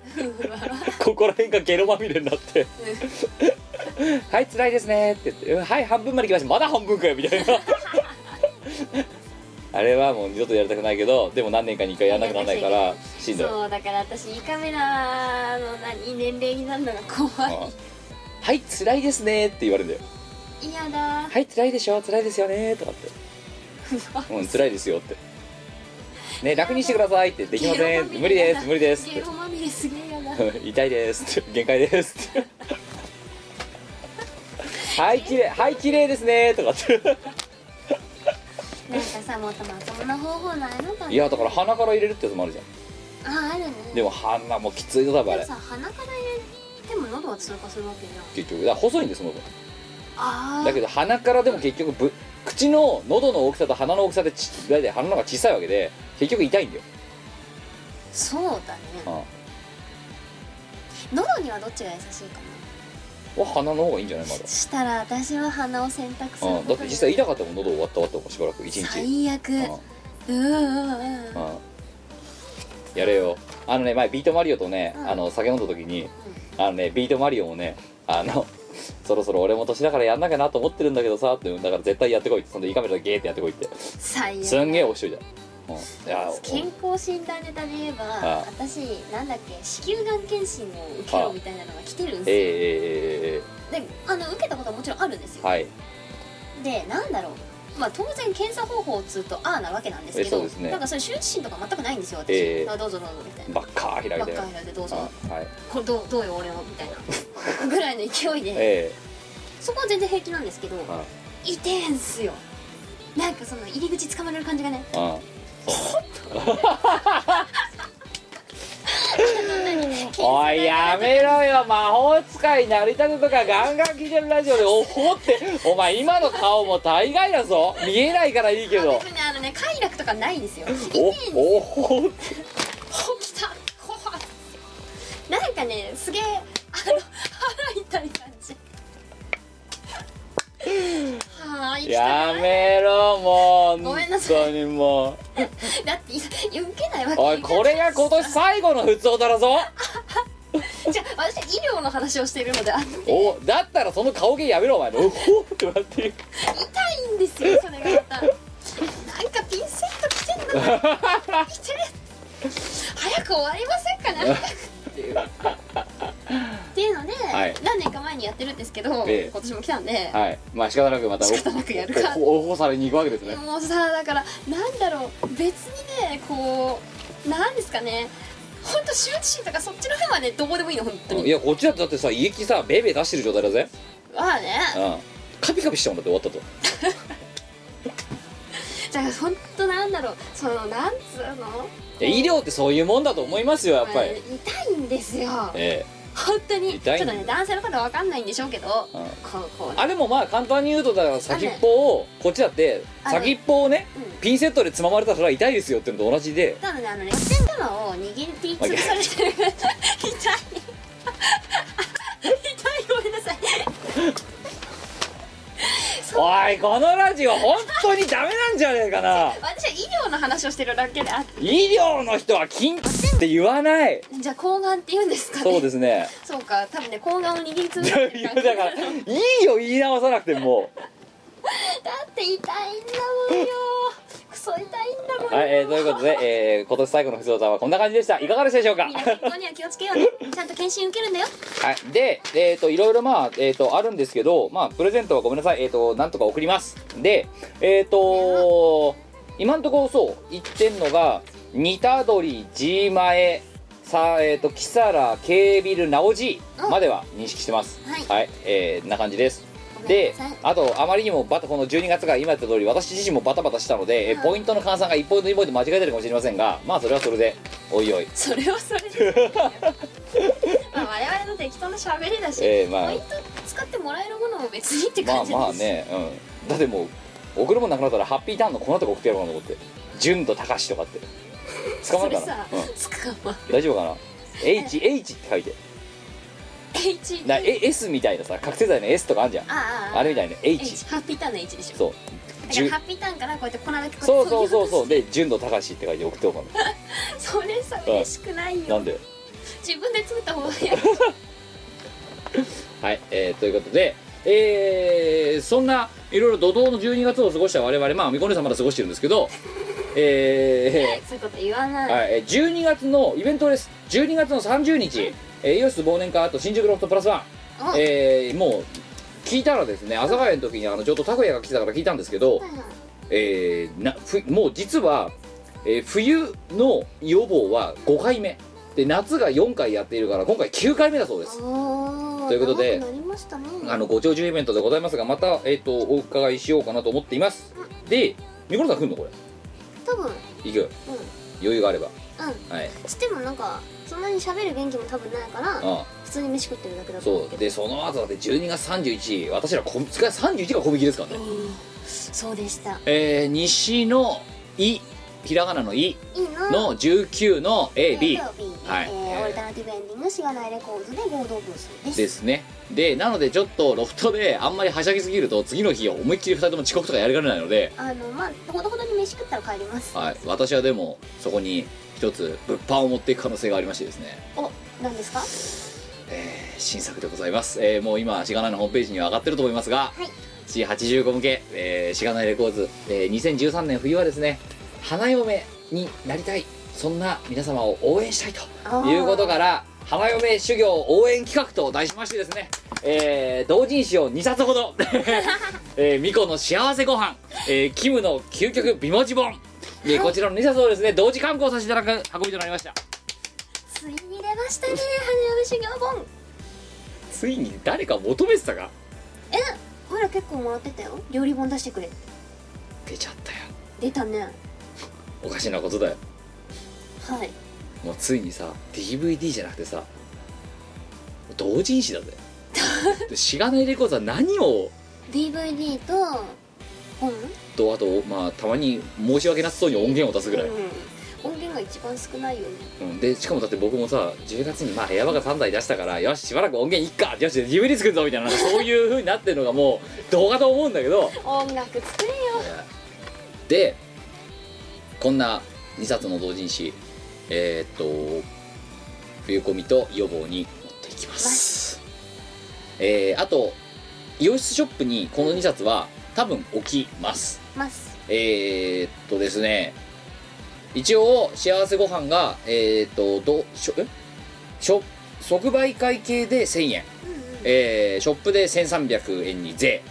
A: ここら辺がゲロまみれになって「はい辛いですね」って言ってうん「はい半分まで来ましたまだ半分かよ」みたいなあれはもう二度とやりたくないけどでも何年かに一回やらなくならないからしんどい
B: そうだから私胃カメラの何年齢になるのが怖
A: うんはい辛いですねって言われるんだよ
B: い嫌だ
A: はい辛いでしょ辛いですよねとかってうん辛いですよってね楽にしてくださいってできません無理です無理ですっ
B: ゲロまみれすげえ嫌だ
A: て 痛いですって限界ですって はい綺麗はい綺麗ですねとかって
B: なんかさもっとまともな方法ないのかない
A: やだから鼻から入れるってやつもあるじゃ
B: ああるね
A: んでも鼻もきついぞ多分あ
B: でも
A: れ
B: さ鼻から入れても喉は通過するわけじゃん
A: 結局だから細いんですその分
B: あ
A: だけど鼻からでも結局ぶ口の喉の大きさと鼻の大きさでち大体鼻の方が小さいわけで結局痛いんだよ、
B: そうだね
A: うん
B: 喉にはどっちが優しいか
A: お鼻の方がいいんじゃないまだ
B: なしたら私は鼻を選択する
A: う
B: こ
A: ん、
B: と
A: だって実際痛かったもん喉終わった終わったもんしばらく一日、
B: 最悪
A: うん
B: うんうんうん
A: うんやれよあのね前ビートマリオとね、あの酒飲んだ時に、あのねビートマリオもねあの そろそろ俺も年だからやんなきゃなと思ってるんだけどさってだから絶対やってこいってそんで胃カメラでゲーってやってこいって
B: 最
A: すん
B: 悪
A: げえ面白いじゃん、うん、いや
B: 健康診断ネタで言えば
A: ああ
B: 私なんだっけ子宮がん検診を受けろみたいなのが来てるん
A: ええ
B: ですよ
A: えええええ
B: であの受けたことはもちろんあるんで
A: え
B: すよ
A: はい
B: でなんだろうまあ当然検査方法をつうとああなわけなんですけ
A: えそ
B: ど
A: うですね
B: なんかそういう羞恥心とか全くないんですよ私、
A: ええ
B: あどうぞどうぞみたいな
A: ばっかー開いて
B: ばっか開いてどうぞ
A: あはい
B: これどうどうよ俺もみたい なぐらいの勢いで、
A: え
B: そこは全然平気なんですけど
A: えうん
B: 痛えんすよなんかその入り口掴まれる感じがね
A: うんおいやめろよ魔法使いになりたてとかガンガン聞いてるラジオでおほってお前今の顔も大概だぞ見えないからいいけど
B: 別にあのね快楽とかないんですよ痛えんですよ
A: おおほって
B: 起きた怖いなんかねすげえあの腹痛い感じはあ生きたく
A: や
B: ない
A: めろもう
B: ごめん
A: 本
B: なさい
A: 当にもう
B: だっていいや受けないわけ
A: おいこれが今年最後の普通だらぞ
B: じゃあ私医療の話をしているのであの
A: おだったらその顔芸やめろお前おほって待って
B: 痛いんです よそれがまたなんかピンセット来てんの痛い早く終わりま せんかねっていうので、
A: はい
B: 何年か前にやってるんですけど、
A: ええ
B: 今年も来たんで、
A: はいまあ仕方なくまたお
B: 仕方なくやるか
A: おおほされに行くわけですね
B: もうさだからなんだろう別にねこうなんですかね本当羞恥心とかそっちの辺はねどうでもいいの本当
A: い
B: に
A: やこっちだってだってさ胃液さベーベー出してる状態だぜ
B: まあね
A: うんカピカピしちゃうんだって終わったと
B: だから本当なんだろうそのなんつうの
A: いや医療ってそういうもんだと思いますよやっぱり、
B: まあ痛いんですよ
A: え
B: 本当にち
A: 痛
B: ょっ
A: い
B: と
A: んだ
B: ね男性の方は分かんないんでしょうけどこ
A: うん
B: うこう
A: あれもまあ簡単に言うとだから先っぽをこっちだって
B: あれ
A: 先っぽをね
B: うん
A: ピンセットでつままれたらそれは痛いですよってのと同じで
B: 多分ねあのね四天玉を握り潰されてる 痛い痛いごめんなさい
A: おいこのラジオ本当にダメなんじゃねえかな
B: 私は医療の話をしてるだけであっ
A: 医療の人は金って言わない
B: じゃあ睾丸って言うんですかね
A: そうですね
B: そうか多分ね睾丸を握りつぶ
A: い
B: さ
A: や
B: れ
A: い
B: て
A: やだ
B: る感
A: か
B: じ
A: らいいよ言い直さなくても
B: だって痛いんだもんよクソ痛いんだもんよ
A: はい、えーということで、えー今年最後の不動産はこんな感じでしたいかがでしたでしょうか
B: みんな健康には気をつけようねちゃんと検診受けるんだよ
A: はい、で、えっといろいろまあ、えっとあるんですけど、まあ、プレゼントはごめんなさい、えっとなんとか送りますで、えっと今んところそう言ってんのが「ニタドリジーマエ」さえっと「キサラケービルナオジー」までは認識してます
B: はい
A: はい、えー、こんな感じです
B: ごめん
A: であとあまりにもバタこの12月が今やった通り私自身もバタバタしたので、えポイントの換算が1ポイント2ポイント間違えてるかもしれませんがまあそれはそれでおいおい
L: それはそれでまあ我々の適当な喋りだし、
A: ええまあ
L: ポイント使ってもらえるものも別にって
A: まあ
L: 感じです、
A: まあね、うん、だってもう送るもんなくなったらハッピーターンのこのとか送ってやろうかなと思って純と高しとかって捕まるか
L: それ
A: な
L: さ、、捕ま
A: うん、大丈夫かな HH って書いて
L: る H
A: なえ S みたいなさ覚醒剤の S とかあんじゃん
L: あああ
A: あれみたいな H
L: ハッピーターンの H でしょ
A: そう
L: だか
A: 純
L: らハッピーターンからこうやってこのだけ
A: そうそうそう
L: う
A: そうで純度高しって書いて送っておこうか
L: それさ嬉しくない
A: なな
L: よ
A: んで
L: 自分で詰めた方がいい
A: はい、えーということで、えーそんないろいろ怒涛の12月を過ごした我々まあみこねさんまだ過ごしてるんですけどえ
L: そういうこと言わ
A: ー
L: ない、
A: はい、えー12月のイベントです12月の30日、えーイオシス忘年会あと新宿ロフトプラスワン
L: あ、
A: えーもう聞いたらですね阿佐ヶ谷の時にあのちょうど拓哉が来てたから聞いたんですけど、えーなふもう実は、えー冬の予防は5回目で夏が4回やっているから今回9回目だそうです
B: と
A: ということで
B: なりましたね
A: あのご長寿イベントでございますがまた、えー、とお伺いしようかなと思っていますでみころさん来んのこれ
B: 多分うん
A: 行くよ余裕があれば
B: う
A: はい
B: んつってもなんかそんなに喋る元気も多分ないから
A: あ
B: 普通に飯食ってるだけだと思う
A: そ
B: け
A: う
B: ど
A: でその後だって12月31私らこつか31が小引きですからね、
B: うんそうでした
A: えー西の「い」ひらがなの「い
B: いい」な
A: の19の AB
B: は
A: はいい
B: えーオルタナティブエンディングしがないレコーズで合同ブースです
A: ですねでなのでちょっとロフトであんまりはしゃぎすぎると次の日は思いっきり2人とも遅刻とかやりかねないので、
B: あのまあほどほどに飯食ったら帰ります
A: はい、私はでもそこに一つ物販を持っていく可能性がありましてですね
B: お何ですか
A: えー新作でございます、えーもう今しがないのホームページには上がってると思いますが、C85 向け、えーしがないレコーズ、えー2013年冬はですね花嫁になりたいそんな皆様を応援したいということから花嫁修行応援企画と題しましてですね、えー同人誌を2冊ほど、 えー、ミコの幸せご飯、えーキムの究極美文字本、えーこちらの2冊をですね同時刊行させていただく運びとなりました
L: ついに出ましたね花嫁修行本
A: ついに誰か求めてたか
B: えほら結構もらってたよ料理本出してくれ
A: 出ちゃったよ
B: 出たね
A: おかしなことだよ
B: はい
A: もうついにさ DVD じゃなくてさ同人誌だぜでしがないレコードは何を
B: DVD と本
A: とあとまあたまに申し訳なさそうに音源を出すぐらい、
B: うん、音源が一番少ないよね
A: うんでしかもだって僕もさ10月にまあエアバが3台出したからよししばらく音源いっかよし DVD 作るぞみたいななんかそういう風になってるのがもうどうかと思うんだけど
L: 音楽作れよ
A: でこんな2冊の同人誌えーっと冬コミと予防に持っていきますえーあとイオシスショップにこの2冊は多分置きます
B: ます
A: えー、っとですね一応幸せご飯がえー、っとどしょえしょ即売会系で1000円、えーショップで1300円に税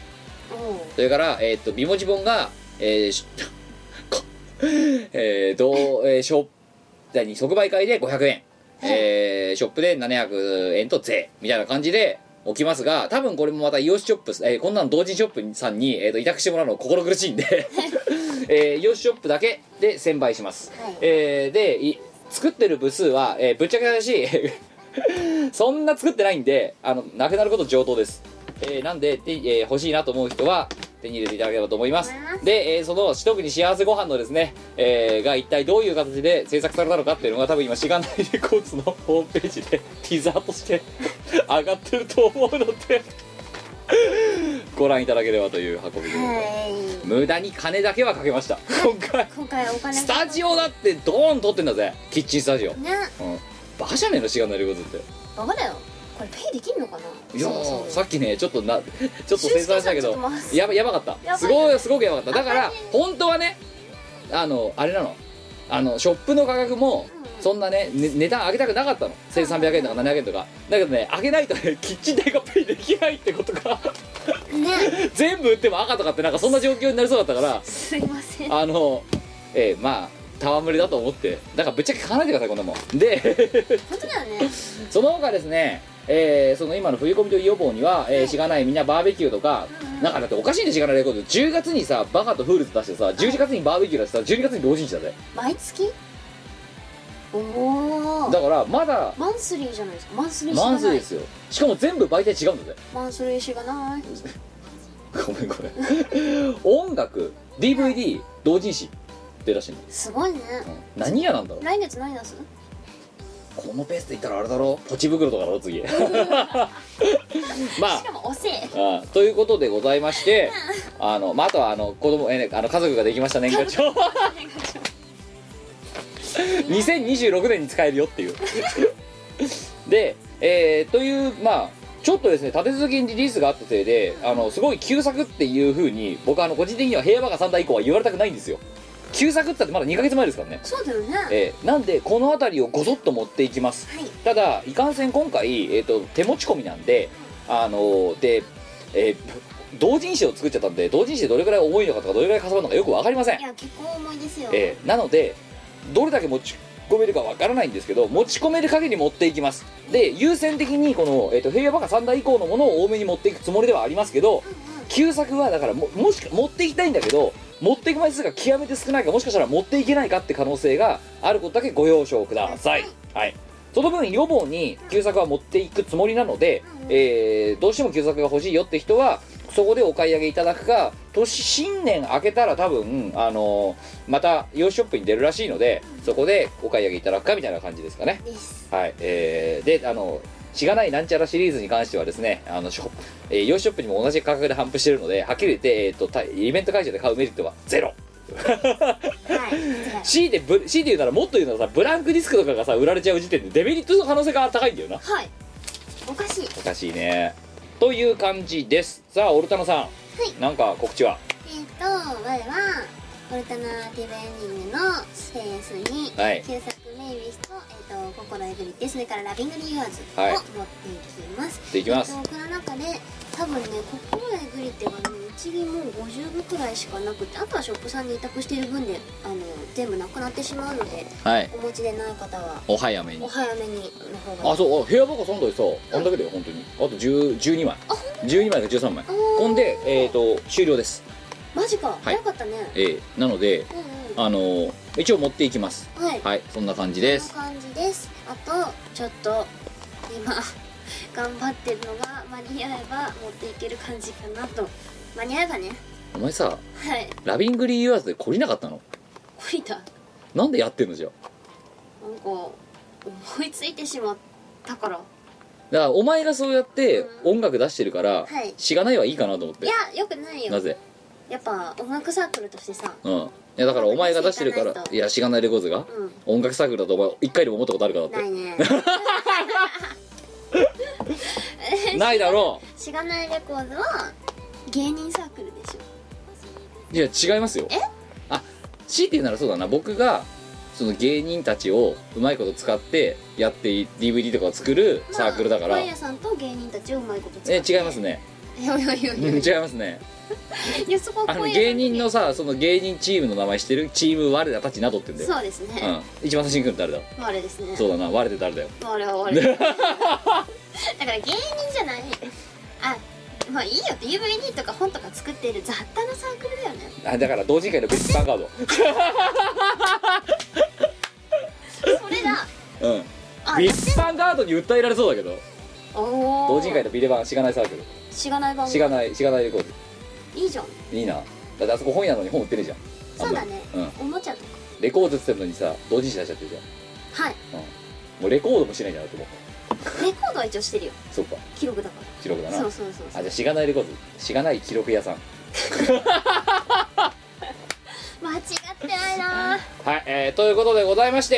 A: それから、えーっと美文字本が、えーし こえーどうえーショップ何即売会で500円、えーショップで700円と税みたいな感じで置きますが多分これもまたイオシショップ、えーこんなの同人ショップさんに、えーと委託してもらうの心苦しいんで、えーイオシショップだけで1000倍します、えーでい作ってる部数は、えーぶっちゃけだし そんな作ってないんであのなくなること上等です、えーなんでで、えー欲しいなと思う人は手に入れていただければと思いますで、えーその「一に幸せご飯のですね、えーが一体どういう形で制作されたのかっていうのが多分今しがないレコーツのホームページで ティザーと して上がってると思うので ご覧いただければという運びで
B: は
A: 無駄に金だけはかけました今回
B: い今回お金
A: スタジオだってドーン撮ってんだぜキッチンスタジオ、
B: ね
A: うん、バカじゃねえのしがないレコーツって
B: バカだよこれペイできんのかない
A: やー
B: そもそも
A: さっきねちょっとなちょっと生産したけ
B: ちょっ
A: ど
B: と回す
A: やばやばかった
B: やばい
A: すごいすごくやばかっただから本当はねあのあれなのあのショップの価格もそんなねね値段上げたくなかったの1300円とか700円とかだけどね上げないとね キッチン代がペイできないってことが 全部売っても赤とかってなんかそんな状況になりそうだったから
B: すいません
A: あのええまあ戯れだと思ってだからぶっちゃけ考えてくださいこんなもんで
B: 本当だよね
A: その他ですね、えーその今の冬コミと予防には、えーしがないみんなバーベキューとか、なんかだっておかしいんでしがないレコード10月にさバカとフールズ出してさ11月にバーベキュー出してさ12月に老人誌だぜ
M: 毎月おお
A: だからまだ
M: マンスリーじゃないですかマンスリーしか
A: マ
M: な
A: ン
M: い
A: スですよしかも全部媒体違うんだぜ
M: マンスリーしがない
A: ごめんごめ ん音楽 DVD 同人誌出らしいんだよ
M: すごいね
A: 何屋なんだろう
M: 来月何出す
A: このペースで言ったらあれだろポチ袋とかだろ次 まあ
M: しかもおせえ
A: あということでございましてあの、まあ、あとはあの子供えねあの家族ができました年賀状2026年に使えるよっていうで、えーというまあちょっとですね立て続けにリリースがあったせいであのすごい旧作っていうふうに僕あの個人的には平和が3代以降は言われたくないんですよ旧作って言ったってまだ2ヶ月前ですからね
M: そうだよね
A: えーなんでこの辺りをごそっと持っていきます、ただいかんせん今回、えー、と手持ち込みなんであのーで、えー同人誌を作っちゃったんで同人誌でどれくらい重いのかとかどれくらいかさばるのかよく分かりません
M: い、や結構重いですよ、
A: えーなのでどれだけ持ち込めるか分からないんですけど持ち込める限り持っていきますで優先的にこの、えー、と平和バカ3代以降のものを多めに持っていくつもりではありますけど、旧作はだからももしか持っていきたいんだけど持っていく枚数が極めて少ないかもしかしたら持っていけないかって可能性があることだけご了承ください、はい、その分予防に旧作は持っていくつもりなので、えーどうしても旧作が欲しいよって人はそこでお買い上げいただくか年新年明けたら多分、あのーまた洋紙ショップに出るらしいのでそこでお買い上げいただくかみたいな感じですかねはいえーであのしがないなんちゃらシリーズに関してはですねあのショップ、えー、洋紙ショップにも同じ価格で販布してるのではっきり言って、えー、とたイベント会場で買うメリットはゼロ C でぶ C で言うならもっと言うならさブランクディスクとかがさ売られちゃう時点でデメリットの可能性が高いんだよな
M: はいおかしい
A: おかしいねという感じですさあオルタナさん、なんか告知は
B: えっと我はオルタナティブエンディングのスペースに
A: はい
B: 旧作メイウィスと,、えっと心えぐりってそれからラビングリユアーズを
A: はい
B: 持っていきます、
A: 持っていきます
B: えっとこの中で多分ね心えぐりってはねうちにもう50部くらいしかなくてあとはショップさんに委託している分であの全部なくなってしまうので、
A: はい
B: お持ちでない方は
A: お早めに
B: お早めにの方がいい
A: あそうあ部屋ばっか3台さあんだけだよ本当にあと10 12枚12枚か13枚ほんでえっ、と終了です
M: マジか、
A: い
M: 早かったね
A: えーなので
M: うんうん
A: あのー一応持っていきます
M: はい
A: そんな感じです
B: こんな感じですあとちょっと今 頑張ってるのが間に合えば持っていける感じかなと間に合えばね
A: お前さ
B: はい
A: ラビングリーユアーズで懲りなかったの
B: こいたなんか
A: なんでやってんのじゃあ
B: 思いついてしまったから
A: だからお前がそうやって音楽出してるから、
B: はい
A: しがないはいいかなと思って
B: いやよくないよ
A: なぜ
B: やっぱ音楽サークルとしてさ
A: うんいやだからお前が出してるか
B: しがな
A: ら
B: いと
A: いやしがないレコーズが、音楽サークルだとお前一回でも思ったことあるかだって
B: ない ね
A: ないだろ
B: しがないレコードは芸人サークルでしょ
A: ういや違いますよ
B: え
A: あ強いて言うならそうだな僕がその芸人たちをうまいこと使ってやってい DVD とかを作るサークルだから、
B: パン屋さんと芸人たちをうまいこと使
A: え
B: って
A: 違いますね
B: いやいやいや
A: うん
B: いや
A: 違いますね
B: いやそこは
A: あの
B: 声
A: 芸人のさその芸人チームの名前してるチーム我らたちなどってんだよ
B: そうですね、
A: うん、一番最初に来るの誰だ
B: まああれですね
A: そうだな我れて誰だよ
B: まああれは悪い だから芸人じゃないあまあいいよ DVD とか本とか作っている雑多なサークルだよね
A: あだから同人会のベストンガード
B: それだ
A: うん
B: あ
A: ビッグバンガードに訴えられそうだけど
B: おお
A: 同人会とビレバンしがないサークル
B: しがない番
A: しがないしがないレコー
B: いいじゃん
A: ドいいなだってあそこ本屋なのに本売ってるじゃん
B: そうだね、
A: うん
B: おもちゃとか
A: レコードっつってんのにさ同人誌出しちゃってるじゃん
B: はい
A: もうレコードもしないんじゃないと思う
B: レコードは一応してるよ
A: そっか
B: 記録だから
A: 記録だな
B: そうそうそうそう
A: あじゃあしがないレコードしがない記録屋さん
B: 間違ってないな
A: はい、えーということでございまして、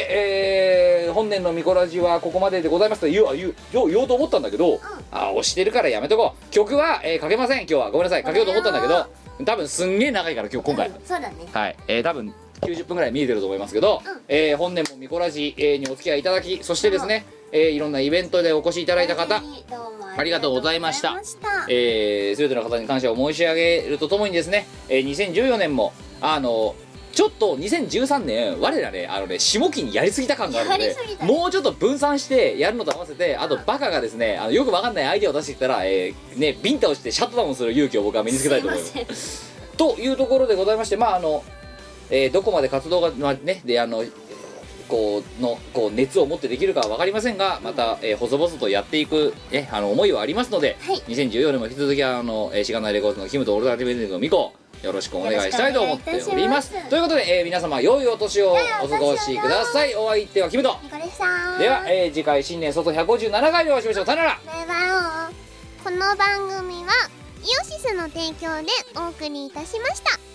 A: えー本年のミコラジはここまででございますと言うあ言う言おう言おうと思ったんだけど、あ押してるからやめとこう曲は、えーかけません今日はごめんなさいかけようと思ったんだけど多分すんげえ長いから今日今回、
B: そうだね
A: はい、えー多分90分ぐらい見えてると思いますけど、えー本年もミコラジ、えーにお付き合いいただきそしてですね、えーいろんなイベントでお越しいただいた方ありがとうございましたえー、全ての方に感謝を申し上げるとともにですね、えー2014年もあのちょっと2013年我らねあのね下期にやりすぎた感があるの
I: やり
A: です
I: ぎた
A: もうちょっと分散してやるのと合わせてあとバカがですねあのよくわかんないアイデアを出してきたら、えーねビンタをしてシャットダウンする勇気を僕は身につけたいと思います
I: すいま
A: というところでございましてまああの、えーどこまで活動が、まあ、ねであのこうのこう熱を持ってできるかは分かりませんがまた、えー細々とやっていく、ね、あの思いはありますので、2014年も引き続きあの、えー、しがないレコードのキムとオルタナティブエンディングのミコよろしくお願いしたいと思っております
I: よろしくお願いいたします
A: ということで、えー皆様良いお年をお過ごしくださいお相手はキムと
I: ニコでした
A: では、えー次回新年早々157回でお会いしましょうさよなら
I: バイバイこの番組はイオシスの提供でお送りいたしました